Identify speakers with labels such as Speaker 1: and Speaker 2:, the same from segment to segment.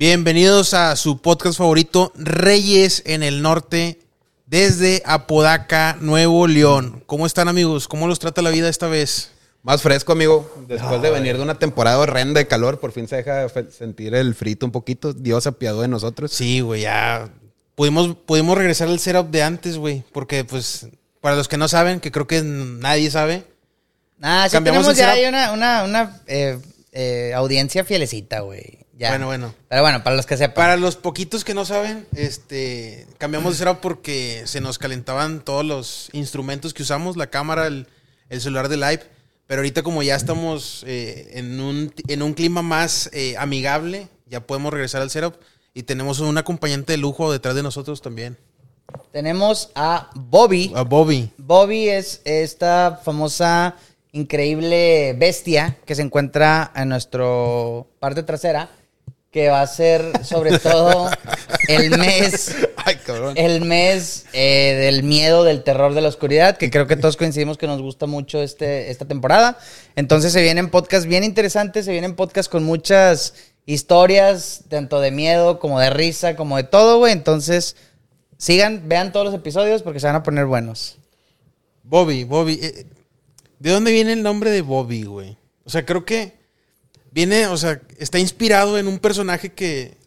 Speaker 1: Bienvenidos a su podcast favorito, Reyes en el Norte, desde Apodaca, Nuevo León. ¿Cómo están amigos? ¿Cómo los trata la vida esta vez?
Speaker 2: Más fresco, amigo. Después de venir de una temporada horrenda de calor, por fin se deja fe- sentir el frito un poquito. Dios se apiadó de nosotros.
Speaker 1: Sí, güey, ya pudimos, pudimos regresar al setup de antes, güey, porque pues para los que no saben, que creo que nadie sabe,
Speaker 3: Ah, sí
Speaker 1: Cambiamos
Speaker 3: tenemos
Speaker 1: el
Speaker 3: ya
Speaker 1: setup.
Speaker 3: ahí una, una, una, eh, eh, audiencia fielecita, güey. Ya.
Speaker 1: Bueno, bueno.
Speaker 3: Pero bueno, para los que sepan.
Speaker 1: para los poquitos que no saben, este cambiamos de setup porque se nos calentaban todos los instrumentos que usamos, la cámara, el, el celular de live, pero ahorita como ya estamos eh, en, un, en un clima más eh, amigable, ya podemos regresar al setup y tenemos un acompañante de lujo detrás de nosotros también,
Speaker 3: Tenemos a Bobby.
Speaker 1: a Bobby.
Speaker 3: Bobby es esta famosa, increíble bestia que se encuentra en nuestra parte trasera, que va a ser sobre todo el mes,
Speaker 2: Ay, cabrón.
Speaker 3: el mes eh, del miedo, del terror, de la oscuridad, que creo que todos coincidimos que nos gusta mucho este, esta temporada. Entonces se vienen podcasts bien interesantes, se vienen podcasts con muchas historias, tanto de miedo como de risa, como de todo, güey. Entonces sigan, vean todos los episodios porque se van a poner buenos.
Speaker 1: Bobby, Bobby. eh, ¿De dónde viene el nombre de Bobby, güey? O sea, creo que viene, o sea, está inspirado en un personaje que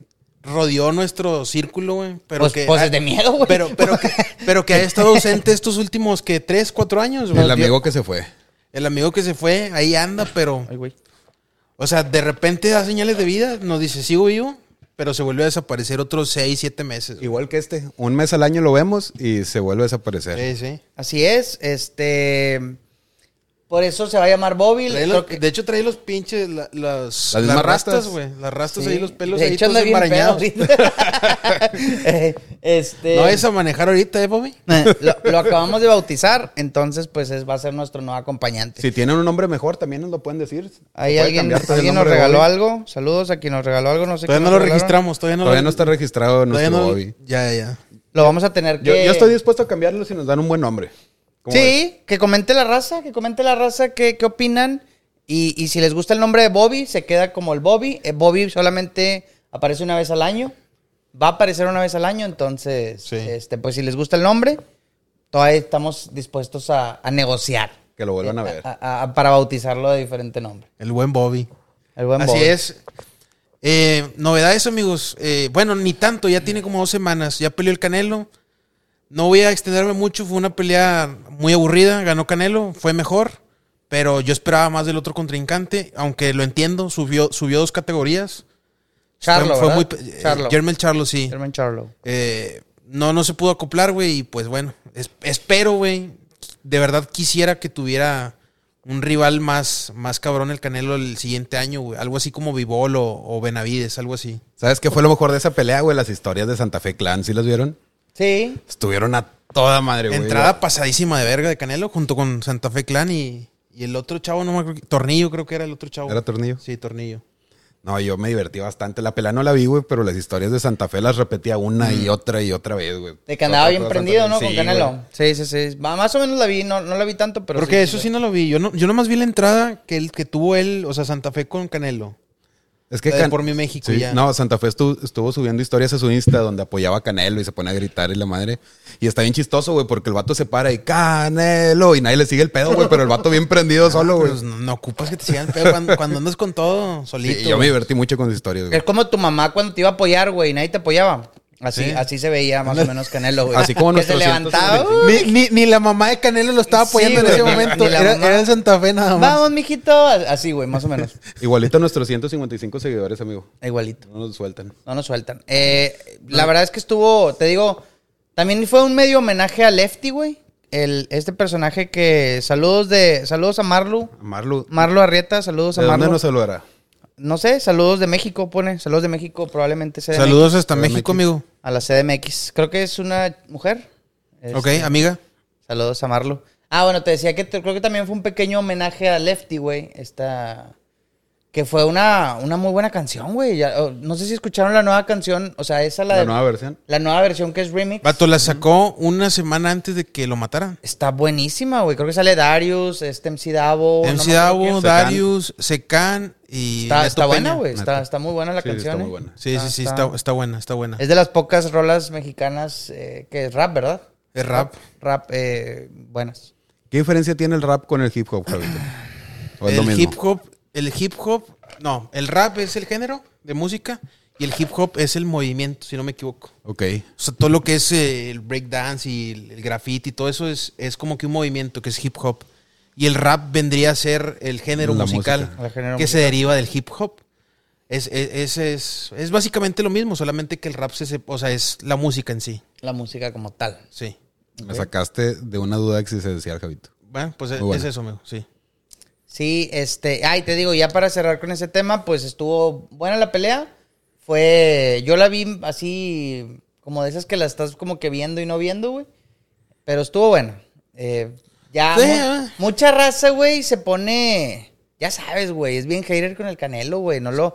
Speaker 1: rodeó nuestro círculo, güey. Pero
Speaker 3: pues,
Speaker 1: que.
Speaker 3: pues es de miedo, güey.
Speaker 1: pero, pero, que, pero que ha estado ausente estos últimos que tres, cuatro años, güey.
Speaker 2: El amigo que se fue.
Speaker 1: El amigo que se fue, ahí anda, pero.
Speaker 3: Ay, güey.
Speaker 1: O sea, de repente da señales de vida, nos dice, sigo vivo, pero se vuelve a desaparecer otros seis, siete meses. güey.
Speaker 2: Igual que este. Un mes al año lo vemos y se vuelve a desaparecer.
Speaker 1: Sí, sí.
Speaker 3: Así es, este. Por eso se va a llamar Bobby.
Speaker 1: Trae
Speaker 3: creo
Speaker 1: los-
Speaker 3: que-
Speaker 1: de hecho, trae los pinches, la- las,
Speaker 2: Las
Speaker 1: las
Speaker 2: mismas
Speaker 1: rastas,
Speaker 2: rastas.
Speaker 1: güey. Las rastas
Speaker 3: sí.
Speaker 1: ahí, los pelos
Speaker 3: De
Speaker 1: ahí
Speaker 3: hecho,
Speaker 1: todos
Speaker 3: anda bien
Speaker 1: enmarañados.
Speaker 3: pedo ahorita. Eh, este.
Speaker 1: No es a manejar ahorita, ¿eh, Bobby?
Speaker 3: eh, lo, lo acabamos de bautizar, entonces pues es, va a ser nuestro nuevo acompañante.
Speaker 2: Si tienen un nombre mejor, también nos lo pueden decir.
Speaker 3: Ahí
Speaker 2: Se puede
Speaker 3: alguien,
Speaker 2: cambiar todo el
Speaker 3: alguien nos
Speaker 2: nombre de
Speaker 3: regaló
Speaker 2: Bobby.
Speaker 3: algo. Saludos a quien nos regaló algo. No sé
Speaker 1: Todavía
Speaker 3: quién
Speaker 1: no lo
Speaker 3: nos regalaron.
Speaker 1: registramos, todavía no
Speaker 2: Todavía
Speaker 1: lo
Speaker 2: no está registrado nuestro Bobby.
Speaker 1: Ya, ya.
Speaker 3: Lo vamos a tener que.
Speaker 2: Yo, yo estoy dispuesto a cambiarlo si nos dan un buen nombre. ¿Cómo ves?
Speaker 3: Eh. Sí, que comente la raza, que comente la raza qué, qué opinan. Y, y si les gusta el nombre de Bobby, se queda como el Bobby. Eh, Bobby solamente aparece una vez al año. Va a aparecer una vez al año, entonces,
Speaker 1: Sí.
Speaker 3: este, pues si les gusta el nombre, todavía estamos dispuestos a, a negociar. Eh,
Speaker 2: Que lo vuelvan a ver.
Speaker 3: a- a- para bautizarlo de diferente nombre.
Speaker 1: El buen Bobby.
Speaker 3: El buen
Speaker 1: Así
Speaker 3: Bobby.
Speaker 1: es. Eh, novedades, amigos. Eh, bueno, ni tanto, ya tiene como dos semanas. Ya peleó el Canelo. No voy a extenderme mucho, fue una pelea muy aburrida. Ganó Canelo, fue mejor. Pero yo esperaba más del otro contrincante, aunque lo entiendo, subió, subió dos categorías.
Speaker 3: Charlo,
Speaker 1: fue, fue
Speaker 3: ¿verdad?
Speaker 1: muy.
Speaker 3: Charlo.
Speaker 1: Charlo. Jermel Charlo, sí.
Speaker 3: Germán Charlo.
Speaker 1: Eh, no, no se pudo acoplar, güey. Y pues bueno, es- espero, güey. De verdad quisiera que tuviera un rival más, más cabrón el Canelo el siguiente año, güey. Algo así como Vivol o, o Benavides, algo así.
Speaker 2: ¿Sabes qué fue lo mejor de esa pelea, güey? Las historias de Santa Fe Clan, ¿sí las vieron?
Speaker 3: Sí.
Speaker 2: Estuvieron a toda madre, güey.
Speaker 1: Entrada pasadísima de verga de Canelo junto con Santa Fe Clan y, y el otro chavo, no me acuerdo. Tornillo creo que era el otro chavo.
Speaker 2: ¿Era Tornillo?
Speaker 1: Sí, Tornillo.
Speaker 2: No, yo me divertí bastante. La pelea no la vi, güey, pero las historias de Santa Fe las repetía una
Speaker 1: Mm.
Speaker 2: y otra y otra vez, güey.
Speaker 3: De que andaba
Speaker 2: Otra
Speaker 3: bien
Speaker 2: cosa,
Speaker 3: prendido,
Speaker 2: Santa
Speaker 3: ¿no?
Speaker 2: Fe.
Speaker 3: Con
Speaker 2: Sí,
Speaker 3: Canelo.
Speaker 2: güey.
Speaker 3: Sí, sí, sí. Ma- Más o menos la vi, no, no la vi tanto, pero.
Speaker 1: Porque eso sí no lo vi. Yo no, yo nomás vi la entrada que, el, que tuvo él, o sea, Santa Fe con Canelo.
Speaker 2: Es que
Speaker 1: La de Por Mi México, ya.
Speaker 2: No, Santa Fe estu- estuvo, subiendo historias a su Insta donde apoyaba a Canelo y se pone a gritar y la madre. Y está bien chistoso, güey, porque el vato se para y Canelo y nadie le sigue el pedo, güey, pero el vato bien prendido solo, güey.
Speaker 1: Pues no, no ocupas que te sigan, pero cuando, cuando andas con todo solito.
Speaker 2: Sí, yo me
Speaker 1: güey.
Speaker 2: divertí mucho con sus historias,
Speaker 3: Es
Speaker 2: güey.
Speaker 3: como tu mamá cuando te iba a apoyar, güey, y nadie te apoyaba. Así,
Speaker 1: Sí.
Speaker 3: así se veía más o menos Canelo, güey.
Speaker 2: Así como
Speaker 3: Que se
Speaker 2: nuestros
Speaker 3: levantaba.
Speaker 2: 175.
Speaker 3: "Uh, "Uy,
Speaker 1: Ni, ni- ni la mamá de Canelo lo estaba apoyando
Speaker 3: Sí,
Speaker 1: en ese
Speaker 3: güey, ni-
Speaker 1: momento.
Speaker 3: ni la
Speaker 1: era,
Speaker 3: mamá.
Speaker 1: era el Santa Fe nada más.
Speaker 3: Vamos, mijito. Así, güey, más o menos.
Speaker 2: Igualito a nuestros 155 seguidores, amigo.
Speaker 3: Igualito.
Speaker 2: No nos sueltan.
Speaker 3: No nos sueltan. Eh, la verdad es que estuvo, te digo, también fue un medio homenaje a Lefty, güey. El, este personaje que. Saludos de. Saludos a Marlu.
Speaker 2: Marlu,
Speaker 3: Marlu Arrieta, saludos a
Speaker 2: ¿de dónde
Speaker 3: Marlu.
Speaker 2: nos saludará?
Speaker 3: No sé, saludos de México, pone. Saludos de México, probablemente sea de
Speaker 1: Saludos hasta
Speaker 2: CDMX.
Speaker 1: México, amigo.
Speaker 3: México. A la CDMX. Creo que es una mujer.
Speaker 1: Ok,
Speaker 3: Este,
Speaker 1: amiga.
Speaker 3: Saludos a Marlo. Ah, bueno, te decía que te- creo que también fue un pequeño homenaje a Lefty, güey. Esta, Que fue una, una muy buena canción, güey. Ya, oh, No sé si escucharon la nueva canción, o sea, esa la,
Speaker 2: La
Speaker 3: de-
Speaker 2: nueva versión.
Speaker 3: la nueva versión que es remix.
Speaker 1: Vato la sacó una semana antes de que lo mataran.
Speaker 3: Está buenísima, güey. Creo que sale Darius, este MC Davo. no me
Speaker 1: MC
Speaker 3: acuerdo
Speaker 1: Davo,
Speaker 2: Secán.
Speaker 3: quién.
Speaker 1: Darius, Secán y.
Speaker 3: Está,
Speaker 1: Neto
Speaker 3: está buena,
Speaker 1: Peña.
Speaker 3: güey. Está,
Speaker 2: Neto.
Speaker 3: está muy buena la
Speaker 2: Sí,
Speaker 3: canción.
Speaker 2: está muy
Speaker 3: eh.
Speaker 2: buena.
Speaker 1: Sí, sí, sí, está, está buena, está buena.
Speaker 3: Es de las pocas rolas mexicanas eh, que es rap, ¿verdad?
Speaker 1: Es rap.
Speaker 3: Rap, eh, buenas.
Speaker 2: ¿Qué diferencia tiene el rap con el hip hop, Javito? ¿O es lo
Speaker 1: el
Speaker 2: mismo?
Speaker 1: hip hop, el hip hop, no, el rap es el género de música y el hip hop es el movimiento, si no me equivoco.
Speaker 2: Ok.
Speaker 1: O sea, todo lo que es eh, el breakdance y el, el graffiti y todo eso es, es como que un movimiento que es hip hop. Y el rap vendría a ser el género
Speaker 2: La
Speaker 1: musical
Speaker 2: música.
Speaker 3: El género
Speaker 1: que se deriva del hip hop. Es, es, es, es- es básicamente lo mismo, solamente que el rap se, se- o sea, es la música en sí.
Speaker 3: La música como tal.
Speaker 1: Sí.
Speaker 2: Me sacaste de una duda existencial, Javito.
Speaker 1: Bueno, pues es,
Speaker 2: Muy bueno.
Speaker 1: es eso, amigo, sí.
Speaker 3: Sí, este. Ay, te digo, ya para cerrar con ese tema, pues estuvo buena la pelea. Fue. Yo la vi así, como de esas que la estás como que viendo y no viendo, güey. Pero estuvo buena. Eh, ya.
Speaker 1: Sí,
Speaker 3: mu-
Speaker 1: ah.
Speaker 3: mucha raza, güey, se pone. Ya sabes, güey, es bien hater con el canelo, güey. No lo.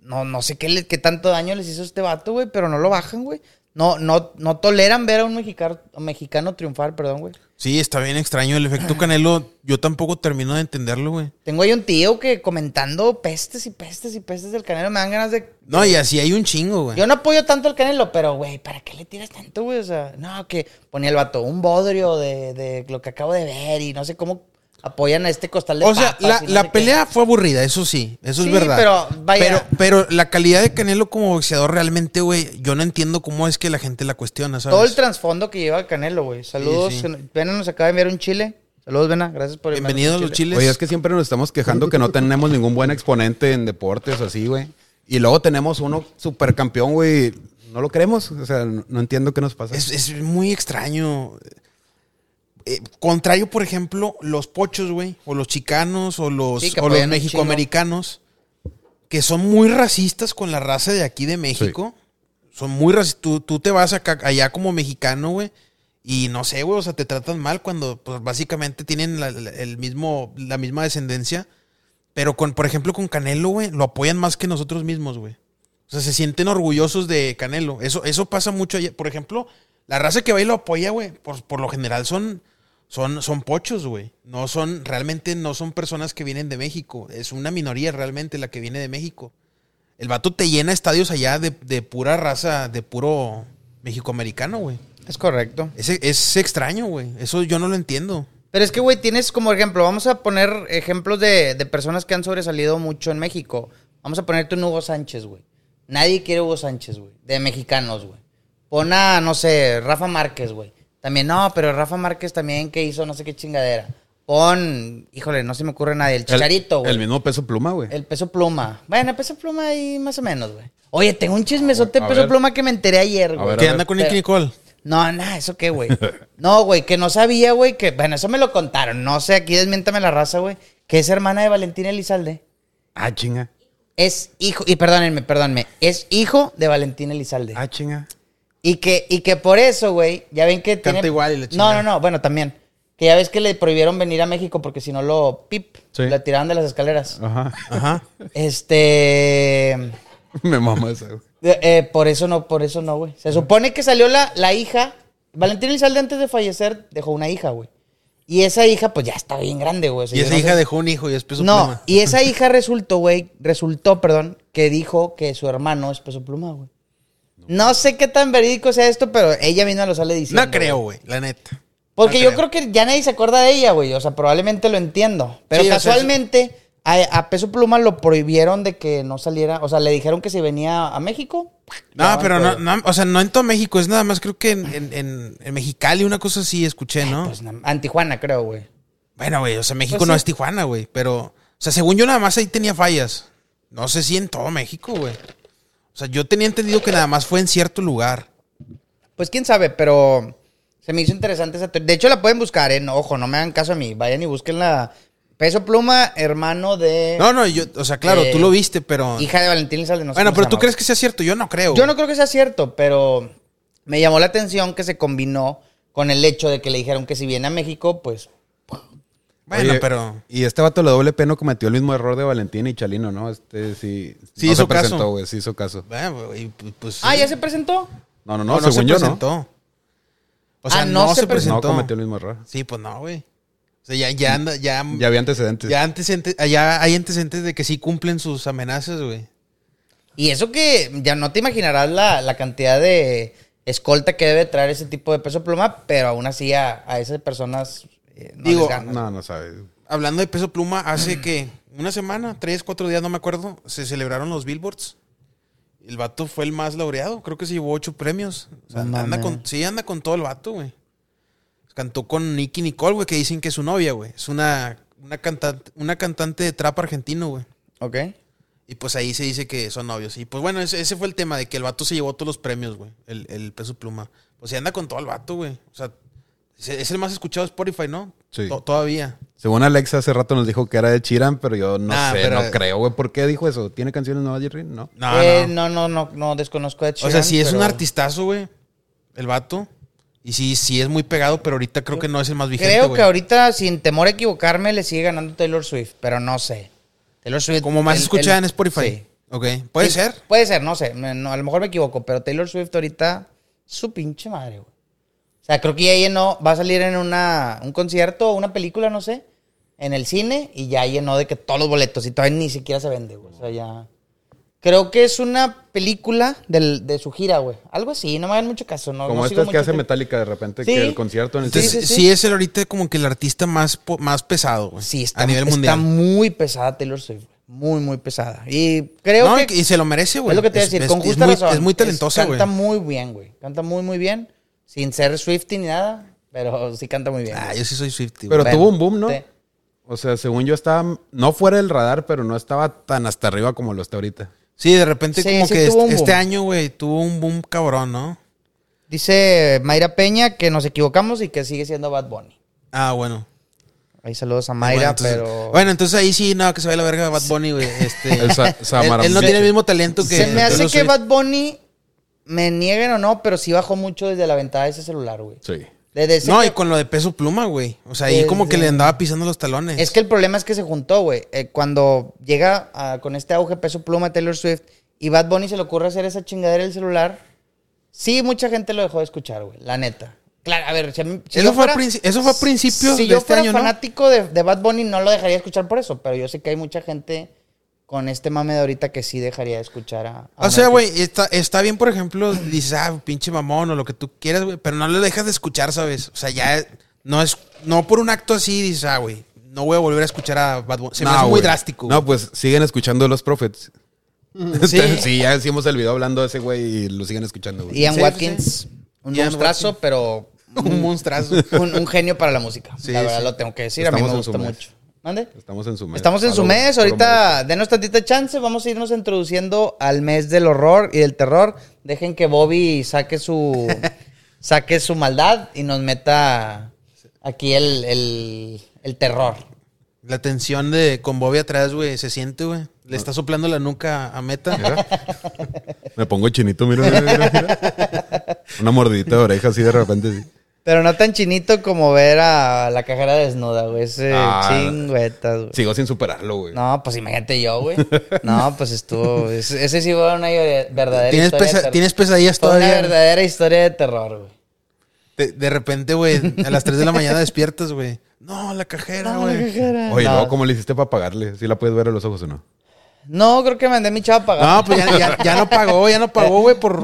Speaker 3: No, no sé qué, le- qué tanto daño les hizo este vato, güey, pero no lo bajan, güey. No, no, no toleran ver a un mexicano, mexicano triunfar, perdón, güey.
Speaker 1: Sí, está bien extraño. El efecto Canelo, yo tampoco termino de entenderlo, güey.
Speaker 3: Tengo ahí un tío que comentando pestes y pestes y pestes del canelo me dan ganas de.
Speaker 1: No, y así hay un chingo, güey.
Speaker 3: Yo no apoyo tanto al canelo, pero güey, ¿para qué le tiras tanto, güey? O sea, no, que ponía el vato un bodrio de, de lo que acabo de ver y no sé cómo apoyan a este costal de
Speaker 1: O sea,
Speaker 3: papas
Speaker 1: la,
Speaker 3: y no
Speaker 1: la
Speaker 3: sé qué.
Speaker 1: pelea fue aburrida, eso sí, eso
Speaker 3: Sí,
Speaker 1: es verdad.
Speaker 3: pero vaya-
Speaker 1: Pero, pero la calidad de Canelo como boxeador realmente, güey, yo no entiendo cómo es que la gente la cuestiona, ¿sabes?
Speaker 3: Todo el trasfondo que lleva el canelo, güey. Saludos.
Speaker 1: sí.
Speaker 3: Vena nos acaba de enviar un chile. Saludos, Vena. Gracias por enviarnos
Speaker 1: Bienvenido a
Speaker 3: un
Speaker 1: los chiles.
Speaker 2: Oye, es que siempre nos estamos quejando que no tenemos ningún buen exponente en deportes así, güey. Y luego tenemos uno supercampeón, güey. No lo queremos. O sea, no no entiendo qué nos pasa.
Speaker 1: es, es muy extraño. Eh, contrario, por ejemplo, los pochos, güey, o los chicanos, o los,
Speaker 3: Sí, que
Speaker 1: o los
Speaker 3: apoyan un
Speaker 1: mexicoamericanos, que son muy racistas con la raza de aquí de México. Son muy racistas. Tú, tú te vas acá, allá como mexicano, güey, y no sé, güey, o sea, te tratan mal cuando, pues, básicamente tienen la, la- el mismo, la misma descendencia. Pero, con, por ejemplo, con Canelo, güey, lo apoyan más que nosotros mismos, güey. O sea, se sienten orgullosos de Canelo. Eso, eso pasa mucho. allá. Por ejemplo, la raza que va y lo apoya, güey, por, por lo general son, son, son pochos, güey. No son, realmente no son personas que vienen de México. Es una minoría realmente la que viene de México. El vato te llena estadios allá de, de pura raza, de puro mexicoamericano, güey.
Speaker 3: chile. Es correcto.
Speaker 1: Es, es extraño, güey. Eso yo no lo entiendo.
Speaker 3: Pero es que, güey, tienes como ejemplo, vamos a poner ejemplos de, de personas que han sobresalido mucho en México. Vamos a ponerte un Hugo Sánchez, güey. Nadie quiere Hugo Sánchez, güey. De mexicanos, güey. Pon a, no sé, Rafa Márquez, güey. También, no, pero Rafa Márquez también que hizo no sé qué chingadera. Pon, híjole, no se me ocurre nadie. El
Speaker 2: El-
Speaker 3: Chicharito, güey.
Speaker 2: El mismo peso pluma, güey.
Speaker 3: El peso pluma. Bueno, peso pluma ahí más o menos, güey. Oye, tengo un chismesote
Speaker 2: A
Speaker 3: de
Speaker 2: ver.
Speaker 3: peso pluma que me enteré ayer, güey.
Speaker 2: ver,
Speaker 1: ¿Qué
Speaker 2: a
Speaker 1: anda con
Speaker 3: Pero-
Speaker 1: Nicky Nicole?
Speaker 3: No, nada, ¿eso qué, güey? No, güey, que no sabía, güey, que... Bueno, eso me lo contaron. No sé, aquí desmiéntame la raza, güey. Que es hermana de Valentina Elizalde.
Speaker 2: Ah, chinga.
Speaker 3: Es hijo... Y perdónenme, perdónenme. Es hijo de Valentina Elizalde.
Speaker 2: Ah, chinga.
Speaker 3: Y que, y que por eso, güey, ya ven que
Speaker 1: Canta
Speaker 3: tiene...
Speaker 1: igual y la
Speaker 3: No,
Speaker 1: chingada.
Speaker 3: no, no, bueno, también. Que ya ves que le prohibieron venir a México porque si no lo... Pip.
Speaker 2: Sí.
Speaker 3: La tiraban de las escaleras.
Speaker 1: Ah.
Speaker 2: Ajá.
Speaker 1: Ajá.
Speaker 3: Este...
Speaker 2: Me mama esa, güey.
Speaker 3: Eh, eh, por eso no, por eso no, güey. Se supone que salió la, la hija. Valentín Elizalde antes de fallecer dejó una hija, güey. Y esa hija, pues ya está bien grande, güey. O sea,
Speaker 1: Y
Speaker 3: yo
Speaker 1: esa
Speaker 3: no
Speaker 1: hija
Speaker 3: sé-
Speaker 1: dejó un hijo y es peso
Speaker 3: No,
Speaker 1: pluma.
Speaker 3: y esa hija resultó, güey, resultó, perdón, que dijo que su hermano es peso pluma, güey. No sé qué tan verídico sea esto, pero ella misma lo sale diciendo.
Speaker 1: No creo, güey, la neta.
Speaker 3: Porque
Speaker 1: No
Speaker 3: yo creo. que ya nadie se acuerda de ella, güey. O sea, probablemente lo entiendo. Pero
Speaker 1: Sí, o sea,
Speaker 3: casualmente a, a Peso Pluma lo prohibieron de que no saliera. O sea, le dijeron que si venía a México.
Speaker 1: No,
Speaker 3: ya,
Speaker 1: pero no,
Speaker 3: güey.
Speaker 1: no, o sea, no en todo México, es nada más creo que en, en, en- en Mexicali una cosa así escuché, ¿no?
Speaker 3: Pues na- a Tijuana, creo, güey.
Speaker 1: bueno, güey, o sea, México
Speaker 3: pues
Speaker 1: no
Speaker 3: sí.
Speaker 1: es Tijuana, güey, pero, o sea, según yo nada más ahí tenía fallas. No sé si en todo México, güey. O sea, yo tenía entendido que nada más fue en cierto lugar.
Speaker 3: Pues quién sabe, pero se me hizo interesante esa teoría. De hecho, la pueden buscar, ¿eh? No, ojo, no me hagan caso a mí. Vayan y búsquenla. Peso Pluma, hermano de.
Speaker 1: No, no, yo, o sea, claro,
Speaker 3: Eh,
Speaker 1: tú lo viste, pero...
Speaker 3: Hija de Valentín Elizalde. No sé
Speaker 1: bueno,
Speaker 3: cómo
Speaker 1: pero
Speaker 3: se
Speaker 1: tú
Speaker 3: llama,
Speaker 1: crees que sea cierto, yo no creo.
Speaker 3: güey. Yo no creo que sea cierto, pero me llamó la atención que se combinó con el hecho de que le dijeron que si viene a México, pues.
Speaker 1: Bueno,
Speaker 2: Oye,
Speaker 1: pero.
Speaker 2: Y este vato de la doble P no cometió el mismo error de Valentín y Chalino, ¿no? Este sí.
Speaker 1: Sí
Speaker 2: no
Speaker 1: hizo
Speaker 2: se presentó,
Speaker 1: caso.
Speaker 2: güey, sí hizo caso.
Speaker 1: Bueno, y pu- pues, sí.
Speaker 3: Ah, ¿ya se presentó?
Speaker 2: No, no,
Speaker 1: No,
Speaker 2: no,
Speaker 1: no
Speaker 2: según
Speaker 1: se
Speaker 2: yo
Speaker 1: presentó. O sea,
Speaker 3: Ah,
Speaker 1: no, se
Speaker 3: no se
Speaker 2: no. No
Speaker 1: presentó.
Speaker 2: cometió el mismo error.
Speaker 1: Sí, pues no, güey. O sea, ya, ya anda, ya.
Speaker 2: Ya había
Speaker 3: Este,
Speaker 2: antecedentes.
Speaker 1: ya antecedentes- ya hay antecedentes de que sí cumplen sus amenazas, güey.
Speaker 3: Y eso que ya no te imaginarás la, la cantidad de escolta que debe traer ese tipo de peso pluma, pero aún así a, a esas personas eh, no
Speaker 1: Digo,
Speaker 3: les ganas.
Speaker 2: No, no sabes.
Speaker 1: Hablando de peso pluma, hace que una semana, tres, cuatro días, no me acuerdo, se celebraron los Billboards. El vato fue el más laureado, creo que se llevó ocho premios. O sea,
Speaker 3: No
Speaker 1: anda
Speaker 3: mames.
Speaker 1: con, sí, anda con todo el vato, güey. Cantó con Nicky Nicole, güey, que dicen que es su novia, güey. Es una, una, cantante, una cantante de trap argentino, güey.
Speaker 3: Ok.
Speaker 1: Y pues ahí se dice que son novios. Y pues bueno, ese, ese fue el tema de que el vato se llevó todos los premios, güey. El, el peso pluma. Pues se anda con todo el vato, güey. O sea, es- es el más escuchado de Spotify, ¿no?
Speaker 2: Sí.
Speaker 1: To- todavía.
Speaker 2: Según Alexa hace rato nos dijo que era de Chiran, pero yo no
Speaker 1: Nah,
Speaker 2: sé,
Speaker 1: pero-
Speaker 2: no creo, güey. ¿Por qué dijo eso? ¿Tiene canciones nuevas, Jerry? No.
Speaker 1: No,
Speaker 3: Eh,
Speaker 1: no.
Speaker 3: no. no, no, no, desconozco a
Speaker 1: O sea,
Speaker 3: Sheeran,
Speaker 1: sí es un
Speaker 3: pero-
Speaker 1: artistazo, güey. El vato. Y sí, sí es muy pegado, pero ahorita creo que no es el más vigente,
Speaker 3: Creo
Speaker 1: güey.
Speaker 3: que ahorita, sin temor a equivocarme, le sigue ganando Taylor Swift, pero no sé. Taylor Swift.
Speaker 1: Como más
Speaker 3: el-
Speaker 1: escuchada
Speaker 3: el-
Speaker 1: en Spotify.
Speaker 3: sí.
Speaker 1: Ok. ¿Puede
Speaker 3: Sí,
Speaker 1: ser?
Speaker 3: Puede ser, no sé. me- no, a lo mejor me equivoco, pero Taylor Swift ahorita, su pinche madre, güey. O sea, creo que ya llenó, va a salir en una, un concierto o una película, no sé, en el cine y ya llenó de que todos los boletos y todavía ni siquiera se vende, güey. O sea, ya. Creo que es una película del- de su gira, güey. Algo así, no me hagan mucho caso, ¿no?
Speaker 2: Como
Speaker 3: no sigo
Speaker 2: estas que
Speaker 3: mucho
Speaker 2: hace
Speaker 3: Taylor-
Speaker 2: Metallica de repente,
Speaker 3: Sí.
Speaker 2: que el concierto en el
Speaker 1: Entonces, sí,
Speaker 3: Sí, sí, sí.
Speaker 1: es el ahorita como que el artista más, po- más pesado, güey.
Speaker 3: Sí, está,
Speaker 1: a nivel
Speaker 3: está
Speaker 1: mundial.
Speaker 3: muy pesada Taylor Swift. güey. Muy, muy pesada. Y creo
Speaker 1: No,
Speaker 3: que.
Speaker 1: y se lo merece, güey.
Speaker 3: Es lo que te iba a
Speaker 1: Es-
Speaker 3: decir,
Speaker 1: es-
Speaker 3: con
Speaker 1: es
Speaker 3: justa
Speaker 1: muy-
Speaker 3: razón.
Speaker 1: Es muy talentosa, güey.
Speaker 3: Canta muy bien, güey. Canta muy, muy bien. Sin ser Swifty ni nada, pero sí canta muy bien.
Speaker 1: Ah,
Speaker 3: güey.
Speaker 1: yo sí soy Swifty,
Speaker 2: Pero
Speaker 1: güey.
Speaker 3: Bueno,
Speaker 2: tuvo un boom, ¿no?
Speaker 3: sí.
Speaker 2: O sea, según yo estaba, no fuera el radar, pero no estaba tan hasta arriba como lo está ahorita.
Speaker 1: Sí, de repente
Speaker 3: Sí,
Speaker 1: como
Speaker 3: sí
Speaker 1: que
Speaker 3: tuvo
Speaker 1: este,
Speaker 3: un
Speaker 1: este
Speaker 3: boom.
Speaker 1: año, güey, tuvo un boom cabrón, ¿no?
Speaker 3: Dice Mayra Peña que nos equivocamos y que sigue siendo Bad Bunny.
Speaker 1: Ah, bueno.
Speaker 3: Ahí saludos a Mayra,
Speaker 1: bueno, entonces,
Speaker 3: pero.
Speaker 1: bueno, entonces ahí sí, no, que se vaya la verga Bad Bunny, güey. Este,
Speaker 2: El Sa-
Speaker 1: él- él,
Speaker 2: Samara-
Speaker 1: no
Speaker 2: Se-
Speaker 1: tiene el mismo talento que...
Speaker 3: Se me hace
Speaker 1: Taylor
Speaker 3: que
Speaker 1: Swift.
Speaker 3: Bad Bunny, me nieguen o no, pero sí bajó mucho desde la ventana de ese celular, güey.
Speaker 2: Sí.
Speaker 3: De decir
Speaker 1: No,
Speaker 3: que-
Speaker 1: y con lo de peso pluma, güey. O sea, ahí
Speaker 3: Desde-
Speaker 1: como que le andaba pisando los talones.
Speaker 3: Es que el problema es que se juntó, güey. Eh, cuando llega a- con este auge peso pluma Taylor Swift y Bad Bunny se le ocurre hacer esa chingadera del celular, sí, mucha gente lo dejó de escuchar, güey. La neta. Claro, a ver, si, a mí- si
Speaker 1: Eso
Speaker 3: yo
Speaker 1: fue a
Speaker 3: fuera,
Speaker 1: princi- eso fue a principios
Speaker 3: si
Speaker 1: de
Speaker 3: yo
Speaker 1: este
Speaker 3: fuera
Speaker 1: año, ¿no?
Speaker 3: fanático de, de Bad Bunny, no lo dejaría escuchar por eso. Pero yo sé que hay mucha gente con este mame de ahorita que sí dejaría de escuchar a. a
Speaker 1: O sea,
Speaker 3: un
Speaker 1: güey, está, está bien, por ejemplo, dices, ah, pinche mamón o lo que tú quieras, güey, pero no lo dejas de escuchar, ¿sabes? O sea, ya no es, no por un acto así dices, ah, güey, no voy a volver a escuchar a Bad Bunny. Se me
Speaker 2: No,
Speaker 1: hace muy
Speaker 2: güey.
Speaker 1: drástico.
Speaker 2: No, pues siguen escuchando los Prophets.
Speaker 1: Sí.
Speaker 2: Sí. ya hicimos el video hablando de ese güey y lo siguen escuchando,
Speaker 3: artista.
Speaker 2: güey.
Speaker 3: Ian
Speaker 1: Sí, sí,
Speaker 3: Watkins,
Speaker 1: sí.
Speaker 3: un
Speaker 1: Ian
Speaker 3: monstruazo,
Speaker 1: Watkins.
Speaker 3: pero.
Speaker 1: un monstruazo.
Speaker 3: Un, un genio para la música.
Speaker 1: Sí,
Speaker 3: la verdad,
Speaker 1: sí.
Speaker 3: lo tengo que decir. a mí
Speaker 2: Estamos
Speaker 3: me
Speaker 2: en su
Speaker 3: gusta
Speaker 2: mes.
Speaker 3: mucho. ¿Mande?
Speaker 2: Estamos en su mes.
Speaker 3: Estamos en su
Speaker 2: Puro-
Speaker 3: mes,
Speaker 2: puro
Speaker 3: ahorita denos tantita chance, vamos a irnos introduciendo al mes del horror y del terror. Dejen que Bobby saque su saque su maldad y nos meta aquí el, el, el terror.
Speaker 1: La tensión de con Bobby atrás, güey, se siente, güey.
Speaker 2: Ah.
Speaker 1: Le está soplando la nuca a Meta.
Speaker 2: morbo. Me pongo chinito, mira, mira, mira, mira. Una mordidita de oreja así de repente. sí.
Speaker 3: Pero no tan chinito como ver a la cajera desnuda, güey. Ese
Speaker 2: Ah.
Speaker 3: chingüetas, güey.
Speaker 2: Sigo sin superarlo, güey.
Speaker 3: No, pues imagínate yo, güey. No, pues estuvo. Ese, ese sí fue una verdadera
Speaker 1: ¿Tienes,
Speaker 3: historia.
Speaker 1: pesa-
Speaker 3: de terror.
Speaker 1: tienes pesadillas
Speaker 3: Fue una
Speaker 1: todavía.
Speaker 3: verdadera historia de terror, güey.
Speaker 1: De, de repente, güey, a las 3 de la mañana despiertas, güey. No, la cajera,
Speaker 3: No, Ah, la
Speaker 1: güey.
Speaker 3: cajera.
Speaker 2: Oye,
Speaker 3: No.
Speaker 2: luego, ¿cómo le hiciste para pagarle? ¿Sí la puedes ver a los ojos o no?
Speaker 3: No, creo que mandé a mi chava a pagar
Speaker 1: No, pues ya, ya- ya no pagó, ya no pagó, güey, por...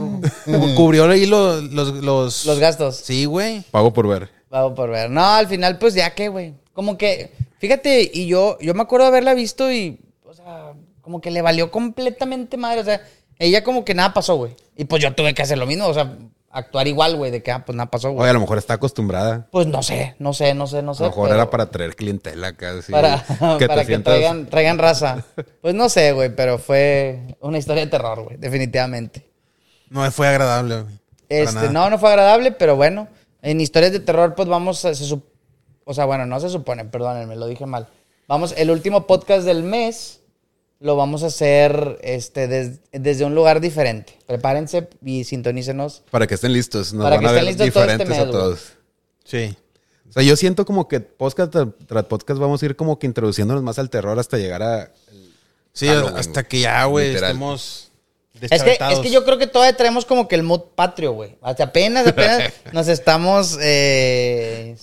Speaker 1: Cubrió ahí los... Los, los,
Speaker 3: los gastos.
Speaker 1: Sí, güey.
Speaker 2: Pago por ver.
Speaker 3: Vamos por ver. No, al final, pues ya que, güey. Como que, fíjate, y yo, yo me acuerdo haberla visto y, o sea, como que le valió completamente madre. O sea, ella como que nada pasó, güey. Y pues yo tuve que hacer lo mismo, o sea, actuar igual, güey, de que, ah, pues nada pasó,
Speaker 2: Oye,
Speaker 3: güey.
Speaker 2: a lo mejor está acostumbrada.
Speaker 3: Pues no sé, no sé, no sé, no
Speaker 2: A
Speaker 3: sé.
Speaker 2: lo mejor
Speaker 3: pero-
Speaker 2: era para traer clientela casi.
Speaker 3: para,
Speaker 2: te
Speaker 3: para que
Speaker 2: sientas-
Speaker 3: traigan, traigan raza. Pues no sé, güey, pero fue una historia de terror, güey, definitivamente.
Speaker 1: No fue agradable, güey. Para
Speaker 3: Este,
Speaker 1: nada.
Speaker 3: no, no fue agradable, pero bueno. En historias de terror, pues vamos a. se sup- o sea, bueno, no se supone, perdónenme, lo dije mal. Vamos, el último podcast del mes lo vamos a hacer este, des- desde un lugar diferente. Prepárense y sintonícenos.
Speaker 2: Para que estén listos. Nos
Speaker 3: Para
Speaker 2: van
Speaker 3: que
Speaker 2: a
Speaker 3: estén
Speaker 2: ver
Speaker 3: listos todo este
Speaker 2: diferentes
Speaker 3: mes,
Speaker 2: a
Speaker 3: güey.
Speaker 2: todos.
Speaker 1: Sí.
Speaker 2: O sea, yo siento como que podcast tra- tras podcast vamos a ir como que introduciéndonos más al terror hasta llegar a.
Speaker 1: Sí,
Speaker 2: Halloween,
Speaker 1: hasta
Speaker 2: güey.
Speaker 1: que ya, güey,
Speaker 2: Literal.
Speaker 1: estemos
Speaker 3: Es que, es
Speaker 1: deschavetados.
Speaker 3: que yo creo que todavía traemos como que el mood patrio, güey. Hasta apenas, apenas nos estamos. eh,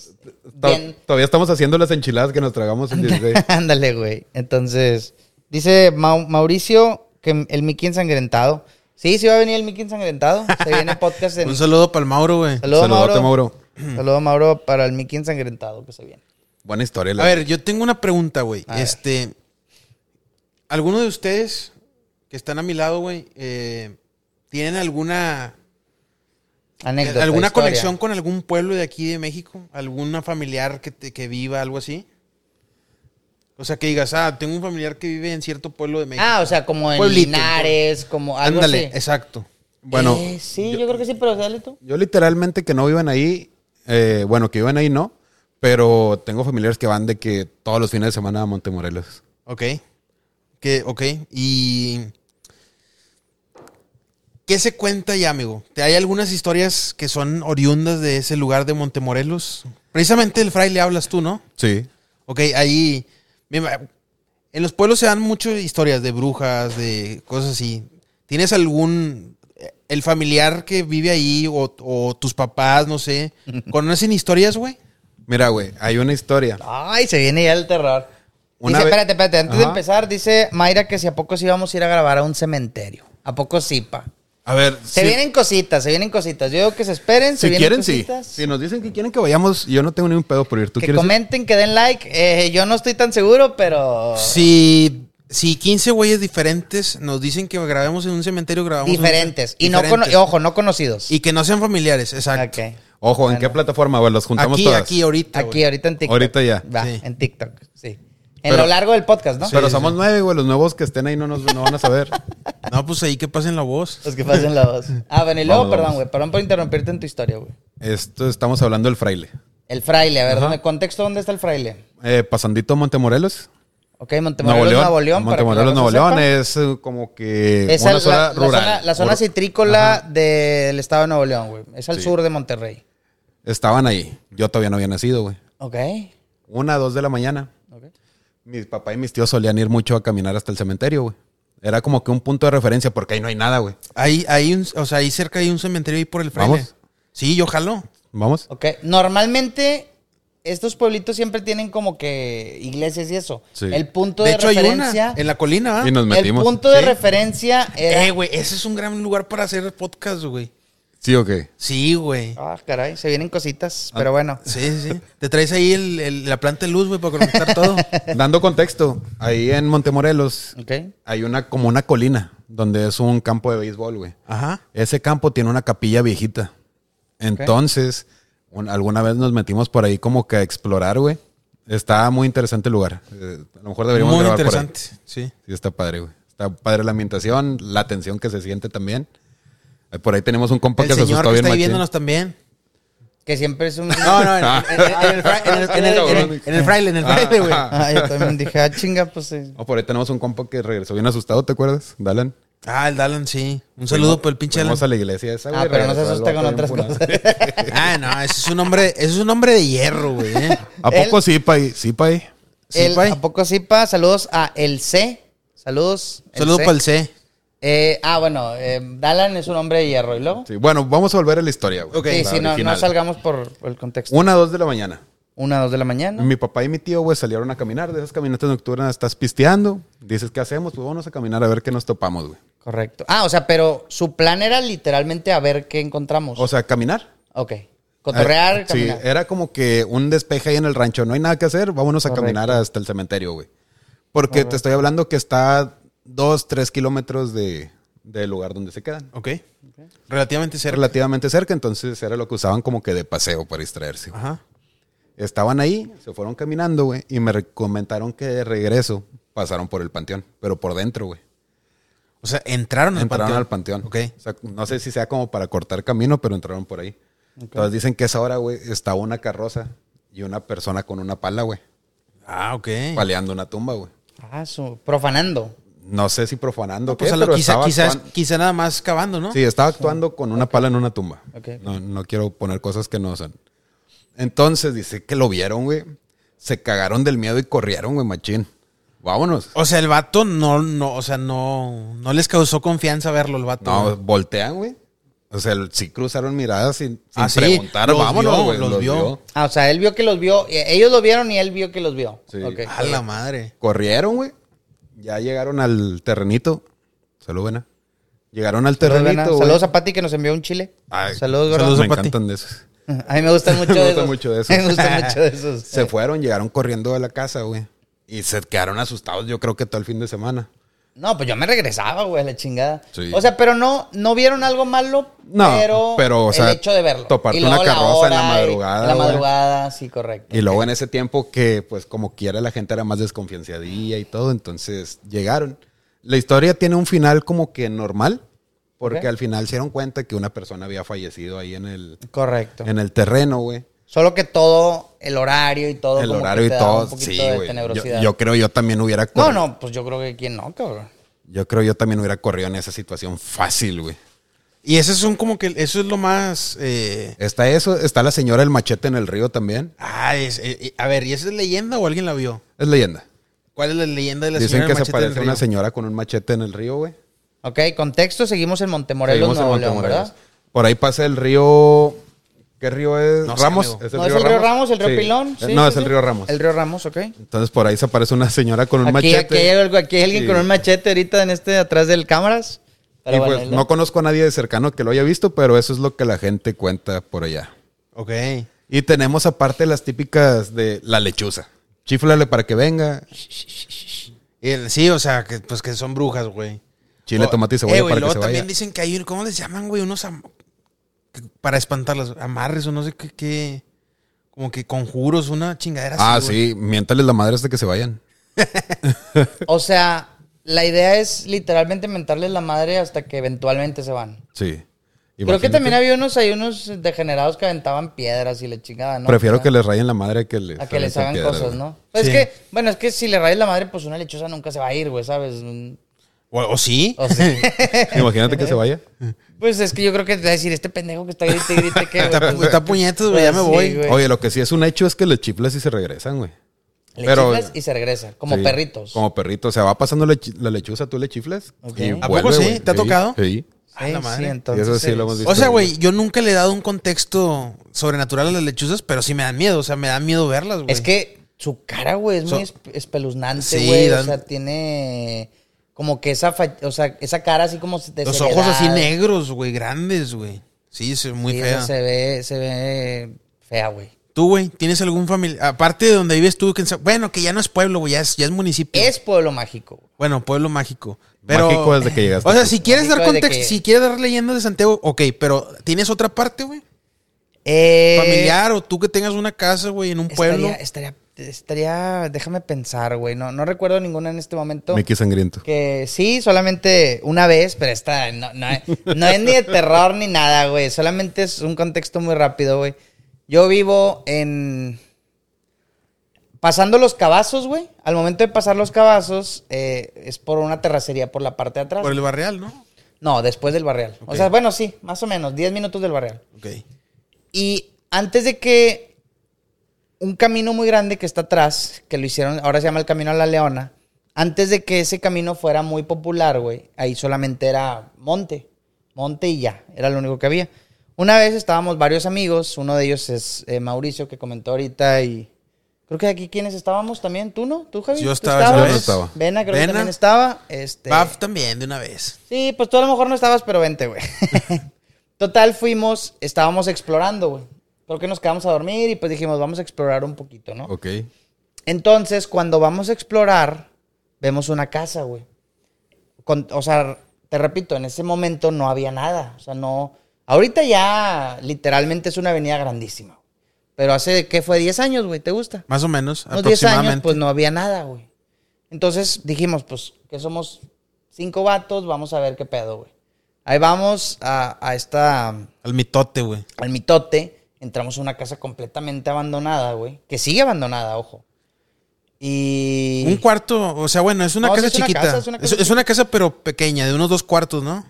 Speaker 2: To-
Speaker 3: bien-
Speaker 2: Todavía estamos haciendo las enchiladas que nos tragamos el 16.
Speaker 3: Ándale, güey. Entonces, dice Mau- Mauricio que el Mickey ensangrentado. Sí, sí va a venir el Mickey ensangrentado. Se viene podcast en.
Speaker 1: Un saludo para el Mauro, güey.
Speaker 3: Saludo,
Speaker 2: Saludote, Mauro.
Speaker 3: Saludo, Mauro, para el Mickey ensangrentado que se viene.
Speaker 2: Buena historia. la-
Speaker 1: A ver, yo tengo una pregunta, güey.
Speaker 3: A ver.
Speaker 1: Este. ¿Alguno de ustedes que están a mi lado, güey, eh, tienen alguna.
Speaker 3: Anécdota.
Speaker 1: ¿Alguna
Speaker 3: historia.
Speaker 1: conexión con algún pueblo de aquí de México? ¿Alguna familiar que, te- que viva, algo así? O sea, que digas, ah, tengo un familiar que vive en cierto pueblo de México.
Speaker 3: Ah, o sea, como en
Speaker 1: Pueblito.
Speaker 3: Linares, como algo
Speaker 1: Ándale,
Speaker 3: así.
Speaker 1: exacto.
Speaker 2: Bueno,
Speaker 3: Eh, sí, yo, creo que sí, pero dale tú.
Speaker 2: yo literalmente que no vivan ahí, eh, bueno, que vivan ahí no, pero tengo familiares que van de que todos los fines de semana a Montemorelos.
Speaker 1: Ok. Que, ok. Y. ¿Qué se cuenta ya, amigo? ¿Te hay algunas historias que son oriundas de ese lugar de Montemorelos? Precisamente el fraile hablas tú, ¿no?
Speaker 2: Sí.
Speaker 1: Ok, ahí. me ima- En los pueblos se dan muchas historias de brujas, de cosas así. ¿Tienes algún. eh, El familiar que vive ahí o, o tus papás, no sé. ¿Conocen historias, güey?
Speaker 2: Mira, güey, hay una historia.
Speaker 3: Ay, se viene ya el terror.
Speaker 2: Una
Speaker 3: dice,
Speaker 2: vez-
Speaker 3: espérate, espérate, antes de
Speaker 2: Ajá.
Speaker 3: empezar, dice Mayra que si a poco sí vamos a ir a grabar a un cementerio. ¿A poco sí, pa?
Speaker 2: A ver,
Speaker 3: Se vienen cositas, se vienen cositas. Yo digo que se esperen, se
Speaker 2: si
Speaker 3: vienen
Speaker 2: quieren, sí.
Speaker 3: cositas.
Speaker 2: Si nos dicen que quieren que vayamos, yo no tengo ni un pedo por ir. ¿Tú
Speaker 3: que
Speaker 2: quieres? ir?
Speaker 3: comenten, que den like. Eh, yo no estoy tan seguro, pero
Speaker 1: Si, si 15 güeyes diferentes nos dicen que grabemos en un cementerio, grabamos. en un
Speaker 3: diferentes.
Speaker 1: cem-
Speaker 3: Y no cono-
Speaker 1: diferentes.
Speaker 3: ojo, no conocidos.
Speaker 1: Y que no sean familiares, exacto.
Speaker 3: Ok.
Speaker 2: Ojo, ¿en
Speaker 3: Bueno.
Speaker 2: qué plataforma? Bueno, los juntamos
Speaker 1: Aquí,
Speaker 2: todas.
Speaker 1: aquí, ahorita.
Speaker 3: Aquí,
Speaker 1: güey.
Speaker 3: ahorita en TikTok.
Speaker 2: Ahorita ya.
Speaker 3: Va,
Speaker 1: Sí.
Speaker 3: en TikTok, sí. En
Speaker 2: Pero-
Speaker 3: lo largo del podcast, ¿no?
Speaker 2: Pero
Speaker 1: Sí,
Speaker 2: somos
Speaker 1: sí.
Speaker 2: nueve, güey. Los nuevos que estén ahí no nos no van a saber.
Speaker 1: No, pues ahí que pasen la voz.
Speaker 3: Los que pasen la voz. Ah, bueno, y luego,
Speaker 2: Vamos,
Speaker 3: perdón,
Speaker 2: vamos.
Speaker 3: güey, perdón por interrumpirte en tu historia, güey.
Speaker 2: Esto estamos hablando del fraile.
Speaker 3: El fraile, a ver, ¿dónde, contexto, ¿dónde está el fraile?
Speaker 2: Eh, pasandito Montemorelos.
Speaker 3: Ok, Montemorelos, Nuevo León. para que la
Speaker 2: Montemorelos,
Speaker 3: raza
Speaker 2: Nuevo
Speaker 3: sepa.
Speaker 2: León es eh, como que
Speaker 3: Es
Speaker 2: una
Speaker 3: al-
Speaker 2: zona
Speaker 3: la, la
Speaker 2: rural.
Speaker 3: zona, la zona
Speaker 2: Ur-
Speaker 3: citrícola
Speaker 2: Ajá.
Speaker 3: del estado de Nuevo León, güey. Es al
Speaker 2: Sí.
Speaker 3: sur de Monterrey.
Speaker 2: Estaban ahí. Yo todavía no había nacido, güey.
Speaker 3: Ok.
Speaker 2: Una, dos de la mañana.
Speaker 3: ok.
Speaker 2: Mis papá y mis tíos solían ir mucho a caminar hasta el cementerio, güey. Era como que un punto de referencia porque ahí no hay nada, güey.
Speaker 1: Ahí, ahí, un- o sea, ahí cerca hay un cementerio ahí por el fraile.
Speaker 2: Vamos.
Speaker 1: Sí, yo jalo.
Speaker 2: Vamos.
Speaker 3: Ok. Normalmente, estos pueblitos siempre tienen como que iglesias y eso.
Speaker 2: Sí.
Speaker 3: El punto de,
Speaker 1: De hecho, hay una
Speaker 3: referencia.
Speaker 1: en la colina,
Speaker 2: Y
Speaker 1: ¿ah?
Speaker 2: nos
Speaker 3: el
Speaker 2: metimos.
Speaker 3: punto de
Speaker 1: Sí.
Speaker 3: referencia era.
Speaker 1: Eh, güey, ese es un gran lugar para hacer podcast, güey.
Speaker 2: Sí, ok.
Speaker 1: Sí, güey.
Speaker 3: Ah, caray, se vienen cositas,
Speaker 1: Ah.
Speaker 3: pero bueno.
Speaker 1: Sí, sí, sí. Te traes ahí el- el- la planta de luz, güey, para conectar todo.
Speaker 2: Dando contexto, ahí en Montemorelos
Speaker 3: Ok.
Speaker 2: hay una como una colina donde es un campo de béisbol, güey.
Speaker 1: Ajá.
Speaker 2: Ese campo tiene una capilla viejita. Entonces, un- alguna vez nos metimos por ahí como que a explorar, güey. Está muy interesante el lugar. Eh, a lo mejor deberíamos
Speaker 1: Muy
Speaker 2: grabar por ahí.
Speaker 1: interesante. Sí.
Speaker 2: Sí, está padre, güey. Está padre la ambientación, la tensión que se siente también. Eh, Por ahí tenemos un compa
Speaker 1: El
Speaker 2: que se
Speaker 1: señor
Speaker 2: asustó
Speaker 1: que
Speaker 2: bien
Speaker 1: está ahí
Speaker 2: machín.
Speaker 1: viéndonos también.
Speaker 3: Que siempre es un.
Speaker 1: No, no, en, en- en el fra- en el- en el- en el- en el fraile, en el fraile, güey.
Speaker 2: Ah.
Speaker 3: Ah, yo también dije, ah, chinga, pues. sí.
Speaker 2: Oh, por ahí tenemos un compa que regresó bien asustado, ¿te acuerdas? Dalan.
Speaker 1: Ah, el Dalan, sí. Un saludo por el pinche Dalan.
Speaker 2: Vamos a la iglesia esa, güey.
Speaker 3: Ah, pero no se
Speaker 2: regresó el
Speaker 3: asusta
Speaker 2: vato
Speaker 3: con
Speaker 2: bien
Speaker 3: otras
Speaker 2: funado.
Speaker 3: cosas.
Speaker 1: Ah, no, ese es un hombre, ese es un hombre de hierro, güey. ¿eh?
Speaker 2: ¿A poco
Speaker 3: Él-
Speaker 2: sí, pay? Sí, pay.
Speaker 1: Sí,
Speaker 3: El-
Speaker 1: pay.
Speaker 3: ¿A poco sí, pa? Saludos a El C. Saludos.
Speaker 1: Saludo para el C.
Speaker 3: Eh, ah, bueno, eh, Dalan es un hombre de hierro. ¿Y luego?
Speaker 2: Sí, bueno, vamos a volver a la historia, güey.
Speaker 1: Ok.
Speaker 3: Sí,
Speaker 2: La
Speaker 3: sí, no, no
Speaker 2: original.
Speaker 3: salgamos por, por el contexto.
Speaker 2: Una, dos de la mañana.
Speaker 3: Una, dos de la mañana.
Speaker 2: Mi papá y mi tío, güey, salieron a caminar. De esas caminatas nocturnas estás pisteando. Dices, ¿qué hacemos? Pues vamos a caminar a ver qué nos topamos, güey.
Speaker 3: Correcto. Ah, o sea, pero su plan era literalmente a ver qué encontramos.
Speaker 2: O sea, caminar.
Speaker 3: ok. Cotorrear,
Speaker 2: Eh,
Speaker 3: caminar.
Speaker 2: Sí, era como que un despeje ahí en el rancho. No hay nada que hacer, vámonos a
Speaker 3: Correcto.
Speaker 2: caminar hasta el cementerio, güey. Porque te estoy hablando que está dos, tres kilómetros de, del lugar donde se quedan.
Speaker 1: Ok. Relativamente cerca.
Speaker 2: Relativamente cerca, entonces era lo que usaban como que de paseo para distraerse. güey.
Speaker 1: Ajá.
Speaker 2: Estaban ahí, se fueron caminando, güey, y me re- comentaron que de regreso pasaron por el panteón, pero por dentro, güey.
Speaker 1: O sea, entraron al
Speaker 2: Entraron al
Speaker 1: panteón.
Speaker 2: panteón.
Speaker 1: Ok.
Speaker 2: O sea, no sé si sea como para cortar camino, pero entraron por ahí. Entonces dicen que esa hora, güey, estaba una carroza y una persona con una pala, güey,
Speaker 1: Ah, ok.
Speaker 2: paleando una tumba, güey.
Speaker 3: Ah, su, profanando.
Speaker 2: No sé si profanando,
Speaker 1: Pues
Speaker 2: qué,
Speaker 1: a lo
Speaker 2: pero
Speaker 1: quizá,
Speaker 2: estaba
Speaker 1: quizás,
Speaker 2: actuando-
Speaker 1: quizá nada más cavando, ¿no?
Speaker 2: Sí, estaba actuando con una pala en una tumba.
Speaker 3: Ok.
Speaker 2: No, no quiero poner cosas que no son. Entonces dice que lo vieron, güey. Se cagaron del miedo y corrieron, güey, machín. Vámonos.
Speaker 1: O sea, el vato no, no, o sea, no, no les causó confianza verlo el vato.
Speaker 2: No,
Speaker 1: güey.
Speaker 2: voltean, güey. O sea, sí cruzaron miradas sin, sin
Speaker 1: Ah, sí,
Speaker 2: preguntar.
Speaker 1: los
Speaker 2: Vámonos,
Speaker 1: vio,
Speaker 2: güey.
Speaker 1: los
Speaker 2: Los
Speaker 1: vio.
Speaker 2: vio.
Speaker 3: Ah, o sea, él vio que los vio. eh, Ellos lo vieron y él vio que los vio.
Speaker 2: Sí.
Speaker 3: Ok.
Speaker 1: A la madre.
Speaker 2: Corrieron, güey. Ya llegaron al terrenito. Saludos, Vena. Llegaron al
Speaker 3: Saludos, Bena.
Speaker 2: terrenito, güey.
Speaker 3: Saludos a Pati que nos envió un chile.
Speaker 2: Ay,
Speaker 3: Saludos, gordo.
Speaker 1: saludos.
Speaker 2: Me
Speaker 1: a Pati.
Speaker 2: encantan de esos.
Speaker 3: A mí me gustan mucho
Speaker 2: Me
Speaker 3: de
Speaker 2: gustan
Speaker 3: esos.
Speaker 2: mucho de esos.
Speaker 3: Me gustan mucho de esos.
Speaker 2: Se fueron, llegaron corriendo de la casa, güey. Y se quedaron asustados, yo creo que todo el fin de semana.
Speaker 3: No, pues yo me regresaba, güey, a la chingada.
Speaker 2: Sí.
Speaker 3: O sea, pero no, no vieron algo malo,
Speaker 2: No,
Speaker 3: pero,
Speaker 2: pero, o sea,
Speaker 3: el hecho de verlo.
Speaker 2: toparte
Speaker 3: Y luego
Speaker 2: una
Speaker 3: la
Speaker 2: carroza en la
Speaker 3: hora, y-
Speaker 2: madrugada,
Speaker 3: La
Speaker 2: güey.
Speaker 3: madrugada, sí, correcto.
Speaker 2: Y luego en ese tiempo que, pues, como quiera, la gente era más desconfianzadilla y todo, entonces llegaron. La historia tiene un final como que normal, porque
Speaker 3: Ok.
Speaker 2: al final se dieron cuenta que una persona había fallecido ahí en el,
Speaker 3: Correcto.
Speaker 2: en el terreno, güey.
Speaker 3: Solo que todo, el horario y todo.
Speaker 2: El
Speaker 3: como que
Speaker 2: horario y
Speaker 3: te daba
Speaker 2: todo.
Speaker 3: Un poquito
Speaker 2: Sí,
Speaker 3: de
Speaker 2: güey. Yo,
Speaker 3: tenebrosidad.
Speaker 2: yo creo yo también hubiera
Speaker 3: no,
Speaker 2: corrido.
Speaker 3: no, pues yo creo que quién no, cabrón.
Speaker 2: Yo creo yo también hubiera corrido en esa situación fácil, güey.
Speaker 1: Y ese es un como que, eso es lo más, eh,
Speaker 2: Está eso, está la señora del machete en el río también.
Speaker 1: ah, es- eh, eh, a ver, ¿y esa es leyenda o alguien la vio?
Speaker 2: Es leyenda.
Speaker 1: ¿Cuál es la leyenda de la
Speaker 2: Dicen
Speaker 1: señora
Speaker 2: que
Speaker 1: del
Speaker 2: se
Speaker 1: machete del
Speaker 2: parece una
Speaker 1: río?
Speaker 2: señora con un machete en el río, güey.
Speaker 3: Ok, contexto, seguimos en Montemorelos,
Speaker 2: Seguimos en
Speaker 3: Nuevo León,
Speaker 2: Montemorelos.
Speaker 3: ¿verdad?
Speaker 2: Por ahí pasa el río. ¿Qué río es?
Speaker 1: No sé,
Speaker 2: Ramos.
Speaker 1: amigo.
Speaker 3: No, es el río Ramos, el río
Speaker 2: Sí.
Speaker 3: Pilón.
Speaker 2: Eh,
Speaker 3: sí,
Speaker 2: no,
Speaker 3: sí,
Speaker 2: es el
Speaker 3: sí.
Speaker 2: río Ramos.
Speaker 3: El río Ramos, ok.
Speaker 2: Entonces por ahí se aparece una señora con un
Speaker 3: Aquí,
Speaker 2: machete.
Speaker 3: aquí, hay algo- aquí hay alguien
Speaker 2: Sí.
Speaker 3: con un machete ahorita en este, atrás del cámaras. Pero
Speaker 2: y
Speaker 3: bueno,
Speaker 2: pues
Speaker 3: es lo-
Speaker 2: no conozco a nadie de cercano que lo haya visto, pero eso es lo que la gente cuenta por allá.
Speaker 1: Ok.
Speaker 2: Y tenemos aparte las típicas de la lechuza. Chiflale para que venga.
Speaker 1: El- sí, o sea, que, pues que son brujas, güey.
Speaker 2: Chile,
Speaker 3: Oh,
Speaker 1: O-
Speaker 2: tomate y cebolla
Speaker 1: Eh, güey,
Speaker 2: para que
Speaker 1: luego
Speaker 2: se
Speaker 1: también
Speaker 2: vaya.
Speaker 1: dicen que hay, un- ¿cómo les llaman, güey? Unos am- que- para espantarlas, amarres o no sé qué, qué- como que conjuros, una chingadera
Speaker 2: Ah,
Speaker 1: güey.
Speaker 2: sí, miéntales la madre hasta que se vayan.
Speaker 3: O sea, la idea es literalmente mentarles la madre hasta que eventualmente se van.
Speaker 2: Sí.
Speaker 3: Creo que
Speaker 2: Imagínate.
Speaker 3: también había unos, hay unos degenerados que aventaban piedras y le chingaban, ¿no?
Speaker 2: Prefiero
Speaker 3: O sea,
Speaker 2: que les rayen la madre que les,
Speaker 3: a que les
Speaker 2: avienten
Speaker 3: hagan
Speaker 2: piedras,
Speaker 3: cosas,
Speaker 2: güey.
Speaker 3: ¿no? Pues
Speaker 1: Sí.
Speaker 3: Es que, bueno, es que si le rayas la madre, pues una lechosa nunca se va a ir, güey, ¿sabes? Mm,
Speaker 1: O, o sí.
Speaker 3: O sea,
Speaker 2: Imagínate que se vaya.
Speaker 3: pues es que yo creo que te va a decir, este pendejo que está grite, y grite, ¿qué, güey?
Speaker 1: Está,
Speaker 3: Pues,
Speaker 1: está puñetas, güey, ya me
Speaker 3: Sí,
Speaker 1: voy.
Speaker 3: güey.
Speaker 2: Oye, lo que sí es un hecho es que les chiflas y se regresan, güey.
Speaker 3: le
Speaker 2: pero-
Speaker 3: chiflas y se regresa, como
Speaker 2: Sí,
Speaker 3: perritos.
Speaker 2: Como perritos. O sea, va pasando la, chi- la lechuza, tú le chiflas.
Speaker 3: Ok.
Speaker 2: y
Speaker 3: ¿A
Speaker 1: poco
Speaker 2: vuelve,
Speaker 1: sí?
Speaker 2: güey.
Speaker 1: ¿Te ha
Speaker 2: Sí,
Speaker 1: tocado?
Speaker 2: Sí.
Speaker 1: Ah,
Speaker 3: Sí,
Speaker 1: la madre.
Speaker 3: sí,
Speaker 1: Y
Speaker 3: entonces
Speaker 2: eso sí lo hemos
Speaker 3: es-
Speaker 2: visto.
Speaker 1: O sea, güey, yo nunca le he dado un contexto sobrenatural a las lechuzas, pero sí me dan miedo, o sea, me da miedo verlas, güey.
Speaker 3: Es que su cara, güey, es
Speaker 1: So-
Speaker 3: muy esp- espeluznante,
Speaker 1: Sí,
Speaker 3: güey. O
Speaker 1: dan-
Speaker 3: sea, tiene como que esa, fa- o sea, esa cara así como de
Speaker 1: Los
Speaker 3: seriedad.
Speaker 1: ojos así negros, güey, grandes, güey. Sí, es muy
Speaker 3: Sí, o sea,
Speaker 1: fea.
Speaker 3: Se ve, se ve fea, güey.
Speaker 1: Tú, güey, ¿tienes algún familiar? Aparte de donde vives tú, que en Sa- bueno, que ya no es pueblo, güey, ya es, ya es municipio.
Speaker 3: Es pueblo mágico. güey.
Speaker 1: Bueno, pueblo mágico. Pero,
Speaker 2: Mágico desde que llegaste
Speaker 1: O sea,
Speaker 2: tú.
Speaker 1: si quieres dar
Speaker 3: Mágico desde
Speaker 1: contexto,
Speaker 3: que-
Speaker 1: si quieres dar leyendas de Santiago, ok, pero ¿tienes otra parte, güey?
Speaker 3: Eh,
Speaker 1: Familiar o tú que tengas una casa, güey, en un pueblo.
Speaker 3: Estaría, estaría, estaría- déjame pensar, güey. No, no recuerdo ninguna en este momento.
Speaker 2: Mickey sangriento.
Speaker 3: Que sí, solamente una vez, pero esta no, no, no es ni de terror ni nada, güey. Solamente es un contexto muy rápido, güey. Yo vivo en. Pasando los cabazos, güey. Al momento de pasar los cabazos, eh, es por una terracería por la parte de atrás.
Speaker 1: Por el barrial, ¿no?
Speaker 3: No, después del barrial.
Speaker 1: Ok.
Speaker 3: O sea, bueno, sí, más o menos, 10 minutos del barrial.
Speaker 1: Ok.
Speaker 3: Y antes de que un camino muy grande que está atrás, que lo hicieron, ahora se llama el Camino a la Leona, antes de que ese camino fuera muy popular, güey, ahí solamente era monte, monte y ya, era lo único que había. Una vez estábamos varios amigos, uno de ellos es eh, Mauricio, que comentó ahorita, y creo que aquí quienes estábamos también, ¿tú no? ¿Tú, Javi?
Speaker 1: Yo
Speaker 3: ¿Tú
Speaker 1: estaba,
Speaker 3: estabas?
Speaker 2: yo no estaba.
Speaker 3: Vena, creo que
Speaker 1: Vena.
Speaker 3: también estaba. Este...
Speaker 1: Baf también, de una vez.
Speaker 3: Sí, pues tú a lo mejor no estabas, pero vente, güey. Total, fuimos, estábamos explorando, güey. Porque nos quedamos a dormir y pues dijimos, vamos a explorar un poquito, ¿no?
Speaker 2: Ok.
Speaker 3: Entonces, cuando vamos a explorar, vemos una casa, güey. Con- o sea, te repito, en ese momento no había nada. O sea, no. Ahorita ya literalmente es una avenida grandísima. Pero hace, ¿qué fue? ¿10 años, güey? ¿Te gusta?
Speaker 1: Más o menos,
Speaker 3: unos 10
Speaker 1: aproximadamente.
Speaker 3: años, pues no había nada, güey. Entonces dijimos, pues, que somos cinco vatos, vamos a ver qué pedo, güey. Ahí vamos a, a esta,
Speaker 1: Al mitote, güey.
Speaker 3: al mitote, entramos a una casa completamente abandonada, güey. Que sigue abandonada, ojo. Y...
Speaker 1: Un cuarto, o sea, bueno, es una
Speaker 3: No, sí,
Speaker 1: casa
Speaker 3: es una
Speaker 1: chiquita.
Speaker 3: casa, es una
Speaker 1: Es-
Speaker 3: casa
Speaker 1: es una casa, pero pequeña, de unos dos cuartos, ¿no?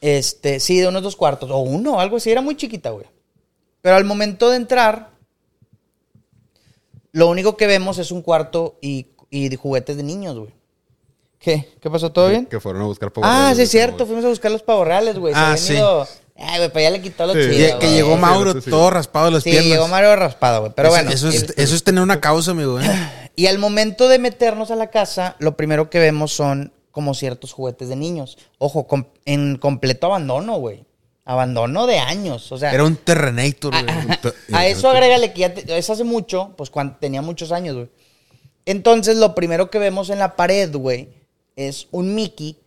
Speaker 3: Este, sí, de unos dos cuartos, o uno, algo así, era muy chiquita, güey. Pero al momento de entrar, Lo único que vemos es un cuarto y, y de juguetes de niños, güey. ¿Qué? ¿Qué pasó? ¿Todo bien?
Speaker 2: Que fueron a buscar
Speaker 3: Ah, sí, es
Speaker 2: es
Speaker 3: cierto. Fuimos a buscar los pavorreales, güey. Se
Speaker 1: Ah,
Speaker 3: habían
Speaker 1: sí.
Speaker 3: ido- Ay, güey, pues ya le quitó los
Speaker 2: Sí.
Speaker 1: Que-
Speaker 2: Sí,
Speaker 1: que
Speaker 2: güey.
Speaker 1: llegó
Speaker 2: Sí,
Speaker 1: Mauro
Speaker 2: sí, sí.
Speaker 1: todo raspado de las
Speaker 3: Sí,
Speaker 1: piernas.
Speaker 3: llegó Mario raspado, güey. Pero
Speaker 1: Eso-
Speaker 3: bueno. este-
Speaker 1: Eso,
Speaker 3: el-
Speaker 1: es, eso es tener una causa, amigo. ¿eh?
Speaker 3: Y al momento de meternos a la casa, lo primero que vemos son como ciertos juguetes de niños. Ojo, com- en completo abandono, güey. Abandono de años. O sea,
Speaker 1: Era un Terrenator,
Speaker 3: Ah,
Speaker 1: güey. Eh,
Speaker 3: a eso agrégale que ya te- es hace mucho, pues cuando tenía muchos años, güey. Entonces, lo primero que vemos en la pared, güey, es un Mickey,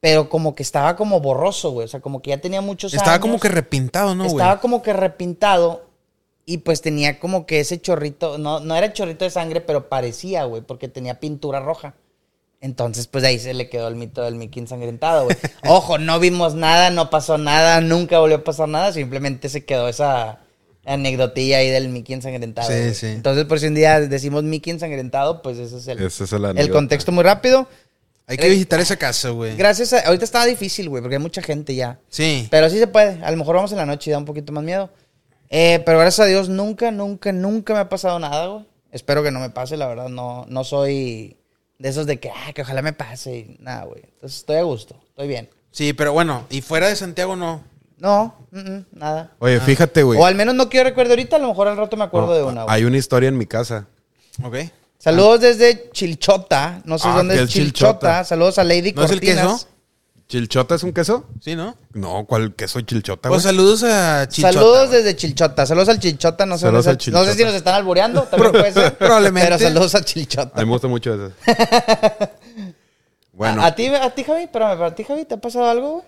Speaker 3: pero como que estaba como borroso, güey. O sea, como que ya tenía muchos años.
Speaker 1: Estaba como que repintado, ¿no, güey?
Speaker 3: Estaba como que repintado y pues tenía como que ese chorrito, no, no era chorrito de sangre, pero parecía, güey, porque tenía pintura roja. Entonces, pues ahí se le quedó el mito del Mickey ensangrentado, güey. Ojo, no vimos nada, no pasó nada, nunca volvió a pasar nada, simplemente se quedó esa anecdotilla ahí del Mickey ensangrentado.
Speaker 1: Sí,
Speaker 3: güey.
Speaker 1: sí.
Speaker 3: Entonces, por si un día decimos Mickey ensangrentado, pues ese es el,
Speaker 2: Ese es el
Speaker 3: el
Speaker 2: anécdota.
Speaker 3: contexto muy rápido.
Speaker 1: Hay que visitar esa casa, güey.
Speaker 3: Gracias a- Ahorita estaba difícil, güey, porque hay mucha gente ya.
Speaker 1: Sí.
Speaker 3: Pero sí se puede. A lo mejor vamos en la noche y da un poquito más miedo. Eh, pero gracias a Dios nunca, nunca, nunca me ha pasado nada, güey. Espero que no me pase, la verdad. No, no soy de esos de que, ah, que ojalá me pase. y Nada, güey. Entonces estoy a gusto. Estoy bien.
Speaker 1: Sí, pero bueno, y fuera de Santiago no.
Speaker 3: No, mm, mm, nada.
Speaker 2: Oye, fíjate, güey.
Speaker 3: O al menos no quiero recuerdo ahorita. A lo mejor al rato me acuerdo de una, güey.
Speaker 2: Hay una historia en mi casa.
Speaker 1: ¿Ok?
Speaker 3: Saludos desde Chilchota. No sé
Speaker 2: Ah,
Speaker 3: dónde
Speaker 2: que
Speaker 3: es
Speaker 2: el
Speaker 3: Chilchota.
Speaker 2: Chilchota.
Speaker 3: Saludos a Lady
Speaker 1: ¿No es el
Speaker 3: Cortinas.
Speaker 1: queso?
Speaker 2: ¿Chilchota es un queso?
Speaker 1: Sí, ¿no?
Speaker 2: No, ¿cuál queso chilchota, güey?
Speaker 1: Pues saludos a Chichota.
Speaker 3: saludos
Speaker 1: güey.
Speaker 3: desde Chilchota. Saludos al Chilchota. No sé,
Speaker 2: Saludos
Speaker 3: dónde
Speaker 2: al
Speaker 3: es el- no sé si
Speaker 2: Chilchota.
Speaker 3: nos están albureando. También puede ser.
Speaker 1: Probablemente.
Speaker 3: Pero saludos a Chilchota.
Speaker 2: a mí me gusta mucho eso. Bueno.
Speaker 3: ¿A, a ti, a ti, Javi? Espérame, ¿pero a ti, Javi, te ha pasado algo, güey?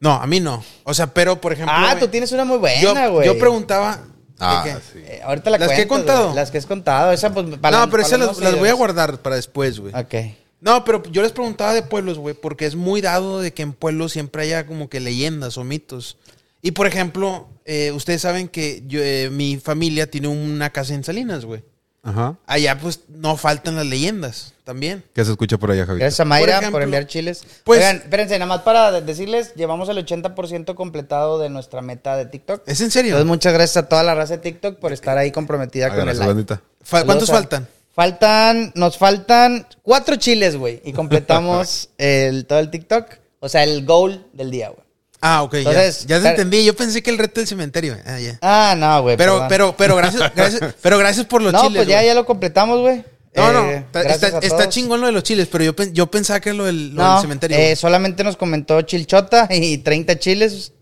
Speaker 1: No, a mí no. O sea, pero por ejemplo.
Speaker 3: Ah,
Speaker 1: güey,
Speaker 3: tú tienes una muy
Speaker 1: yo,
Speaker 3: buena, güey.
Speaker 1: yo preguntaba. ¿de
Speaker 2: Ah,
Speaker 1: qué?
Speaker 2: sí.
Speaker 3: Eh, ahorita la
Speaker 1: ¿Las que he
Speaker 3: cuentas,
Speaker 1: contado?
Speaker 3: güey, Las que has contado. Esa, pues, para
Speaker 1: No, pero esas las,
Speaker 3: los
Speaker 1: las voy a
Speaker 3: seguidores.
Speaker 1: guardar para después, güey.
Speaker 3: Ok.
Speaker 1: No, pero yo les preguntaba de pueblos, güey, porque es muy dado de que en pueblos siempre haya como que leyendas o mitos. Y por ejemplo, eh, ustedes saben que yo, eh, mi familia tiene una casa en Salinas, güey.
Speaker 2: Ajá.
Speaker 1: Allá pues no faltan las leyendas también.
Speaker 2: ¿Qué se escucha por allá, Javier?
Speaker 3: Gracias a Mayra por,
Speaker 1: ejemplo,
Speaker 3: enviar chiles.
Speaker 1: pues-
Speaker 3: Oigan, espérense, nada más para de- decirles, llevamos el 80% completado de nuestra meta de TikTok.
Speaker 1: ¿Es en serio?
Speaker 3: Entonces, muchas gracias a toda la raza de TikTok por estar ahí comprometida
Speaker 2: Ah,
Speaker 3: con el
Speaker 2: gracias,
Speaker 3: like.
Speaker 2: bandita.
Speaker 1: Fa-
Speaker 3: Saludos
Speaker 1: ¿Cuántos
Speaker 3: a-
Speaker 1: faltan?
Speaker 3: Faltan, nos faltan cuatro chiles, güey. Y completamos el, todo el TikTok. O sea, el goal del día, güey.
Speaker 1: Ah, ok, ya.
Speaker 3: Entonces,
Speaker 1: ya. te
Speaker 3: pero-
Speaker 1: entendí. Yo pensé que el reto del cementerio. Ah, ya.
Speaker 3: Ah, no, güey.
Speaker 1: Pero,
Speaker 3: perdón.
Speaker 1: pero, pero gracias, gracias- pero gracias por los
Speaker 3: no,
Speaker 1: chiles.
Speaker 3: pues ya,
Speaker 1: güey.
Speaker 3: ya lo completamos, güey.
Speaker 1: No, no,
Speaker 3: Eh,
Speaker 1: está,
Speaker 3: gracias
Speaker 1: está-
Speaker 3: a
Speaker 1: está
Speaker 3: todos.
Speaker 1: chingón lo de los chiles, pero yo, pen- yo pensaba que era lo del, lo
Speaker 3: No,
Speaker 1: del cementerio.
Speaker 3: eh,
Speaker 1: güey.
Speaker 3: solamente nos comentó Chilchota y 30 chiles.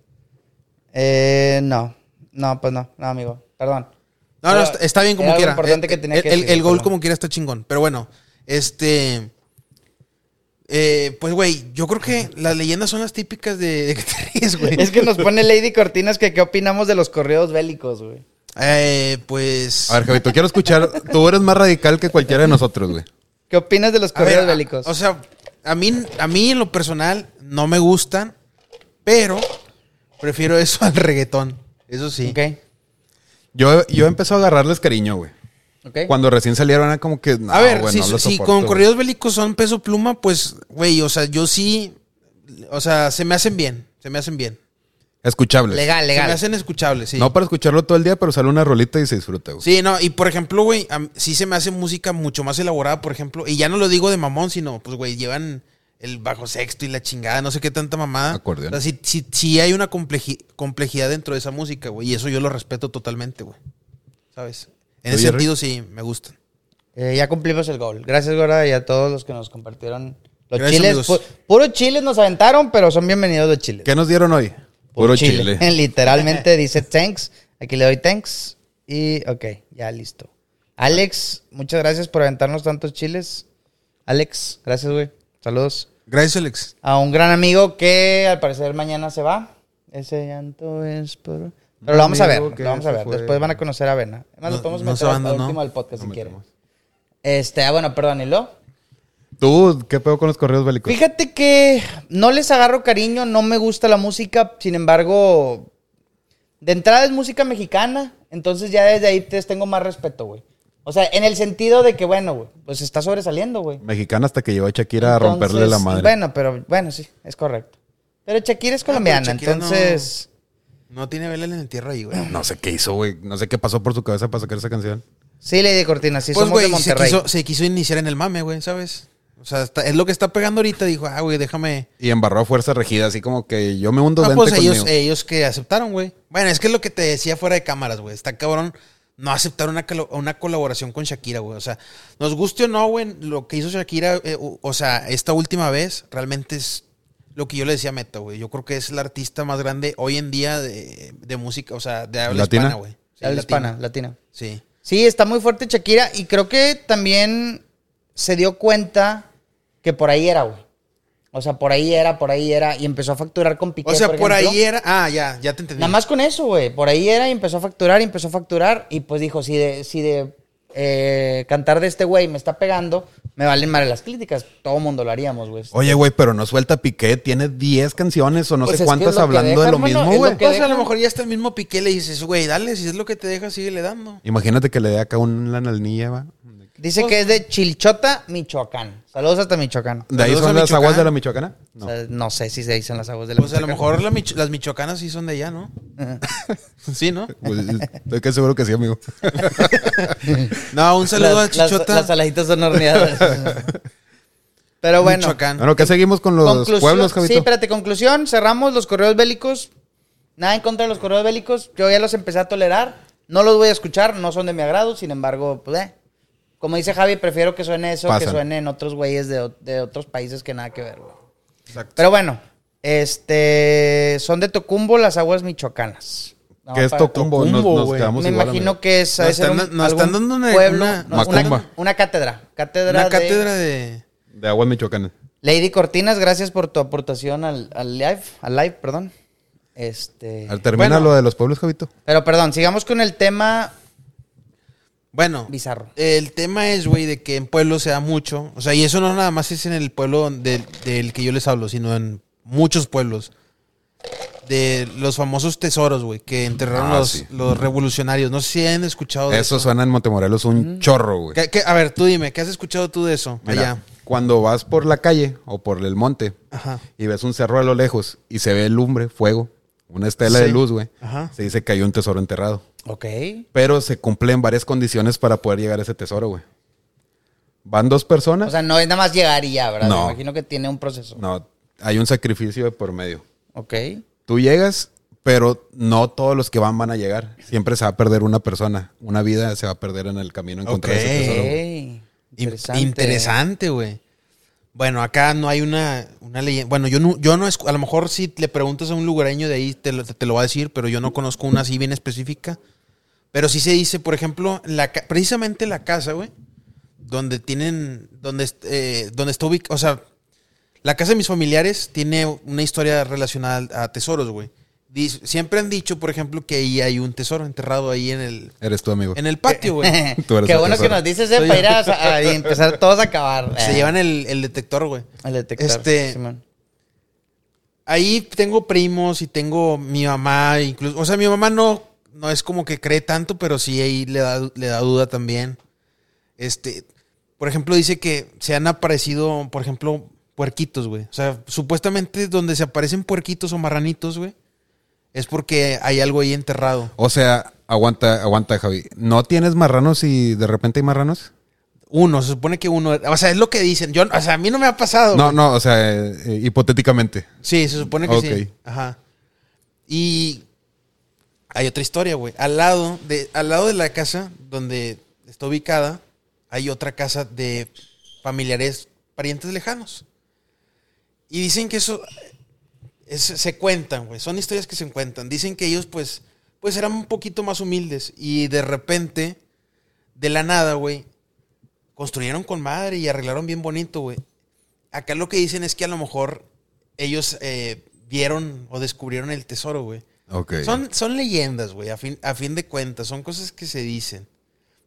Speaker 3: Eh, no, no, pues no, no, amigo, perdón.
Speaker 1: no, no,
Speaker 3: Pero
Speaker 1: está, está bien como
Speaker 3: era algo
Speaker 1: quiera.
Speaker 3: importante
Speaker 1: Eh,
Speaker 3: que tenía
Speaker 1: el,
Speaker 3: que
Speaker 1: el-
Speaker 3: decir,
Speaker 1: el gol
Speaker 3: perdón.
Speaker 1: como quiera está chingón, pero bueno, este... eh, pues, güey, yo creo que las leyendas son las típicas de, de que te ríes, güey.
Speaker 3: Es que nos pone Lady Cortinas que qué opinamos de los correos bélicos, güey.
Speaker 1: Eh, pues...
Speaker 2: A ver, Javier, tú quiero escuchar. Tú eres más radical que cualquiera de nosotros, güey.
Speaker 3: ¿Qué opinas de los
Speaker 1: A ver,
Speaker 3: correos
Speaker 1: a-
Speaker 3: bélicos?
Speaker 1: O sea, a mí, a mí en lo personal no me gustan, pero prefiero eso al reggaetón. Eso sí.
Speaker 3: ok,
Speaker 2: Yo, yo empecé a agarrarles cariño, güey.
Speaker 3: ok.
Speaker 2: Cuando recién salieron era como que... no,
Speaker 1: a ver,
Speaker 2: güey,
Speaker 1: si,
Speaker 2: no lo
Speaker 1: si
Speaker 2: soporto,
Speaker 1: con
Speaker 2: güey.
Speaker 1: corridos bélicos son peso pluma, pues, güey, o sea, yo sí, o sea, se me hacen bien, se me hacen bien.
Speaker 2: Escuchables.
Speaker 3: Legal,
Speaker 1: Pues, Se me
Speaker 3: legal.
Speaker 1: hacen escuchables, sí.
Speaker 2: No para escucharlo todo el día, pero sale una rolita y se disfruta, güey.
Speaker 1: Sí, no, y por ejemplo, güey, a mí- sí se me hace música mucho más elaborada, por ejemplo, y ya no lo digo de mamón, sino, pues, güey, llevan el bajo sexto y la chingada, no sé qué tanta mamada.
Speaker 2: Acordeón.
Speaker 1: O sea, sí, sí- sí hay una compleji- complejidad dentro de esa música, güey, y eso yo lo respeto totalmente, güey. ¿Sabes? En
Speaker 2: ¿Tú,
Speaker 1: ese
Speaker 2: Jerry?
Speaker 1: sentido, sí, me gustan.
Speaker 3: Eh, ya cumplimos el gol. Gracias, Gora, y a todos los que nos compartieron los
Speaker 1: Gracias,
Speaker 3: chiles.
Speaker 1: amigos.
Speaker 3: Pu- puros chiles nos aventaron, pero son bienvenidos los chiles.
Speaker 2: ¿Qué nos dieron hoy?
Speaker 3: Puro chile. Literalmente dice thanks. Aquí le doy thanks. Y ok, ya listo. Alex, muchas gracias por aventarnos tantos chiles. Alex, gracias, güey. Saludos.
Speaker 1: Gracias, Alex.
Speaker 3: A un gran amigo que al parecer mañana se va. Ese llanto es por. Pero lo vamos a ver,
Speaker 2: Amigo que
Speaker 3: lo vamos a
Speaker 2: se
Speaker 3: ver.
Speaker 2: fue.
Speaker 3: Después van a conocer a Avena. Además,
Speaker 1: No-
Speaker 3: lo podemos
Speaker 1: no se
Speaker 3: meter hasta el
Speaker 1: abandonó.
Speaker 3: último del podcast
Speaker 2: No
Speaker 3: si quieren.
Speaker 2: metemos.
Speaker 3: Este, ah, bueno, perdón, ¿y luego?
Speaker 2: Tú, ¿qué pedo con los correos bélicos?
Speaker 3: Fíjate que no les agarro cariño, no me gusta la música, sin embargo, de entrada es música mexicana, entonces ya desde ahí les tengo más respeto, güey. O sea, en el sentido de que, bueno, güey, pues está sobresaliendo, güey.
Speaker 2: Mexicana hasta que llegó Shakira a
Speaker 3: Entonces,
Speaker 2: romperle la madre.
Speaker 3: Bueno, pero bueno, sí, es correcto. Pero Shakira es colombiana,
Speaker 1: Ah, Shakira no-
Speaker 3: entonces...
Speaker 1: No tiene velas en el entierro ahí, güey.
Speaker 2: No sé qué hizo, güey. No sé qué pasó por su cabeza para sacar esa canción.
Speaker 3: Sí, Lady Cortina, sí
Speaker 1: pues,
Speaker 3: somos de
Speaker 1: güey, se
Speaker 3: Monterrey.
Speaker 1: quiso, se quiso iniciar en el mame, güey, ¿sabes? O sea, está- es lo que está pegando ahorita. Dijo, ah, güey, déjame.
Speaker 2: Y embarró a fuerza regida, así como que yo me hundo,
Speaker 3: Ah,
Speaker 1: No,
Speaker 2: vente
Speaker 1: pues
Speaker 2: conmigo.
Speaker 1: ellos,
Speaker 3: eh,
Speaker 1: ellos que aceptaron, güey. Bueno, es que es lo que te decía fuera de cámaras, güey. Está cabrón no aceptar una, colo- una colaboración con Shakira, güey. O sea, nos guste o no, güey, lo que hizo Shakira, eh, o, o sea, esta última vez, realmente es lo que yo le decía a Meta, güey. Yo creo que es la artista más grande hoy en día de, de música, o sea, de habla
Speaker 2: ¿Latina?
Speaker 1: hispana, güey. Sí,
Speaker 3: Habla
Speaker 1: latina.
Speaker 3: hispana, latina.
Speaker 1: Sí.
Speaker 3: Sí, está muy fuerte Shakira y creo que también se dio cuenta que por ahí era, güey. O sea, por ahí era, por ahí era y empezó a facturar con Piqué.
Speaker 1: O sea, por,
Speaker 3: ejemplo.
Speaker 1: ahí era. Ah, ya, ya te entendí.
Speaker 3: Nada más con eso, güey. Por ahí era y empezó a facturar y empezó a facturar. Y pues dijo, si de, si de eh, cantar de este güey me está pegando, me valen mal las críticas. Todo mundo lo haríamos, güey.
Speaker 2: Oye, güey, pero no suelta Piqué, tiene 10 canciones o no
Speaker 3: Pues es
Speaker 2: sé
Speaker 3: que es
Speaker 2: cuántas
Speaker 3: lo que
Speaker 2: hablando
Speaker 3: deja,
Speaker 2: de lo
Speaker 3: hermano,
Speaker 2: mismo,
Speaker 3: es lo
Speaker 2: güey.
Speaker 3: que
Speaker 1: Pues a lo
Speaker 3: dejan.
Speaker 1: mejor ya está el mismo Piqué le dices, güey, dale, si es lo que te deja, sigue le dando.
Speaker 2: Imagínate que le dé acá una nanilla, va.
Speaker 3: Dice que es de Chilchota, Michoacán. Saludos hasta Michoacán.
Speaker 2: ¿De ahí
Speaker 1: Saludos a
Speaker 2: son las
Speaker 1: Michoacán.
Speaker 2: aguas de la Michoacana?
Speaker 3: O
Speaker 2: No.
Speaker 3: sea, No, sé si se dicen las aguas de la
Speaker 1: Pues a lo
Speaker 3: Michoacán.
Speaker 1: mejor la Mich- las michoacanas sí son de allá, ¿no? sí, ¿no?
Speaker 2: Pues, estoy que seguro que sí, amigo.
Speaker 1: No, un saludo
Speaker 3: Las-
Speaker 1: a Chichota.
Speaker 3: Las, las saladitas son horneadas. Pero bueno.
Speaker 1: Michoacán.
Speaker 2: Bueno, ¿qué seguimos con los
Speaker 3: Conclusión-
Speaker 2: pueblos, Javito?
Speaker 3: Sí, espérate, conclusión, cerramos los correos bélicos. Nada en contra de los correos bélicos. Yo ya los empecé a tolerar. No los voy a escuchar, no son de mi agrado. Sin embargo, pues, eh. Como dice Javi, prefiero que suene eso que
Speaker 2: Pasan.
Speaker 3: suene en otros güeyes de, o- de otros países que nada que ver, güey.
Speaker 1: Exacto.
Speaker 3: Pero bueno, este. Son de Tocumbo las aguas michoacanas. No,
Speaker 2: ¿Qué es
Speaker 3: para-
Speaker 2: Tocumbo? Nos-
Speaker 1: Tocumbo,
Speaker 2: nos
Speaker 1: güey.
Speaker 2: quedamos
Speaker 3: Me
Speaker 2: igual,
Speaker 3: imagino
Speaker 2: amigo.
Speaker 3: que es. ha de
Speaker 1: Nos
Speaker 3: ser
Speaker 1: están-
Speaker 3: un-
Speaker 1: nos están
Speaker 3: algún
Speaker 1: dando una-
Speaker 3: pueblo,
Speaker 1: una-
Speaker 3: no,
Speaker 2: Macumba.
Speaker 3: una cátedra. Cátedra
Speaker 1: Una
Speaker 3: de-
Speaker 1: cátedra de.
Speaker 2: De aguas michoacanas.
Speaker 3: Lady Cortinas, gracias por tu aportación al, al live, al live, perdón. Este,
Speaker 2: Al- Termina
Speaker 1: Bueno.
Speaker 2: lo de los pueblos, Javito.
Speaker 3: pero perdón, sigamos con el tema
Speaker 1: Bueno,
Speaker 3: bizarro.
Speaker 1: el tema es, güey, de que en pueblos se da mucho. O sea, y eso no nada más es en el pueblo donde- del que yo les hablo, sino en muchos pueblos. De los famosos tesoros, güey, que enterraron
Speaker 2: Ah,
Speaker 1: los,
Speaker 2: sí.
Speaker 1: los revolucionarios. No sé si han escuchado de
Speaker 2: Eso suena en Montemorelos
Speaker 1: Mm.
Speaker 2: un chorro, güey.
Speaker 1: ¿Qué- qué- a ver, tú dime, ¿qué has escuchado tú de eso?
Speaker 2: Mira,
Speaker 1: Allá.
Speaker 2: Cuando vas por la calle o por el monte
Speaker 1: Ajá.
Speaker 2: y ves un cerro a lo lejos y se ve lumbre, fuego, una estela
Speaker 1: Sí.
Speaker 2: de luz, güey,
Speaker 1: Ajá.
Speaker 2: se dice que hay un tesoro enterrado.
Speaker 3: Ok.
Speaker 2: Pero se cumplen varias condiciones para poder llegar a ese tesoro, güey. Van dos personas.
Speaker 3: O sea, no es nada más llegar y ya, ¿verdad?
Speaker 2: No.
Speaker 3: Me imagino que tiene un proceso.
Speaker 2: no, hay un sacrificio de por medio.
Speaker 3: Ok.
Speaker 2: Tú llegas, pero no todos los que van van a llegar. Siempre se va a perder una persona. Una vida se va a perder en el camino a encontrar ese
Speaker 1: Ok.
Speaker 2: tesoro. güey.
Speaker 3: Ey,
Speaker 1: Interesante. Interesante, güey. Bueno, acá no hay una, una leyenda. Bueno, yo no, yo no escu- a lo mejor si le preguntas a un lugareño de ahí te lo, te lo va a decir, pero yo no conozco una así bien específica. Pero sí se dice, por ejemplo, la, ca- precisamente la casa, güey, donde tienen, donde, est- eh, donde está ubicada, o sea, la casa de mis familiares tiene una historia relacionada al- a tesoros, güey. Dice- Siempre han dicho, por ejemplo, que ahí hay un tesoro enterrado ahí en el,
Speaker 2: Eres tú, amigo.
Speaker 1: en el patio, güey.
Speaker 3: Qué
Speaker 2: Tú eres el
Speaker 3: bueno que
Speaker 2: tesoro.
Speaker 3: nos dices, eh,
Speaker 1: Soy
Speaker 3: para
Speaker 1: yo.
Speaker 3: ir a, a- y empezar todos a acabar.
Speaker 1: Se
Speaker 3: Eh,
Speaker 1: llevan el, el detector, güey.
Speaker 3: el detector.
Speaker 1: Este,
Speaker 3: Simón.
Speaker 1: Ahí tengo primos y tengo mi mamá, incluso. O sea, mi mamá no, no es como que cree tanto, pero sí ahí le da, le da duda también. Este, por ejemplo, dice que se han aparecido, por ejemplo, puerquitos, güey. O sea, supuestamente donde se aparecen puerquitos o marranitos, güey, es porque hay algo ahí enterrado.
Speaker 2: O sea, aguanta, aguanta, Javi. ¿No tienes marranos y de repente hay marranos?
Speaker 1: Uno, se supone que uno. O sea, es lo que dicen. Yo, o sea, a mí no me ha pasado.
Speaker 2: No, no, o sea, eh, eh, hipotéticamente.
Speaker 1: Sí, se supone que
Speaker 2: Ok.
Speaker 1: sí. Ajá. Y hay otra historia, güey. Al lado de, al lado de la casa donde está ubicada, hay otra casa de familiares, parientes lejanos. Y dicen que eso es- se cuentan, güey. Son historias que se cuentan. Dicen que ellos, pues, pues eran un poquito más humildes. Y de repente, de la nada, güey, construyeron con madre y arreglaron bien bonito, güey. Acá lo que dicen es que a lo mejor ellos eh, vieron o descubrieron el tesoro, güey.
Speaker 2: Ok.
Speaker 1: Son, son leyendas, güey, a fin, a fin de cuentas. Son cosas que se dicen.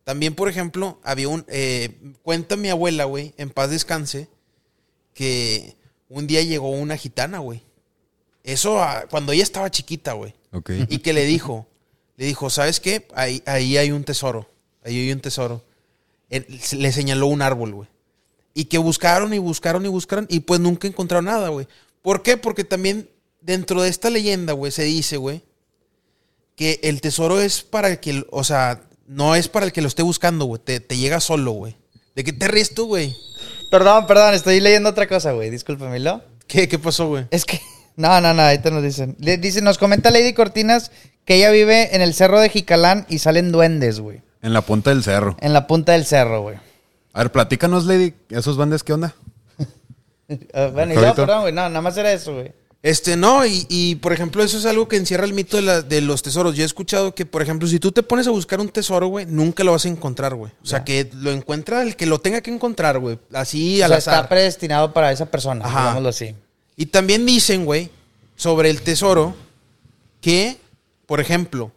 Speaker 1: También, por ejemplo, había un... eh, cuenta mi abuela, güey, en paz descanse, que un día llegó una gitana, güey. Eso ah, cuando ella estaba chiquita, güey.
Speaker 2: Ok.
Speaker 1: Y que le dijo, le dijo, ¿sabes qué? Ahí, ahí hay un tesoro, ahí hay un tesoro. Él- le señaló un árbol, güey. Y que buscaron y buscaron y buscaron y pues nunca encontraron nada, güey. ¿Por qué? Porque también dentro de esta leyenda, güey, se dice, güey, que el tesoro es para que, o sea, no es para el que lo esté buscando, güey. Te, te llega solo, güey. ¿De qué te ríes tú, güey?
Speaker 3: Perdón, perdón, estoy leyendo otra cosa, güey. Discúlpamelo.
Speaker 1: ¿Qué, ¿Qué pasó, güey?
Speaker 3: Es que. No, no, no, ahorita nos dicen. Le- Dice, nos comenta Lady Cortinas que ella vive en el cerro de Jicalán y salen duendes, güey.
Speaker 2: En la punta del cerro.
Speaker 3: En la punta del cerro, güey.
Speaker 2: A ver, platícanos, Lady, esos bandes, ¿qué onda?
Speaker 3: Ah, bueno, y luego,
Speaker 2: Ahorita.
Speaker 3: perdón, güey. No, nada más era eso, güey.
Speaker 1: Este, no, y, y, por ejemplo, eso es algo que encierra el mito de, la- de los tesoros. Yo he escuchado que, por ejemplo, si tú te pones a buscar un tesoro, güey, nunca lo vas a encontrar, güey. O sea, que lo encuentra el que lo tenga que encontrar, güey. Así
Speaker 3: O
Speaker 1: al
Speaker 3: sea,
Speaker 1: azar.
Speaker 3: está predestinado para esa persona,
Speaker 1: Ajá.
Speaker 3: digámoslo así.
Speaker 1: Y también dicen, güey, sobre el tesoro, que, por ejemplo,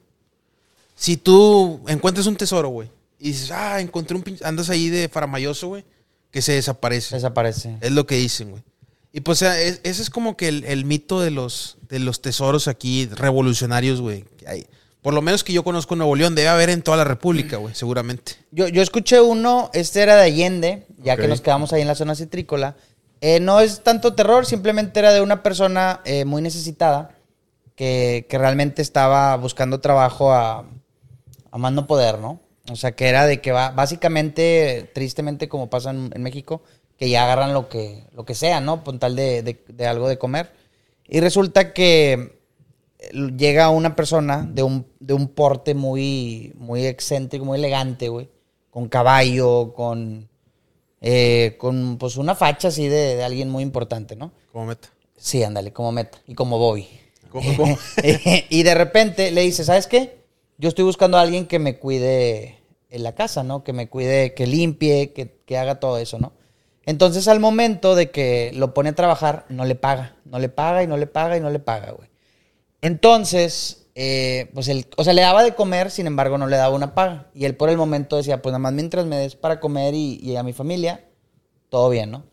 Speaker 1: si tú encuentras un tesoro, güey, y dices, ah, encontré un pinche. Andas ahí de faramayoso, güey, que se desaparece.
Speaker 3: Desaparece.
Speaker 1: Es lo que dicen, güey. Y pues o sea, es- ese es como que el, el mito de los, de los tesoros aquí revolucionarios, güey. que hay. Por lo menos que yo conozco en Nuevo León, debe haber en toda la República, güey, seguramente.
Speaker 3: Yo, yo escuché uno, este era de Allende, ya
Speaker 2: Ok.
Speaker 3: que nos quedamos ahí en la zona citrícola. Eh, no es tanto terror, simplemente era de una persona eh, muy necesitada que, que realmente estaba buscando trabajo a, a más no poder, ¿no? O sea, que era de que va, básicamente, tristemente, como pasa en, en México, que ya agarran lo que, lo que sea, ¿no? Con tal de, de- de algo de comer. Y resulta que llega una persona de un, de un porte muy, muy excéntrico, muy elegante, güey. Con caballo, con, eh, con pues una facha así de, de alguien muy importante, ¿no?
Speaker 1: Como meta.
Speaker 3: Sí, ándale, como meta y como Bobby.
Speaker 1: ¿Cómo, cómo?
Speaker 3: y de repente le dice, ¿sabes qué? Yo estoy buscando a alguien que me cuide en la casa, ¿no? Que me cuide, que limpie, que, que haga todo eso, ¿no? Entonces al momento de que lo pone a trabajar, no le paga, no le paga y no le paga y no le paga, güey. Entonces, eh, pues él, o sea, le daba de comer, sin embargo, no le daba una paga. Y él por el momento decía, pues nada más mientras me des para comer y, y a mi familia, todo bien, ¿no?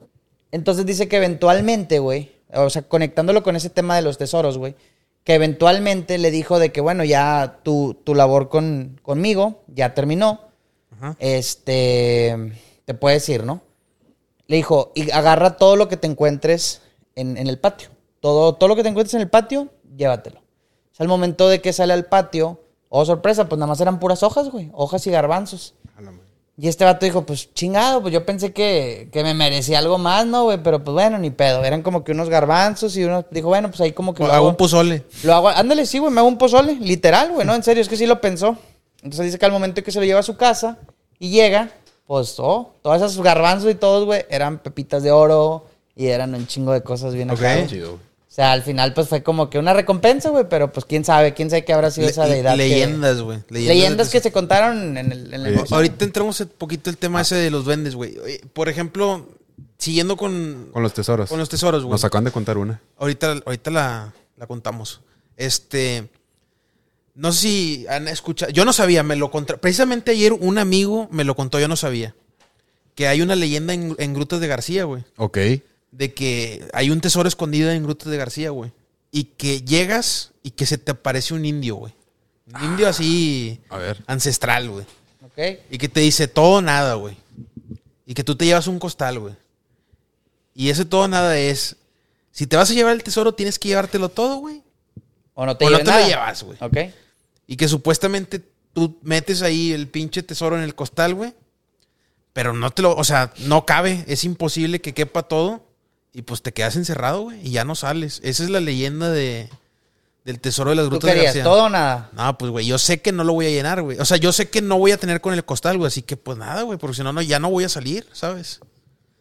Speaker 3: Entonces dice que eventualmente, güey, o sea, conectándolo con ese tema de los tesoros, güey, que eventualmente le dijo de que, bueno, ya tu, tu labor con, conmigo ya terminó,
Speaker 1: Ajá.
Speaker 3: este, te puedes ir, ¿no? Le dijo, y agarra todo lo que te encuentres en, en el patio. Todo, todo lo que te encuentres en el patio, llévatelo. O sea, al momento de que sale al patio, oh, sorpresa, pues nada más eran puras hojas, güey. Hojas y garbanzos. Y este vato dijo, pues chingado, pues yo pensé que, que me merecía algo más, ¿no, güey? Pero pues bueno, ni pedo. Eran como que unos garbanzos y unos... Dijo, bueno, pues ahí como que... lo
Speaker 1: Hago
Speaker 3: hago-
Speaker 1: un pozole.
Speaker 3: lo hago, ándale, sí, güey, me hago un pozole, literal, güey, ¿no? En serio, es que sí lo pensó. Entonces dice que al momento que se lo lleva a su casa y llega, pues, oh, todas esas garbanzos y todos, güey, eran pepitas de oro y eran un chingo de cosas bien acá, güey.
Speaker 2: Chido, güey.
Speaker 3: O sea, al final, pues fue como que una recompensa, güey, pero pues quién sabe, quién sabe qué habrá sido
Speaker 1: Le-
Speaker 3: esa
Speaker 1: le-
Speaker 3: deidad. que-
Speaker 1: leyendas, güey.
Speaker 3: leyendas,
Speaker 1: de
Speaker 3: que se contaron en el. en el-
Speaker 2: Sí.
Speaker 1: O- Ahorita entramos un poquito el tema ese de los duendes, güey. Oye, Por ejemplo, siguiendo con,
Speaker 2: Con los tesoros.
Speaker 1: con los tesoros, güey.
Speaker 2: Nos acaban de contar una.
Speaker 1: Ahorita, ahorita la, la contamos. Este. No sé si han escuchado. Yo no sabía, me lo contó. Precisamente ayer un amigo me lo contó, yo no sabía. Que hay una leyenda en, en Grutas de García, güey.
Speaker 2: Ok.
Speaker 1: De que hay un tesoro escondido en Grutas de García, güey. Y que llegas y que se te aparece un indio, güey. Un indio así
Speaker 2: Ah. A ver.
Speaker 1: ancestral, güey.
Speaker 3: Ok.
Speaker 1: Y que te dice todo o nada, güey. Y que tú te llevas un costal, güey. Y ese todo o nada es. Si te vas a llevar el tesoro, tienes que llevártelo todo, güey.
Speaker 3: O no te,
Speaker 1: O no
Speaker 3: lleven
Speaker 1: te lo
Speaker 3: nada.
Speaker 1: llevas, güey.
Speaker 3: Ok.
Speaker 1: Y que supuestamente tú metes ahí el pinche tesoro en el costal, güey. Pero no te lo. O sea, no cabe. Es imposible que quepa todo. Y pues te quedas encerrado, güey. Y ya no sales. Esa es la leyenda de, del tesoro de las
Speaker 3: ¿Tú
Speaker 1: grutas de
Speaker 3: querías
Speaker 1: García.
Speaker 3: todo o nada?
Speaker 1: No, pues, güey, yo sé que no lo voy a llenar, güey. O sea, yo sé que no voy a tener con el costal, güey. Así que, pues, nada, güey. Porque si no, no, ya no voy a salir, ¿sabes?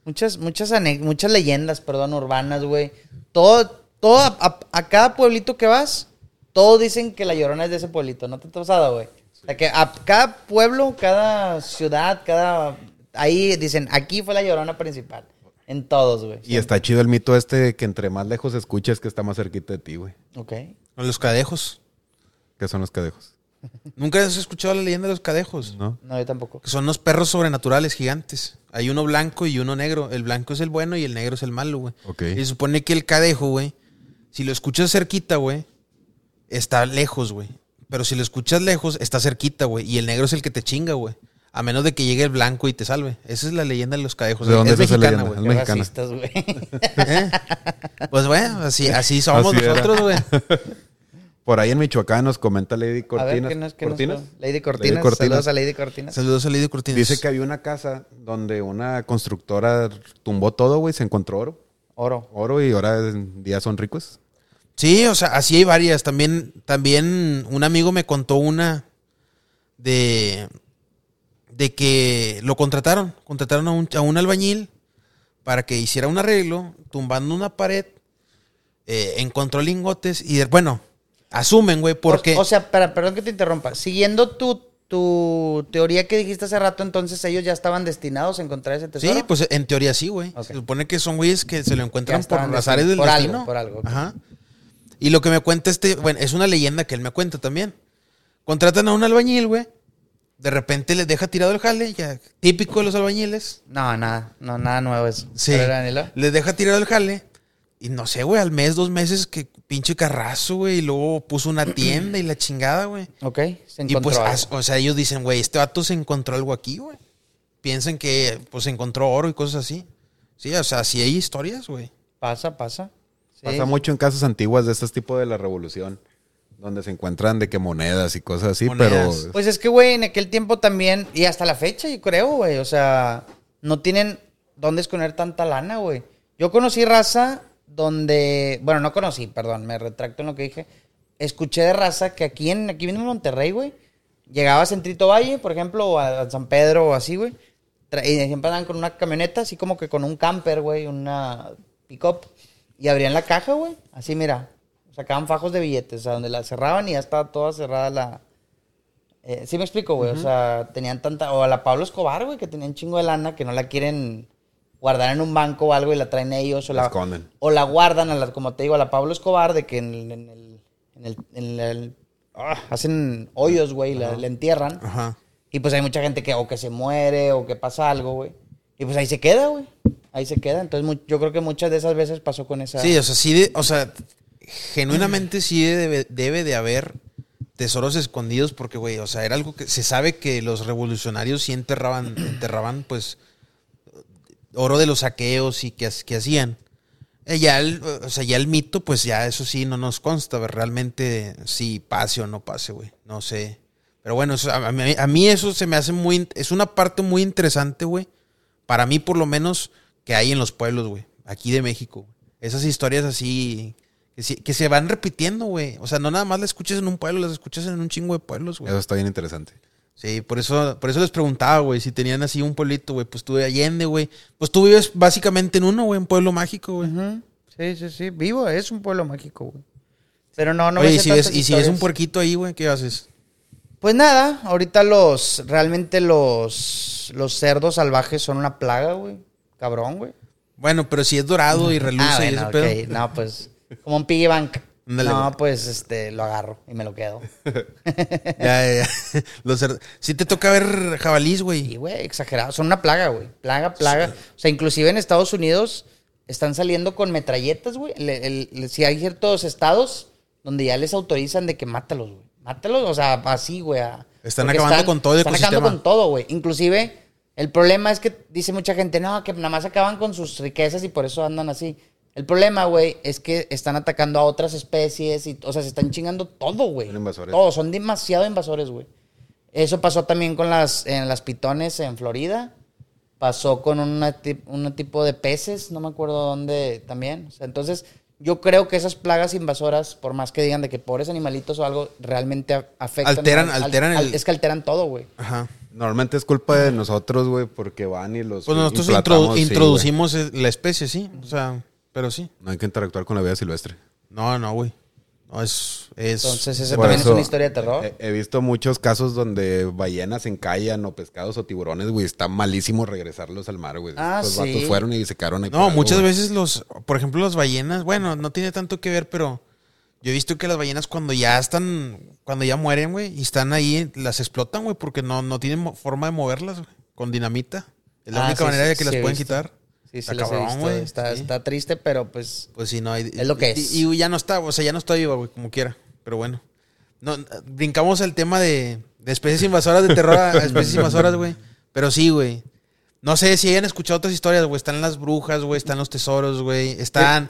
Speaker 3: Muchas, muchas, ane- muchas leyendas, perdón, urbanas, güey. Todo, todo, a, a- a cada pueblito que vas, todos dicen que la llorona es de ese pueblito, ¿no te has pasado, güey? O sea, que a cada pueblo, cada ciudad, cada... Ahí dicen, aquí fue la llorona principal. En todos, güey.
Speaker 2: Y está chido el mito este de que entre más lejos escuches que está más cerquita de ti, güey.
Speaker 3: Ok.
Speaker 1: Con los cadejos.
Speaker 2: Que son los cadejos.
Speaker 1: ¿Nunca has escuchado la leyenda de los cadejos?
Speaker 2: ¿No?
Speaker 3: No, yo tampoco.
Speaker 1: Que son los perros sobrenaturales gigantes. Hay uno blanco y uno negro. El blanco es el bueno y el negro es el malo, güey.
Speaker 2: Ok.
Speaker 1: Y se supone que el cadejo, güey, si lo escuchas cerquita, güey, está lejos, güey. Pero si lo escuchas lejos, está cerquita, güey. Y el negro es el que te chinga, güey. A menos de que llegue el blanco y te salve. Esa es la leyenda de los cadejos.
Speaker 2: ¿De dónde
Speaker 1: es
Speaker 2: es esa
Speaker 1: mexicana,
Speaker 2: leyenda?
Speaker 1: güey.
Speaker 2: Es
Speaker 3: Qué
Speaker 2: mexicana.
Speaker 3: racistas, güey.
Speaker 1: ¿Eh? Pues bueno, así, así somos
Speaker 2: Así era.
Speaker 1: nosotros, güey.
Speaker 2: Por ahí en Michoacán nos comenta Lady
Speaker 3: A
Speaker 2: Cortinas.
Speaker 3: ver, ¿qué nos- qué nos-
Speaker 2: ¿Cortinas?
Speaker 3: Lady Cortinas.
Speaker 2: Lady Cortinas.
Speaker 3: Saludos a Lady Cortinas.
Speaker 1: Saludos a Lidio Cortines.
Speaker 2: Dice que había una casa donde una constructora tumbó todo, güey, se encontró oro.
Speaker 3: Oro.
Speaker 2: Oro y ahora en día son ricos.
Speaker 1: Sí, o sea, así hay varias. También, también un amigo me contó una de, de que lo contrataron. Contrataron a un, a un albañil para que hiciera un arreglo, tumbando una pared, eh, encontró lingotes y, de- bueno, asumen, güey, porque...
Speaker 3: O, o sea, para, perdón que te interrumpa. Siguiendo tu, tu teoría que dijiste hace rato, entonces ellos ya estaban destinados a encontrar ese tesoro.
Speaker 1: Sí, pues en teoría sí, güey.
Speaker 3: Ok.
Speaker 1: Se supone que son güeyes que se lo encuentran
Speaker 3: Ya
Speaker 1: por
Speaker 3: estaban
Speaker 1: las áreas del
Speaker 3: destino- por algo,
Speaker 1: destino.
Speaker 3: por algo, ok.
Speaker 1: Ajá. Y lo que me cuenta este, bueno, es una leyenda que él me cuenta también. Contratan a un albañil, güey. De repente les deja tirado el jale, ya típico de los albañiles.
Speaker 3: No, nada, no, nada nuevo eso.
Speaker 1: Sí.
Speaker 3: Pero, Daniela,
Speaker 1: Les deja tirado el jale. Y no sé, güey, al mes, dos meses, que pinche carrazo, güey. Y luego puso una tienda y la chingada, güey.
Speaker 3: Ok, se
Speaker 1: Y
Speaker 3: encontró.
Speaker 1: pues,
Speaker 3: algo.
Speaker 1: as- o sea, ellos dicen, güey, este vato se encontró algo aquí, güey. Piensan que, pues, encontró oro y cosas así. Sí, o sea, sí hay historias, güey.
Speaker 3: Pasa, pasa. Sí.
Speaker 2: Pasa mucho en casas antiguas de estos tipos de la revolución, donde se encuentran de que monedas y cosas así,
Speaker 1: Monedas.
Speaker 2: pero
Speaker 3: Pues es que, güey, en aquel tiempo también, y hasta la fecha, yo creo, güey. O sea, no tienen dónde esconder tanta lana, güey. Yo conocí raza donde. Bueno, no conocí, perdón, me retracto en lo que dije. Escuché de raza que aquí en aquí mismo en Monterrey, güey, llegabas en Trito Valle, por ejemplo, o a, a San Pedro o así, güey. tra- Y siempre andaban con una camioneta, así como que con un camper, güey, una pick-up. Y abrían la caja, güey. Así, mira. Sacaban fajos de billetes, o sea, donde la cerraban y ya estaba toda cerrada la, eh, sí me explico, güey. O sea, tenían tanta... O a la Pablo Escobar, güey, que tenían chingo de lana que no la quieren guardar en un banco o algo y la traen ellos. O la,
Speaker 2: La esconden.
Speaker 3: O la guardan, a la- como te digo, a la Pablo Escobar, de que en, el- en el... en el- en el- ah, hacen hoyos, güey, y la, la entierran.
Speaker 1: Ajá.
Speaker 3: Y pues hay mucha gente que o que se muere o que pasa algo, güey. Y pues ahí se queda, güey. Ahí se queda. Entonces mu- yo creo que muchas de esas veces pasó con esa...
Speaker 1: Sí, o sea, sí, de- o sea, genuinamente sí debe, debe de haber tesoros escondidos porque, güey, o sea, era algo que se sabe que los revolucionarios sí enterraban, enterraban, pues, oro de los saqueos y que, ha- que hacían. Eh, Ya el, o sea, ya el mito, pues ya eso sí no nos consta, ver realmente si pase o no pase, güey. No sé. Pero bueno, eso- a, a mí, a mí eso se me hace muy... in- Es una parte muy interesante, güey. Para mí, por lo menos, que hay en los pueblos, güey. Aquí de México. Esas historias así... Que, sí- que se van repitiendo, güey. O sea, no nada más las escuchas en un pueblo, las escuchas en un chingo de pueblos, güey.
Speaker 2: eso está bien interesante.
Speaker 1: Sí, por eso, por eso les preguntaba, güey, si tenían así un pueblito, güey, pues tú de Allende, güey. Pues tú vives básicamente en uno, güey, en Pueblo Mágico, güey.
Speaker 3: Ujú. Sí, sí, sí. Vivo, es un pueblo mágico, güey. Pero no, no me
Speaker 1: Oye, y
Speaker 3: sé
Speaker 1: si ves,
Speaker 3: tantas
Speaker 1: y si ves un
Speaker 3: historias.
Speaker 1: puerquito ahí, güey, ¿qué haces?
Speaker 3: Pues nada, ahorita los, realmente los, los cerdos salvajes son una plaga, güey. Cabrón, güey.
Speaker 1: Bueno, pero si es dorado y reluce
Speaker 3: Ah,
Speaker 1: y
Speaker 3: bueno,
Speaker 1: ese
Speaker 3: ok.
Speaker 1: pedo.
Speaker 3: No, pues, como un piggy bank.
Speaker 1: Ándale,
Speaker 3: no,
Speaker 1: güey.
Speaker 3: pues, este, lo agarro y me lo quedo.
Speaker 1: Ya, ya, ya. Los cer- Sí te toca ver jabalís,
Speaker 3: Y,
Speaker 1: güey.
Speaker 3: güey, exagerado. Son una plaga, güey. Plaga, plaga. O sea, inclusive en Estados Unidos están saliendo con metralletas, güey. Le- el- le- Si hay ciertos estados donde ya les autorizan de que mátalos, güey. Mátalos, o sea, así, güey. a-
Speaker 1: Están
Speaker 3: porque
Speaker 1: acabando con todo el
Speaker 3: Están acabando
Speaker 1: ecosistema.
Speaker 3: con todo, güey. Inclusive, el problema es que dice mucha gente, no, que nada más acaban con sus riquezas y por eso andan así. El problema, güey, es que están atacando a otras especies y, o sea, se están chingando todo, güey.
Speaker 2: Son invasores.
Speaker 3: Todo, son demasiado invasores, güey. Eso pasó también con las, en las pitones en Florida. Pasó con una ti- un tipo de peces, no me acuerdo dónde también. O sea, entonces, yo creo que esas plagas invasoras, por más que digan de que pobres animalitos o algo, realmente a- afectan.
Speaker 1: Alteran-
Speaker 3: al- al-
Speaker 1: alteran el-
Speaker 3: al- Es que alteran todo, güey.
Speaker 1: Ajá.
Speaker 2: Normalmente es culpa de nosotros, güey, porque van y los
Speaker 1: Pues nosotros
Speaker 2: implantamos,
Speaker 1: introdu-
Speaker 2: sí,
Speaker 1: introducimos eh, la especie, sí. O sea, pero sí.
Speaker 2: güey. No hay que interactuar con la vida silvestre.
Speaker 1: No, no, güey. No, es. es
Speaker 3: Entonces, esa
Speaker 2: Por
Speaker 3: también
Speaker 2: eso, eh,
Speaker 3: es una historia de terror.
Speaker 2: He, he visto muchos casos donde ballenas se encallan o pescados o tiburones, güey. Está malísimo regresarlos al mar, güey.
Speaker 3: Ah,
Speaker 2: Los
Speaker 3: sí.
Speaker 2: vatos fueron y se quedaron ahí. por
Speaker 1: No,
Speaker 2: algo,
Speaker 1: muchas
Speaker 2: güey.
Speaker 1: veces los, por ejemplo, las ballenas, bueno, no tiene tanto que ver, pero yo he visto que las ballenas cuando ya están, cuando ya mueren, güey, y están ahí, las explotan, güey, porque no, no tienen mo- forma de moverlas, güey, con dinamita. Es la
Speaker 3: Ah,
Speaker 1: única
Speaker 3: sí,
Speaker 1: manera
Speaker 3: sí,
Speaker 1: de que
Speaker 3: sí
Speaker 1: las
Speaker 3: he
Speaker 1: pueden
Speaker 3: visto.
Speaker 1: quitar.
Speaker 3: Sí, sí,
Speaker 1: Está
Speaker 3: las he
Speaker 1: cabrón,
Speaker 3: visto,
Speaker 1: güey,
Speaker 3: Está,
Speaker 1: sí.
Speaker 3: está triste, pero pues.
Speaker 1: Pues sí, no hay.
Speaker 3: Es lo que
Speaker 1: y-
Speaker 3: es.
Speaker 1: Y, y ya no está, o sea, ya no está viva, güey, como quiera. Pero bueno. No, eh, brincamos el tema de, de especies invasoras de terror a a especies invasoras, güey. Pero sí, güey.
Speaker 3: Eh,
Speaker 1: No sé si hayan escuchado otras historias, güey. Están las brujas, güey. Están los tesoros, güey. Están.